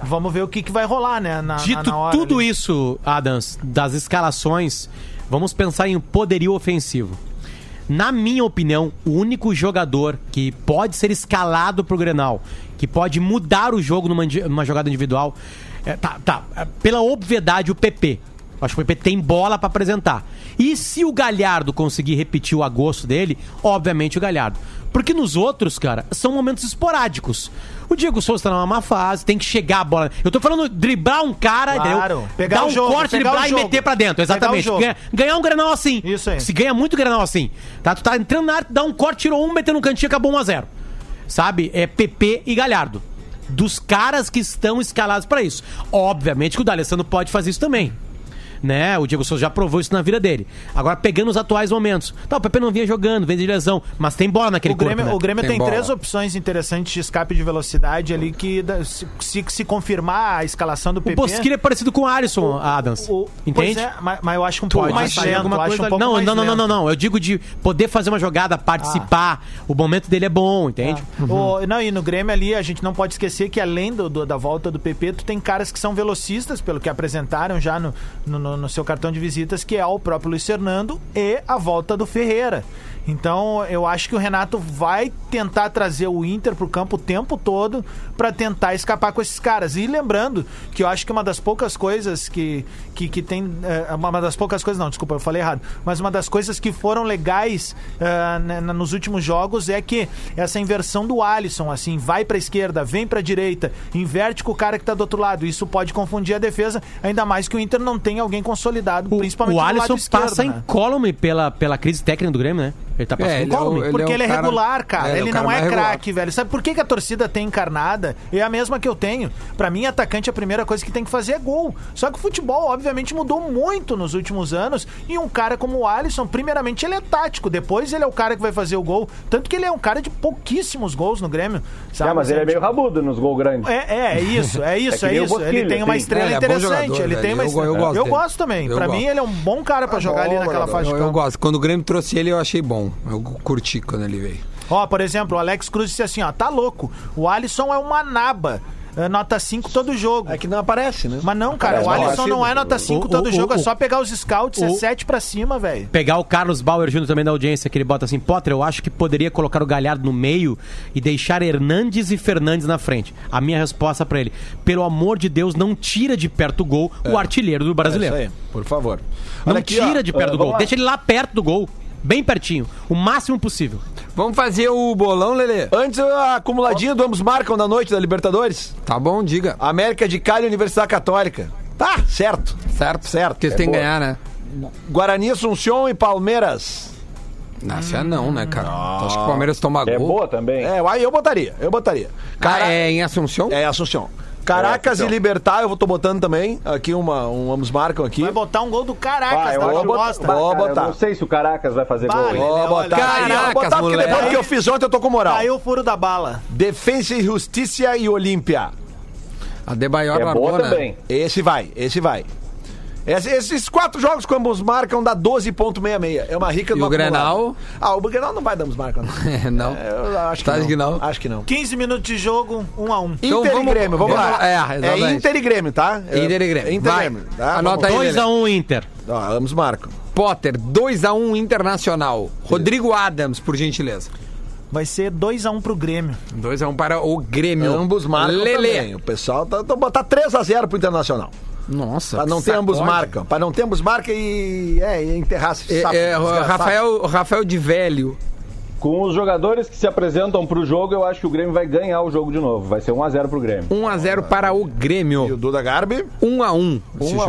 [SPEAKER 3] Vamos ver o que, que vai rolar, né? Na, na-
[SPEAKER 5] Dito
[SPEAKER 3] na hora
[SPEAKER 5] tudo
[SPEAKER 3] ali.
[SPEAKER 5] isso, Adams, das escalações, vamos pensar em um poderio ofensivo. Na minha opinião, o único jogador que pode ser escalado pro Grenal, que pode mudar o jogo numa, indi- numa jogada individual, é, tá, tá, é, pela obviedade, o PP. Acho que o PP tem bola pra apresentar. E se o Galhardo conseguir repetir o agosto dele, obviamente o Galhardo. Porque nos outros, cara, são momentos esporádicos. O Diego Souza tá numa má fase, tem que chegar a bola. Eu tô falando driblar um cara,
[SPEAKER 3] Claro.
[SPEAKER 5] entendeu?
[SPEAKER 3] Pegar
[SPEAKER 5] Dar
[SPEAKER 3] o
[SPEAKER 5] um
[SPEAKER 3] jogo,
[SPEAKER 5] corte,
[SPEAKER 3] pegar
[SPEAKER 5] driblar
[SPEAKER 3] o
[SPEAKER 5] e
[SPEAKER 3] jogo.
[SPEAKER 5] meter pra dentro.
[SPEAKER 3] Pegar o
[SPEAKER 5] Exatamente.
[SPEAKER 3] jogo.
[SPEAKER 5] Ganha- ganhar um granal assim.
[SPEAKER 3] Isso aí.
[SPEAKER 5] Se ganha muito granal assim. Tá? Tu tá entrando na área, dá um corte, tirou um, meteu no cantinho, acabou 1x0. Sabe? É PP e Galhardo. Dos caras que estão escalados pra isso. Obviamente que o D'Alessandro pode fazer isso também. Né? O Diego Souza já provou isso na vida dele. Agora, pegando os atuais momentos. Tá, o PP não vinha jogando, vem de lesão, mas tem bola naquele
[SPEAKER 3] O Grêmio,
[SPEAKER 5] corpo, né?
[SPEAKER 3] o Grêmio
[SPEAKER 1] Tem
[SPEAKER 3] tem,
[SPEAKER 1] bola.
[SPEAKER 3] três opções interessantes de escape de velocidade ali que dá- se, se, se confirmar a escalação do
[SPEAKER 5] O
[SPEAKER 3] PP.
[SPEAKER 5] Bosquilha é parecido com o Alisson, Adams.
[SPEAKER 3] o- pois
[SPEAKER 5] Entende?
[SPEAKER 3] é, mas, mas eu acho um
[SPEAKER 5] Pode
[SPEAKER 3] pouco mais
[SPEAKER 5] sair
[SPEAKER 3] lento.
[SPEAKER 5] é alguma
[SPEAKER 3] eu acho
[SPEAKER 5] coisa
[SPEAKER 3] um
[SPEAKER 5] ali.
[SPEAKER 3] pouco
[SPEAKER 5] não,
[SPEAKER 3] mais
[SPEAKER 5] não, não, não,
[SPEAKER 3] lento.
[SPEAKER 5] não, não. Eu digo de poder fazer uma jogada, participar.
[SPEAKER 3] Ah.
[SPEAKER 5] O momento dele é bom, entende?
[SPEAKER 3] O- não, e no Grêmio ali, a gente não pode esquecer que além do, do- da volta do PP, tu tem caras que são velocistas, pelo que apresentaram já no, no- no- no seu cartão de visitas, que é o próprio Luiz Fernando e a volta do Ferreira. Então, eu acho que o Renato vai tentar trazer o Inter pro campo o tempo todo para tentar escapar com esses caras. E lembrando que eu acho que uma das poucas coisas que, que, que tem. eh, uma uma das poucas coisas, não, desculpa, eu falei errado. Mas uma das coisas que foram legais ah, né, na- nos últimos jogos é que essa inversão do Alisson, assim, vai pra esquerda, vem pra direita, inverte com o cara que tá do outro lado. Isso pode confundir a defesa, ainda mais que o Inter não tem alguém consolidado,
[SPEAKER 5] O,
[SPEAKER 3] principalmente
[SPEAKER 5] o
[SPEAKER 3] do
[SPEAKER 5] Alisson
[SPEAKER 3] lado esquerdo,
[SPEAKER 5] passa
[SPEAKER 3] né?
[SPEAKER 5] incólume pela, pela crise técnica do Grêmio, né? Ele tá passando
[SPEAKER 1] É, ele é o-
[SPEAKER 5] incólume.
[SPEAKER 1] ele-
[SPEAKER 3] Porque ele é,
[SPEAKER 1] cara-
[SPEAKER 3] regular,
[SPEAKER 1] é,
[SPEAKER 3] cara.
[SPEAKER 1] ele é
[SPEAKER 3] ele
[SPEAKER 1] o cara
[SPEAKER 3] não
[SPEAKER 1] mais
[SPEAKER 3] é
[SPEAKER 1] regular.
[SPEAKER 3] craque, velho. Sabe por que, que a torcida tem encarnada? É a mesma que eu tenho. Pra mim, atacante, a primeira coisa que tem que fazer é gol. Só que o futebol, obviamente, mudou muito nos últimos anos. E um cara como o Alisson, primeiramente, ele é tático. Depois, ele é o cara que vai fazer o gol. Tanto que ele é um cara de pouquíssimos gols no Grêmio. Sabe?
[SPEAKER 6] É, mas ele é
[SPEAKER 3] Assim,
[SPEAKER 6] meio rabudo nos gols grandes.
[SPEAKER 3] é, é, é isso, é isso,
[SPEAKER 6] É
[SPEAKER 3] é,
[SPEAKER 6] que nem o
[SPEAKER 3] isso.
[SPEAKER 6] Bosquilha,
[SPEAKER 3] Ele tem uma
[SPEAKER 6] assim.
[SPEAKER 3] estrela
[SPEAKER 1] Ele é bom
[SPEAKER 3] interessante.
[SPEAKER 1] jogador,
[SPEAKER 3] ele tem
[SPEAKER 1] velho.
[SPEAKER 3] uma
[SPEAKER 1] Eu
[SPEAKER 3] estrela.
[SPEAKER 1] go- eu gosto dele.
[SPEAKER 3] também.
[SPEAKER 1] Eu
[SPEAKER 3] pra
[SPEAKER 1] gosto.
[SPEAKER 3] mim, ele é um bom cara pra jogar ali naquela fase
[SPEAKER 1] Eu,
[SPEAKER 3] de
[SPEAKER 1] eu
[SPEAKER 3] campo.
[SPEAKER 1] gosto. Quando o Grêmio trouxe ele, eu achei bom. Eu curti quando ele veio.
[SPEAKER 3] Ó, por exemplo, o Alex Cruz disse assim, ó, tá louco. O Alisson é uma naba. É nota 5 todo jogo.
[SPEAKER 4] É que não aparece, né?
[SPEAKER 3] Mas não, cara, o
[SPEAKER 4] Parece
[SPEAKER 3] Alisson
[SPEAKER 4] mal.
[SPEAKER 3] não é nota
[SPEAKER 5] O-
[SPEAKER 3] 5 todo
[SPEAKER 5] o-
[SPEAKER 3] jogo,
[SPEAKER 5] o-
[SPEAKER 3] é só pegar os scouts, é
[SPEAKER 5] o-
[SPEAKER 3] 7 pra cima, velho.
[SPEAKER 5] Pegar o Carlos Bauer Júnior também da audiência, que ele bota assim, Potter, eu acho que poderia colocar o Galhardo no meio e deixar Hernandes e Fernandes na frente. A minha resposta pra ele, pelo amor de Deus, não tira de perto o gol o artilheiro do brasileiro.
[SPEAKER 4] É Isso aí, por favor.
[SPEAKER 5] Não
[SPEAKER 4] Olha aqui,
[SPEAKER 5] tira
[SPEAKER 4] ó.
[SPEAKER 5] de perto do gol. Deixa ele lá perto do gol. Bem pertinho. O máximo possível.
[SPEAKER 1] Vamos fazer o bolão, Lelê?
[SPEAKER 4] Antes, a acumuladinha do ambos marcam na noite da Libertadores.
[SPEAKER 1] Tá bom, diga.
[SPEAKER 4] América de Cali, Universidade Católica. Tá, certo.
[SPEAKER 1] Certo?
[SPEAKER 4] Certo.
[SPEAKER 1] Porque
[SPEAKER 4] É
[SPEAKER 1] você tem que
[SPEAKER 4] boa.
[SPEAKER 1] ganhar, né?
[SPEAKER 4] Guarani, Assunção e Palmeiras.
[SPEAKER 1] Nossa, é não, né, cara? Tu acha que o Palmeiras toma
[SPEAKER 6] É
[SPEAKER 1] gol?
[SPEAKER 6] boa também.
[SPEAKER 4] É, aí eu botaria, eu botaria.
[SPEAKER 1] Cara, Ah, é em Assunção?
[SPEAKER 4] É, Assunção. Caracas
[SPEAKER 6] É,
[SPEAKER 4] e
[SPEAKER 6] então.
[SPEAKER 4] Libertar, eu vou tô botando também. Aqui uma, um, ambos marcam aqui.
[SPEAKER 3] Vai botar um gol do Caracas,
[SPEAKER 6] Ah, eu
[SPEAKER 3] tá?
[SPEAKER 6] vou
[SPEAKER 3] Que
[SPEAKER 4] botar- um
[SPEAKER 3] bosta.
[SPEAKER 4] vou-
[SPEAKER 6] Bah, cara,
[SPEAKER 4] botar.
[SPEAKER 6] Eu não sei se o Caracas vai fazer
[SPEAKER 3] Bah,
[SPEAKER 6] gol. É
[SPEAKER 3] Lele,
[SPEAKER 6] hoje.
[SPEAKER 4] Vou
[SPEAKER 3] né? olha,
[SPEAKER 4] botar,
[SPEAKER 3] Caracas,
[SPEAKER 4] eu vou botar porque
[SPEAKER 1] moleque.
[SPEAKER 4] depois do que eu fiz ontem eu tô com moral.
[SPEAKER 3] Caiu o furo da bala.
[SPEAKER 4] Defensa e Justiça e Olímpia.
[SPEAKER 1] A Debayor
[SPEAKER 6] É boa também.
[SPEAKER 4] Esse vai, esse vai. Esse- Esses quatro jogos que ambos marcam dá 12,66. É uma rica
[SPEAKER 1] E
[SPEAKER 4] do
[SPEAKER 1] o Grenal?
[SPEAKER 4] Ah, o Grenal não vai dar ambos marcam. não.
[SPEAKER 1] É, não.
[SPEAKER 4] É, Eu acho que,
[SPEAKER 1] Tá, acho que
[SPEAKER 4] não.
[SPEAKER 1] não.
[SPEAKER 4] Acho que não.
[SPEAKER 3] 15 minutos de jogo, 1 a 1
[SPEAKER 1] Então
[SPEAKER 4] Inter
[SPEAKER 1] vamos-
[SPEAKER 4] e Grêmio, vamos
[SPEAKER 1] vamos-
[SPEAKER 4] lá.
[SPEAKER 1] é, exatamente.
[SPEAKER 4] Inter e Grêmio, tá? É-
[SPEAKER 1] Inter e Grêmio.
[SPEAKER 4] é Inter e
[SPEAKER 1] Vai.
[SPEAKER 4] Grêmio. Tá?
[SPEAKER 1] Anota
[SPEAKER 4] Vamos-
[SPEAKER 1] aí,
[SPEAKER 5] 2x1 Inter.
[SPEAKER 4] Ó, ambos marcam.
[SPEAKER 1] Potter, 2x1 Internacional. Rodrigo Adams, por gentileza.
[SPEAKER 3] Vai ser 2 a 1 pro Grêmio.
[SPEAKER 1] 2x1 para o Grêmio.
[SPEAKER 4] Ambos marcam
[SPEAKER 1] Lelê.
[SPEAKER 4] também. O pessoal tá, tá, botar 3x0 pro Internacional.
[SPEAKER 1] Nossa.
[SPEAKER 4] Pra não
[SPEAKER 1] Tá que
[SPEAKER 4] ter ambos
[SPEAKER 1] sacode.
[SPEAKER 4] marcam. Pra não ter ambos marcam e... É, e enterrar esse
[SPEAKER 1] É,
[SPEAKER 4] sapo
[SPEAKER 1] é,
[SPEAKER 4] desgraçado.
[SPEAKER 1] Rafael, Rafael de Velho.
[SPEAKER 6] Com os jogadores que se apresentam pro jogo, eu acho que o Grêmio vai ganhar o jogo de novo. Vai ser 1x0 pro Grêmio.
[SPEAKER 1] 1x0 para o
[SPEAKER 4] E o
[SPEAKER 1] Grêmio.
[SPEAKER 4] Duda Garbi...
[SPEAKER 1] 1x1 esse
[SPEAKER 4] Um a um.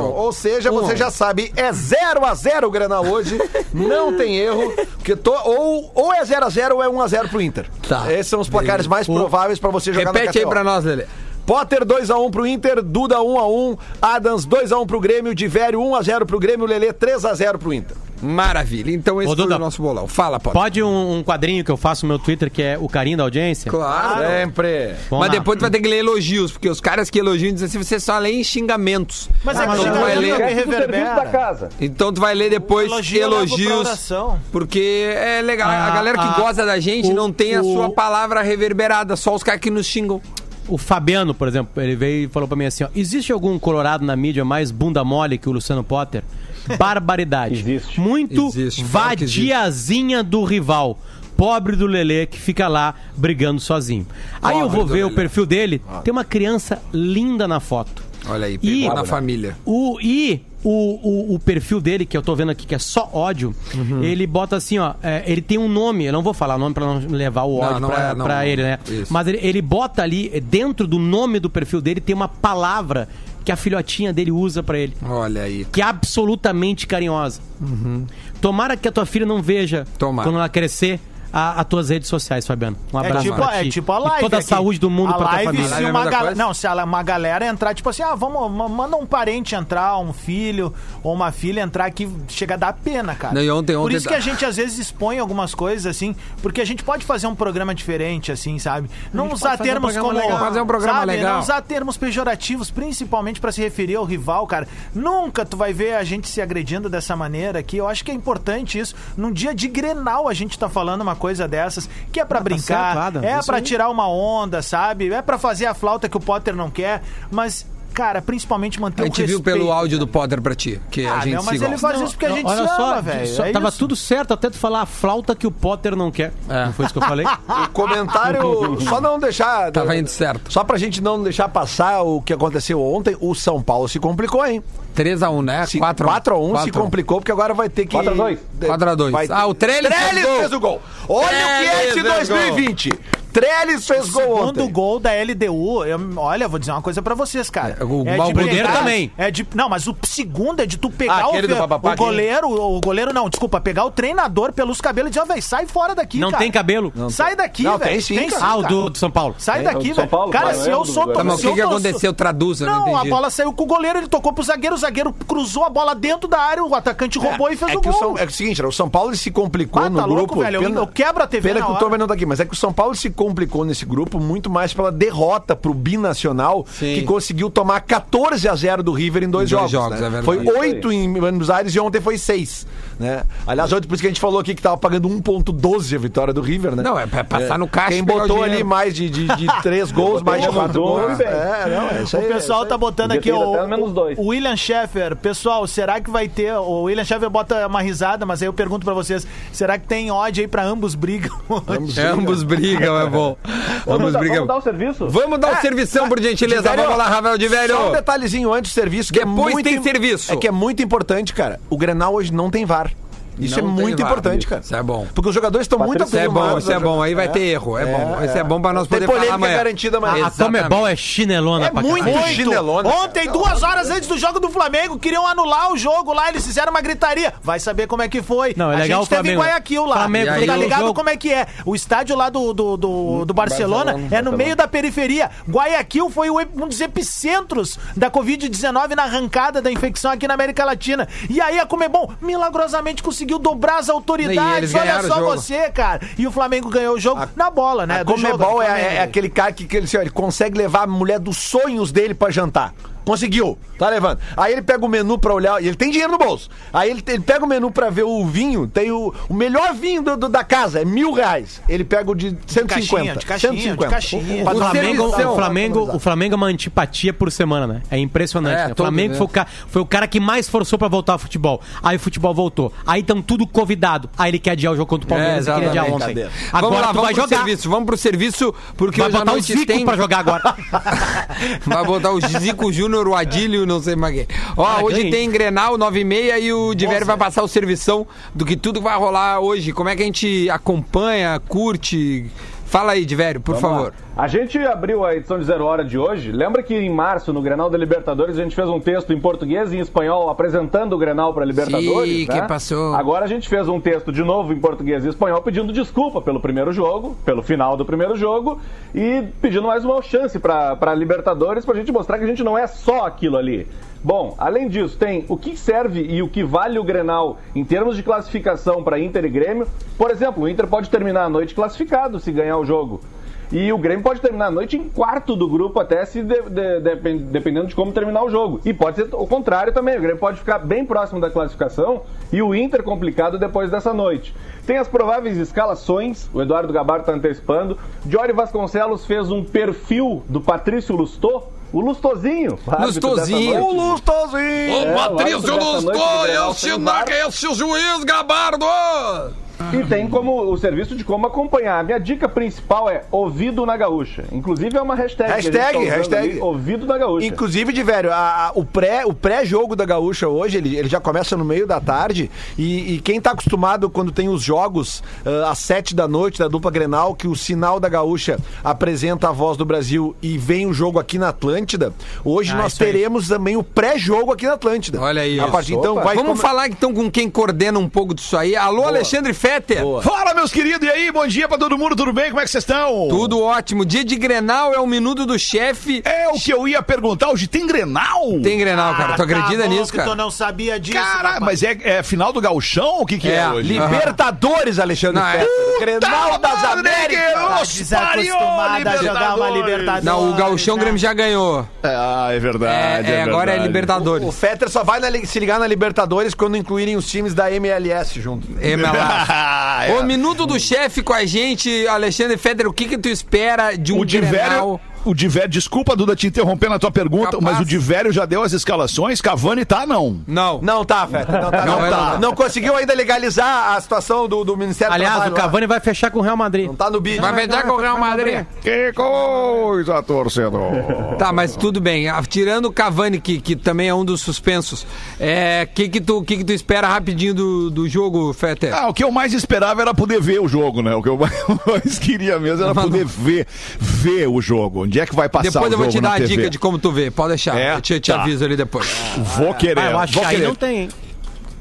[SPEAKER 1] jogo.
[SPEAKER 4] Ou seja,
[SPEAKER 1] Um a
[SPEAKER 4] você
[SPEAKER 1] um.
[SPEAKER 4] já sabe, é 0 a 0 o Grenal hoje, não tem erro, porque tô, ou, ou é 0 a 0 ou é 1 a 0 pro Inter.
[SPEAKER 1] Tá.
[SPEAKER 4] Esses são os placares mais prováveis pra você jogar
[SPEAKER 1] Repete aí
[SPEAKER 4] KTO.
[SPEAKER 1] pra nós, Lelê.
[SPEAKER 4] Potter 2 a 1 pro Inter, Duda 1 a 1, Adams 2 a 1 pro Grêmio, Divério 1 a 0 pro Grêmio, Lelê 3 a 0 pro Inter.
[SPEAKER 1] Maravilha. Então esse
[SPEAKER 5] Ô,
[SPEAKER 1] foi
[SPEAKER 5] Duda,
[SPEAKER 1] o nosso bolão. Fala, Potter.
[SPEAKER 5] Pode um, um quadrinho que eu faço no meu Twitter, que é o carinho da audiência?
[SPEAKER 1] Claro.
[SPEAKER 4] Sempre.
[SPEAKER 5] Vamos
[SPEAKER 1] Mas
[SPEAKER 5] lá.
[SPEAKER 1] depois tu vai ter que ler elogios, porque os caras que elogiam dizem assim, você só lê em xingamentos.
[SPEAKER 3] Mas
[SPEAKER 5] Ah,
[SPEAKER 1] então,
[SPEAKER 3] é que
[SPEAKER 1] tu vai
[SPEAKER 3] xingamento
[SPEAKER 1] ler,
[SPEAKER 3] também.
[SPEAKER 6] Esquece do serviço
[SPEAKER 3] reverbera.
[SPEAKER 6] da casa.
[SPEAKER 1] então tu vai ler depois
[SPEAKER 3] Elogio é leva pra
[SPEAKER 1] elogios,
[SPEAKER 3] oração.
[SPEAKER 1] porque é legal. a
[SPEAKER 5] Ah,
[SPEAKER 1] galera que
[SPEAKER 5] ah,
[SPEAKER 1] goza da gente
[SPEAKER 5] o-
[SPEAKER 1] não tem a
[SPEAKER 5] o-
[SPEAKER 1] sua palavra reverberada, só os caras que nos xingam.
[SPEAKER 5] O Fabiano, por exemplo, ele veio e falou pra mim assim, ó, existe algum colorado na mídia mais bunda mole que o Luciano Potter? Barbaridade.
[SPEAKER 6] Existe.
[SPEAKER 5] Muito
[SPEAKER 1] Existe, claro que existe.
[SPEAKER 5] vadiazinha do rival. Pobre do Lelê que fica lá brigando sozinho. Aí eu
[SPEAKER 1] Pobre
[SPEAKER 5] vou
[SPEAKER 1] do
[SPEAKER 5] ver o
[SPEAKER 1] Lelê. Ah.
[SPEAKER 5] perfil dele, tem uma criança linda na foto.
[SPEAKER 1] Olha aí, pegou
[SPEAKER 5] E-
[SPEAKER 1] na família.
[SPEAKER 5] O, e o, o, o perfil dele, que eu tô vendo aqui, que é só ódio,
[SPEAKER 1] Uhum.
[SPEAKER 5] ele bota assim, ó. é, ele tem um nome, eu não vou falar o nome pra não levar o ódio
[SPEAKER 1] não
[SPEAKER 5] pra,
[SPEAKER 1] é, não,
[SPEAKER 5] pra
[SPEAKER 1] não.
[SPEAKER 5] ele, né?
[SPEAKER 1] Isso.
[SPEAKER 5] Mas ele, ele bota ali, é, dentro do nome do perfil dele, tem uma palavra que a filhotinha dele usa pra ele,
[SPEAKER 1] Olha aí.
[SPEAKER 5] que é absolutamente carinhosa. Tomara que a tua filha não veja
[SPEAKER 1] Uhum. Tomara.
[SPEAKER 5] quando ela crescer. a- As tuas redes sociais, Fabiano. Um
[SPEAKER 3] É
[SPEAKER 5] abraço
[SPEAKER 3] tipo,
[SPEAKER 5] pra
[SPEAKER 3] é
[SPEAKER 5] ti.
[SPEAKER 3] tipo a
[SPEAKER 5] E
[SPEAKER 3] live.
[SPEAKER 5] toda a
[SPEAKER 3] aqui.
[SPEAKER 5] saúde do mundo
[SPEAKER 3] a
[SPEAKER 5] pra tua
[SPEAKER 3] live,
[SPEAKER 5] família.
[SPEAKER 1] A
[SPEAKER 3] Se
[SPEAKER 1] live é a
[SPEAKER 3] uma
[SPEAKER 1] mesma
[SPEAKER 3] gal...
[SPEAKER 1] coisa?
[SPEAKER 3] Não, se ela- uma galera entrar, tipo assim, ah, vamos, ma- manda um parente entrar, um filho ou uma filha entrar aqui, chega a dar pena, cara.
[SPEAKER 1] Não, e ontem-
[SPEAKER 5] ontem
[SPEAKER 3] Por isso
[SPEAKER 5] tá-
[SPEAKER 3] que a gente às vezes expõe algumas coisas, assim, porque a gente pode fazer um programa diferente, assim, sabe? Não usar
[SPEAKER 5] fazer um
[SPEAKER 3] termos
[SPEAKER 5] programa
[SPEAKER 3] como.
[SPEAKER 5] legal.
[SPEAKER 1] Fazer um programa
[SPEAKER 3] sabe?
[SPEAKER 1] legal.
[SPEAKER 3] Não usar termos pejorativos, principalmente pra se referir ao rival, cara. Nunca tu vai ver a gente se agredindo dessa maneira aqui. Eu acho que é importante isso. Num dia de grenal a gente tá falando uma coisa dessas, que é pra brincar,
[SPEAKER 5] Ah, tá certo, Adam.
[SPEAKER 3] é
[SPEAKER 5] Isso
[SPEAKER 3] pra
[SPEAKER 5] aí.
[SPEAKER 3] tirar uma onda, sabe? É pra fazer a flauta que o Potter não quer, mas cara, principalmente manter
[SPEAKER 1] A
[SPEAKER 3] o
[SPEAKER 1] gente viu
[SPEAKER 3] respeito.
[SPEAKER 1] pelo áudio do Potter pra ti, que
[SPEAKER 3] Ah,
[SPEAKER 1] a gente
[SPEAKER 3] meu,
[SPEAKER 1] se
[SPEAKER 3] mas ele
[SPEAKER 1] gosta.
[SPEAKER 3] faz
[SPEAKER 5] Não,
[SPEAKER 3] isso porque a
[SPEAKER 5] não,
[SPEAKER 3] gente
[SPEAKER 5] olha
[SPEAKER 3] se
[SPEAKER 5] só,
[SPEAKER 3] ama, velho.
[SPEAKER 5] só
[SPEAKER 3] É
[SPEAKER 5] tava
[SPEAKER 3] isso.
[SPEAKER 5] tudo certo até tu falar a flauta que o Potter não quer. Não foi isso que eu falei?
[SPEAKER 4] O comentário, só não deixar.
[SPEAKER 1] Tava indo certo.
[SPEAKER 4] Só pra gente não deixar passar o que aconteceu ontem, o São Paulo se complicou, hein?
[SPEAKER 1] 3x1, né? 4
[SPEAKER 4] 4x1 se complicou, porque agora vai ter que.
[SPEAKER 6] 4 a 2.
[SPEAKER 1] 4 a 2.
[SPEAKER 4] Vai-
[SPEAKER 1] Ah, o Trellis fez
[SPEAKER 4] Trellis
[SPEAKER 1] gol.
[SPEAKER 4] fez o gol. Olha o que é esse
[SPEAKER 1] Trellis fez
[SPEAKER 4] 2020. Trellis fez gol
[SPEAKER 3] Segundo
[SPEAKER 4] ontem.
[SPEAKER 3] gol da LDU, eu- olha, vou dizer uma coisa pra vocês, cara.
[SPEAKER 1] É, o
[SPEAKER 3] de
[SPEAKER 1] Balbudeiro
[SPEAKER 3] pegar-
[SPEAKER 5] também.
[SPEAKER 3] É de, não, mas o segundo é de tu pegar
[SPEAKER 4] Ah,
[SPEAKER 3] o,
[SPEAKER 4] aquele do
[SPEAKER 3] ve-
[SPEAKER 4] Papapá,
[SPEAKER 3] o goleiro, o goleiro não, desculpa, pegar o treinador pelos cabelos e dizer, ó, velho, sai fora daqui,
[SPEAKER 5] Não
[SPEAKER 3] cara.
[SPEAKER 5] tem cabelo?
[SPEAKER 3] Sai daqui,
[SPEAKER 4] Não,
[SPEAKER 3] velho.
[SPEAKER 4] tem sim, cara.
[SPEAKER 5] Ah, o
[SPEAKER 3] cara.
[SPEAKER 5] do, do São Paulo.
[SPEAKER 3] Sai
[SPEAKER 6] o
[SPEAKER 3] daqui,
[SPEAKER 6] de São
[SPEAKER 3] velho.
[SPEAKER 6] Paulo,
[SPEAKER 3] Cara,
[SPEAKER 6] cara,
[SPEAKER 3] se
[SPEAKER 6] é
[SPEAKER 3] eu
[SPEAKER 6] o do
[SPEAKER 3] sou
[SPEAKER 6] Goiás.
[SPEAKER 3] to-
[SPEAKER 6] Tá,
[SPEAKER 1] mas o
[SPEAKER 3] se eu
[SPEAKER 1] que que
[SPEAKER 3] tô-
[SPEAKER 1] aconteceu? Traduz, eu não
[SPEAKER 3] Não, a
[SPEAKER 1] entendi.
[SPEAKER 3] bola saiu com o goleiro, ele tocou pro zagueiro, o zagueiro cruzou a bola dentro da área, o atacante roubou e fez
[SPEAKER 4] é
[SPEAKER 3] o
[SPEAKER 4] que
[SPEAKER 3] gol.
[SPEAKER 4] o São, é o seguinte, o São Paulo ele se complicou
[SPEAKER 3] Ah, tá
[SPEAKER 4] no
[SPEAKER 3] louco,
[SPEAKER 4] grupo.
[SPEAKER 3] velho, eu- eu quebro a TV
[SPEAKER 4] Pena
[SPEAKER 3] na
[SPEAKER 4] que o
[SPEAKER 3] hora.
[SPEAKER 4] Tomer não tá aqui, mas é que o São Paulo se complicou nesse grupo muito mais pela derrota pro binacional que conseguiu tomar 14 a 0 do River em dois,
[SPEAKER 1] dois
[SPEAKER 4] jogos.
[SPEAKER 1] jogos,
[SPEAKER 4] né?
[SPEAKER 1] é verdade.
[SPEAKER 4] Foi
[SPEAKER 1] Isso
[SPEAKER 6] aí.
[SPEAKER 4] 8 em Buenos Aires e ontem foi 6. Né? Aliás, ontem por isso que a gente falou aqui que tava pagando 1,12 a vitória do River, né?
[SPEAKER 1] Não, é pra passar no caixa
[SPEAKER 4] Quem
[SPEAKER 1] e pegar o
[SPEAKER 4] botou
[SPEAKER 1] dinheiro.
[SPEAKER 4] ali mais de, de, de 3 gols, mais de
[SPEAKER 6] um
[SPEAKER 4] 4
[SPEAKER 6] gol,
[SPEAKER 4] gols.
[SPEAKER 6] velho.
[SPEAKER 4] É, não, é isso aí.
[SPEAKER 3] O pessoal tá botando aqui
[SPEAKER 6] Devia ter ido até
[SPEAKER 3] o,
[SPEAKER 6] no menos dois.
[SPEAKER 3] o William Sheffer. Pessoal, será que vai ter. O William Sheffer bota uma risada, mas aí eu pergunto pra vocês: será que tem ódio aí pra ambos brigam?
[SPEAKER 1] É, ambos brigam, é bom. ambos
[SPEAKER 6] Vamos
[SPEAKER 1] brigam.
[SPEAKER 6] dar o serviço?
[SPEAKER 3] um-
[SPEAKER 1] Vamos
[SPEAKER 3] Ah,
[SPEAKER 1] dar o servição, por gentileza.
[SPEAKER 4] Diverio,
[SPEAKER 1] Vamos lá, Ravel de Velho.
[SPEAKER 4] Só um detalhezinho antes do serviço. Que
[SPEAKER 1] Depois
[SPEAKER 4] é muito
[SPEAKER 1] tem
[SPEAKER 4] im-
[SPEAKER 1] serviço.
[SPEAKER 4] É que é muito importante, cara. O Grenal hoje não tem VAR. Isso
[SPEAKER 1] Não
[SPEAKER 4] é
[SPEAKER 1] tem
[SPEAKER 4] muito
[SPEAKER 1] VAR.
[SPEAKER 4] importante, cara.
[SPEAKER 1] Isso é bom.
[SPEAKER 4] Porque os jogadores estão muito
[SPEAKER 1] Isso é bom,
[SPEAKER 4] acostumados
[SPEAKER 1] isso é
[SPEAKER 4] a
[SPEAKER 1] bom.
[SPEAKER 4] jogar.
[SPEAKER 1] Aí vai ter erro. É bom. Isso é bom pra nós
[SPEAKER 4] Tem
[SPEAKER 1] poder falar
[SPEAKER 4] polêmica
[SPEAKER 1] amanhã.
[SPEAKER 4] garantida amanhã.
[SPEAKER 5] A Comebol é chinelona
[SPEAKER 4] É
[SPEAKER 5] pra caralho.
[SPEAKER 4] muito chinelona.
[SPEAKER 3] Ontem, duas horas antes do jogo do Flamengo, queriam anular o jogo lá, eles fizeram uma gritaria. Vai saber como é que foi.
[SPEAKER 5] Não, é
[SPEAKER 3] a
[SPEAKER 5] legal
[SPEAKER 3] gente
[SPEAKER 5] o
[SPEAKER 3] teve em
[SPEAKER 5] Flamengo.
[SPEAKER 3] Guayaquil lá.
[SPEAKER 5] Flamengo
[SPEAKER 3] Tu tá
[SPEAKER 5] pegou o
[SPEAKER 3] ligado
[SPEAKER 5] jogo.
[SPEAKER 3] como é que é? O estádio lá do, do, do, do Barcelona, é no meio da periferia. Guayaquil foi o ep- um dos epicentros da Covid-19 na arrancada da infecção aqui na América Latina. E aí a Comebol milagrosamente conseguiu dobrar as
[SPEAKER 1] E
[SPEAKER 3] autoridades.
[SPEAKER 1] eles
[SPEAKER 3] Olha
[SPEAKER 1] ganharam o
[SPEAKER 3] só
[SPEAKER 1] jogo.
[SPEAKER 3] você, cara. E o Flamengo ganhou o jogo na bola, né?
[SPEAKER 4] A
[SPEAKER 3] do jogo,
[SPEAKER 4] Comebol
[SPEAKER 3] do
[SPEAKER 4] é,
[SPEAKER 3] Flamengo.
[SPEAKER 4] é- é aquele cara que, que ele, assim, ó, ele consegue levar a mulher dos sonhos dele pra jantar. Conseguiu, tá levando. Aí ele pega o menu pra olhar, e ele tem dinheiro no bolso. Aí ele, ele pega o menu pra ver o vinho, tem o, o melhor vinho do- do- da casa, é mil reais. Ele pega o de 150.
[SPEAKER 3] caixinha, de caixinha, de
[SPEAKER 4] 150.
[SPEAKER 3] caixinha.
[SPEAKER 4] Pra
[SPEAKER 5] O
[SPEAKER 4] dar uma
[SPEAKER 5] Flamengo,
[SPEAKER 1] é um
[SPEAKER 4] visão.
[SPEAKER 5] o, Flamengo, o Flamengo é uma antipatia por semana, né? É impressionante.
[SPEAKER 1] É,
[SPEAKER 5] né? O
[SPEAKER 1] todo,
[SPEAKER 5] Flamengo
[SPEAKER 1] né?
[SPEAKER 5] foi, o ca- foi o cara que mais forçou pra voltar ao futebol. Aí o futebol voltou. Aí estão tudo convidado. Aí ele quer adiar o jogo contra o Palmeiras.
[SPEAKER 1] É,
[SPEAKER 5] ele queria adiar
[SPEAKER 1] exatamente.
[SPEAKER 5] ontem.
[SPEAKER 4] Cadê?
[SPEAKER 5] Agora
[SPEAKER 1] vamos lá,
[SPEAKER 5] tu
[SPEAKER 1] vamos
[SPEAKER 5] vai
[SPEAKER 1] pro
[SPEAKER 5] jogar.
[SPEAKER 1] serviço. Vamos pro serviço, porque
[SPEAKER 5] Vai
[SPEAKER 1] hoje à
[SPEAKER 5] botar o
[SPEAKER 1] noite
[SPEAKER 5] Zico
[SPEAKER 1] tem...
[SPEAKER 5] pra jogar agora.
[SPEAKER 1] Vai botar o Zico Júnior, o Adílio, não sei mais quem. Ó,
[SPEAKER 5] Ah,
[SPEAKER 1] hoje
[SPEAKER 5] ganhei.
[SPEAKER 1] tem Grenal, 9 e meia, e o Diver vai passar o servição do que tudo vai rolar hoje. Como é que a gente acompanha, curte? Fala aí, Diverio, por
[SPEAKER 6] Vamos
[SPEAKER 1] favor.
[SPEAKER 6] lá. A gente abriu a edição de Zero Hora de hoje. Lembra que em março, no Grenal da Libertadores, a gente fez um texto em português e em espanhol apresentando o Grenal para Libertadores?
[SPEAKER 1] Sim,
[SPEAKER 6] né?
[SPEAKER 1] que passou.
[SPEAKER 6] Agora a gente fez um texto de novo em português e espanhol pedindo desculpa pelo primeiro jogo, pelo final do primeiro jogo e pedindo mais uma chance para Libertadores para a gente mostrar que a gente não é só aquilo ali. Bom, além disso, tem o que serve e o que vale o Grenal em termos de classificação para Inter e Grêmio. Por exemplo, o Inter pode terminar a noite classificado se ganhar o jogo. E o Grêmio pode terminar a noite em quarto do grupo, até se de- de- depen- dependendo de como terminar o jogo. E pode ser o contrário também. O Grêmio pode ficar bem próximo da classificação e o Inter complicado depois dessa noite. Tem as prováveis escalações, o Eduardo Gabar está antecipando. Diori Vasconcelos fez um perfil do Patrício Lustô, o Lustozinho. o árbitro dessa
[SPEAKER 1] Lustozinho.
[SPEAKER 6] noite.
[SPEAKER 4] O Lustozinho!
[SPEAKER 6] É, o árbitro dessa noite do Grenal sem VAR.
[SPEAKER 1] esse juiz, Gabardo!
[SPEAKER 6] E tem como o serviço de como acompanhar. A minha dica principal é ouvido na gaúcha. Inclusive é uma hashtag. que a gente
[SPEAKER 4] Hashtag,
[SPEAKER 6] tá usando
[SPEAKER 4] hashtag.
[SPEAKER 6] ali, ouvido na gaúcha.
[SPEAKER 4] Inclusive, de velho, a- a- o pré o pré-jogo da Gaúcha hoje, ele, ele já começa no meio da tarde. E, e quem tá acostumado quando tem os jogos ah, às sete da noite da dupla Grenal, que o sinal da Gaúcha apresenta a voz do Brasil e vem o jogo aqui na Atlântida, hoje
[SPEAKER 5] Ah,
[SPEAKER 4] nós
[SPEAKER 5] isso aí.
[SPEAKER 4] teremos também o pré-jogo aqui na Atlântida.
[SPEAKER 1] Olha aí,
[SPEAKER 4] A partir,
[SPEAKER 1] isso.
[SPEAKER 4] então, vai
[SPEAKER 1] Vamos
[SPEAKER 4] come-
[SPEAKER 1] falar então com quem coordena um pouco disso aí. Alô, Alexandre Fetter!
[SPEAKER 2] Fala, meus queridos, e aí? Bom dia pra todo mundo, tudo bem? Como é que vocês estão?
[SPEAKER 1] Tudo ótimo. Dia de Grenal é o minuto do chefe.
[SPEAKER 2] É o que eu ia perguntar hoje, tem Grenal?
[SPEAKER 1] Tem Grenal, cara. Tu
[SPEAKER 3] Ah, tá
[SPEAKER 1] acredita
[SPEAKER 3] bom
[SPEAKER 1] nisso,
[SPEAKER 3] que
[SPEAKER 1] cara?
[SPEAKER 3] Tu não sabia disso.
[SPEAKER 2] Cara,
[SPEAKER 3] rapaz.
[SPEAKER 2] mas é, é final do gauchão? O que que é,
[SPEAKER 1] É,
[SPEAKER 2] hoje?
[SPEAKER 4] Libertadores, Alexandre
[SPEAKER 1] Não, é-
[SPEAKER 4] Fetter. Grenal das Américas.
[SPEAKER 3] Tá desacostumada a jogar uma Libertadores.
[SPEAKER 1] Não, o Gauchão o
[SPEAKER 3] né?
[SPEAKER 1] Grêmio já ganhou.
[SPEAKER 2] Ah, é verdade,
[SPEAKER 1] É, é, agora é
[SPEAKER 2] verdade.
[SPEAKER 4] O
[SPEAKER 1] Libertadores.
[SPEAKER 4] Fetter só vai na li- se ligar na Libertadores quando incluírem os times da MLS junto.
[SPEAKER 1] MLS.
[SPEAKER 2] Ah, é.
[SPEAKER 1] né, Ô, minuto do chefe com a gente, Alexandre Feder, o que que tu espera de um
[SPEAKER 2] O Divério,
[SPEAKER 1] Grenal?
[SPEAKER 2] o Divério, desculpa, Duda, te interromper na tua pergunta,
[SPEAKER 1] Capaz.
[SPEAKER 2] mas o Divério já deu as escalações, Cavani tá, não.
[SPEAKER 1] Não.
[SPEAKER 4] Não tá, Feta. Não
[SPEAKER 1] Não
[SPEAKER 4] tá, não,
[SPEAKER 1] vai
[SPEAKER 4] tá.
[SPEAKER 1] lá.
[SPEAKER 4] Não conseguiu ainda legalizar a situação do, do Ministério do
[SPEAKER 5] Aliás, o
[SPEAKER 4] Trabalho. lá.
[SPEAKER 5] Cavani vai fechar com o Real Madrid.
[SPEAKER 4] Não tá no bicho.
[SPEAKER 1] Vai vender com o Real Madrid.
[SPEAKER 2] Que coisa, torcedor.
[SPEAKER 1] Tá, mas tudo bem. Ah, Tirando o Cavani, que, que também é um dos suspensos, é, que que tu, que que tu espera rapidinho do, do jogo, Fetter?
[SPEAKER 2] Ah, o que eu mais esperava era poder ver o jogo, né? O que eu mais queria mesmo era poder ver, ver o jogo. Onde é que vai passar
[SPEAKER 1] depois
[SPEAKER 2] o
[SPEAKER 1] eu vou
[SPEAKER 2] jogo
[SPEAKER 1] te
[SPEAKER 2] na
[SPEAKER 1] dar a
[SPEAKER 2] TV.
[SPEAKER 1] dica de como tu vê. Pode deixar.
[SPEAKER 2] É?
[SPEAKER 1] Eu te, te
[SPEAKER 2] Tá.
[SPEAKER 1] aviso ali depois.
[SPEAKER 2] Vou querer,
[SPEAKER 5] Ah, eu acho
[SPEAKER 2] vou
[SPEAKER 5] que aí
[SPEAKER 2] querer.
[SPEAKER 1] tá.
[SPEAKER 5] não tem, hein?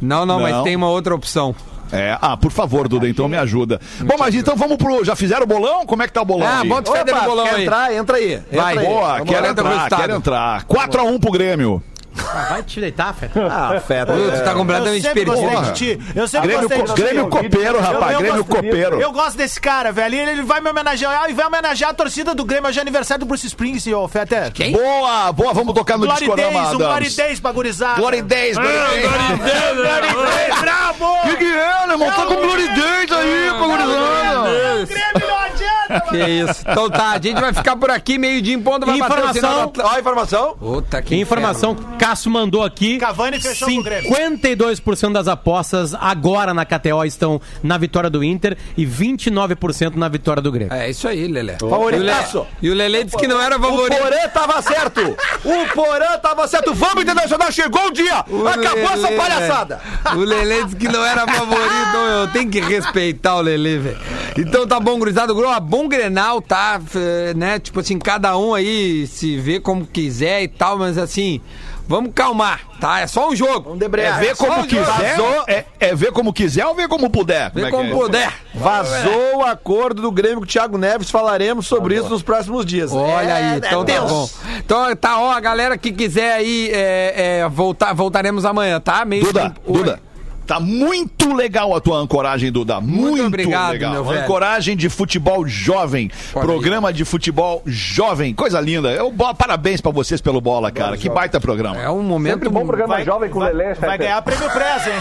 [SPEAKER 1] Não, não, mas
[SPEAKER 2] Não.
[SPEAKER 1] tem uma outra opção.
[SPEAKER 2] É, ah, por favor, Duda, então me ajuda. Bom, mas então vamos pro... Já fizeram o bolão? Como é que tá o bolão
[SPEAKER 1] tá. Ah,
[SPEAKER 2] aí?
[SPEAKER 1] bota o Feder no bolão
[SPEAKER 4] quer
[SPEAKER 1] aí.
[SPEAKER 4] entrar? Entra aí. Entra
[SPEAKER 1] Vai.
[SPEAKER 4] aí.
[SPEAKER 2] Boa,
[SPEAKER 1] Vamos
[SPEAKER 2] quero
[SPEAKER 1] lá, tá
[SPEAKER 2] entrar,
[SPEAKER 1] gostado.
[SPEAKER 2] quero entrar. 4x1 pro Grêmio.
[SPEAKER 5] Ah, vai te deitar, Feta.
[SPEAKER 4] Ah, Feta.
[SPEAKER 1] Ô, Tu tá
[SPEAKER 3] Eu
[SPEAKER 1] completamente
[SPEAKER 3] sempre
[SPEAKER 1] perdido.
[SPEAKER 3] gostei de ti. Eu sempre
[SPEAKER 2] Grêmio,
[SPEAKER 3] gostei
[SPEAKER 2] co
[SPEAKER 3] de ti.
[SPEAKER 2] Grêmio copeiro, rapaz,
[SPEAKER 3] eu
[SPEAKER 2] Grêmio
[SPEAKER 3] gosto-
[SPEAKER 2] copeiro.
[SPEAKER 3] Eu gosto desse cara, velho. E Ele, ele vai me homenagear ah, e vai homenagear a torcida do Grêmio. Hoje é aniversário do Bruce Springsteen, ô Fetter. Quem?
[SPEAKER 2] Boa, boa, vamos tocar no
[SPEAKER 3] Glory
[SPEAKER 2] discorama,
[SPEAKER 3] Days, um Glory
[SPEAKER 2] é Adams.
[SPEAKER 3] Days pra gurizada.
[SPEAKER 2] Glory Days,
[SPEAKER 1] Ah,
[SPEAKER 2] Glory Days.
[SPEAKER 3] Bravo!
[SPEAKER 2] Que que é, né, irmão? Tá com Glory Days aí, pra gurizada.
[SPEAKER 3] Grêmio não adianta!
[SPEAKER 1] Que isso. Então tá, a gente vai ficar por aqui, meio-dia em ponto, vai bater o sinal
[SPEAKER 5] Informação.
[SPEAKER 1] da...
[SPEAKER 4] Ó, a informação.
[SPEAKER 1] Puta que
[SPEAKER 5] Que informação que o Cássio mandou aqui.
[SPEAKER 3] Cavani fechou com o Grêmio.
[SPEAKER 5] 52% das apostas agora na KTO estão na vitória do Inter e 29% na vitória do Grêmio.
[SPEAKER 1] inferno. É isso aí, Lelé.
[SPEAKER 4] Favoritaço.
[SPEAKER 1] E o Lelê disse que não era
[SPEAKER 4] O
[SPEAKER 1] favorito.
[SPEAKER 4] Porã tava certo! O Porã tava certo! Vamos, Internacional! Chegou o dia!
[SPEAKER 1] O
[SPEAKER 4] Acabou essa
[SPEAKER 1] Lelê,
[SPEAKER 4] palhaçada!
[SPEAKER 1] velho. O Lelê disse que não era favorito, então eu tenho que respeitar o Lelê, velho. Então tá bom, gurizada. Groa, bom Grenal, tá? F- Né? Tipo assim, cada um aí se vê como quiser e tal, mas assim, vamos calmar, tá? É só um jogo. Vamos
[SPEAKER 4] debrear.
[SPEAKER 1] É
[SPEAKER 2] Ver como quiser. É, é ver como quiser ou ver como puder?
[SPEAKER 1] Vê
[SPEAKER 2] é que
[SPEAKER 1] como
[SPEAKER 2] é?
[SPEAKER 1] puder.
[SPEAKER 4] Vazou o acordo do Grêmio com o Thiago Neves, falaremos sobre isso nos próximos dias.
[SPEAKER 1] Olha
[SPEAKER 4] É,
[SPEAKER 1] aí, então tá
[SPEAKER 4] Deus.
[SPEAKER 1] bom. Então tá, ó, a galera que quiser aí, é, é, voltar, voltaremos amanhã, tá? Meio
[SPEAKER 2] Duda,
[SPEAKER 1] tempo- Oi.
[SPEAKER 2] Duda. Tá muito legal a tua ancoragem, Duda. Muito,
[SPEAKER 1] obrigado,
[SPEAKER 2] legal.
[SPEAKER 1] meu velho.
[SPEAKER 2] Ancoragem de futebol jovem.
[SPEAKER 1] Olha
[SPEAKER 2] programa de futebol jovem. Coisa linda. Eu, bo- parabéns pra vocês pelo bola, cara. que baita programa.
[SPEAKER 1] É um momento...
[SPEAKER 6] Sempre bom programa
[SPEAKER 3] Vai-
[SPEAKER 6] jovem com
[SPEAKER 3] vai-
[SPEAKER 6] Lelê,
[SPEAKER 3] Vai
[SPEAKER 6] Fetter.
[SPEAKER 3] ganhar prêmio Preza, hein?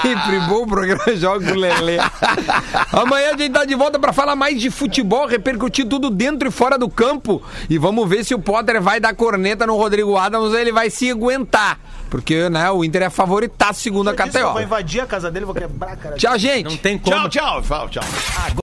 [SPEAKER 1] Sempre bom o programa Joga o Lelê. Amanhã a gente tá de volta pra falar mais de futebol, repercutir tudo dentro e fora do campo. E vamos ver se o Potter vai dar corneta no Rodrigo Adams ou ele vai se aguentar. Porque né, o Inter é favoritaço segundo a
[SPEAKER 3] Eu disse que eu Vou
[SPEAKER 1] KTO.
[SPEAKER 3] invadir a casa dele, vou quebrar a cara dele.
[SPEAKER 1] Tchau, gente.
[SPEAKER 5] Não tem como.
[SPEAKER 2] Tchau, tchau. Tchau, tchau.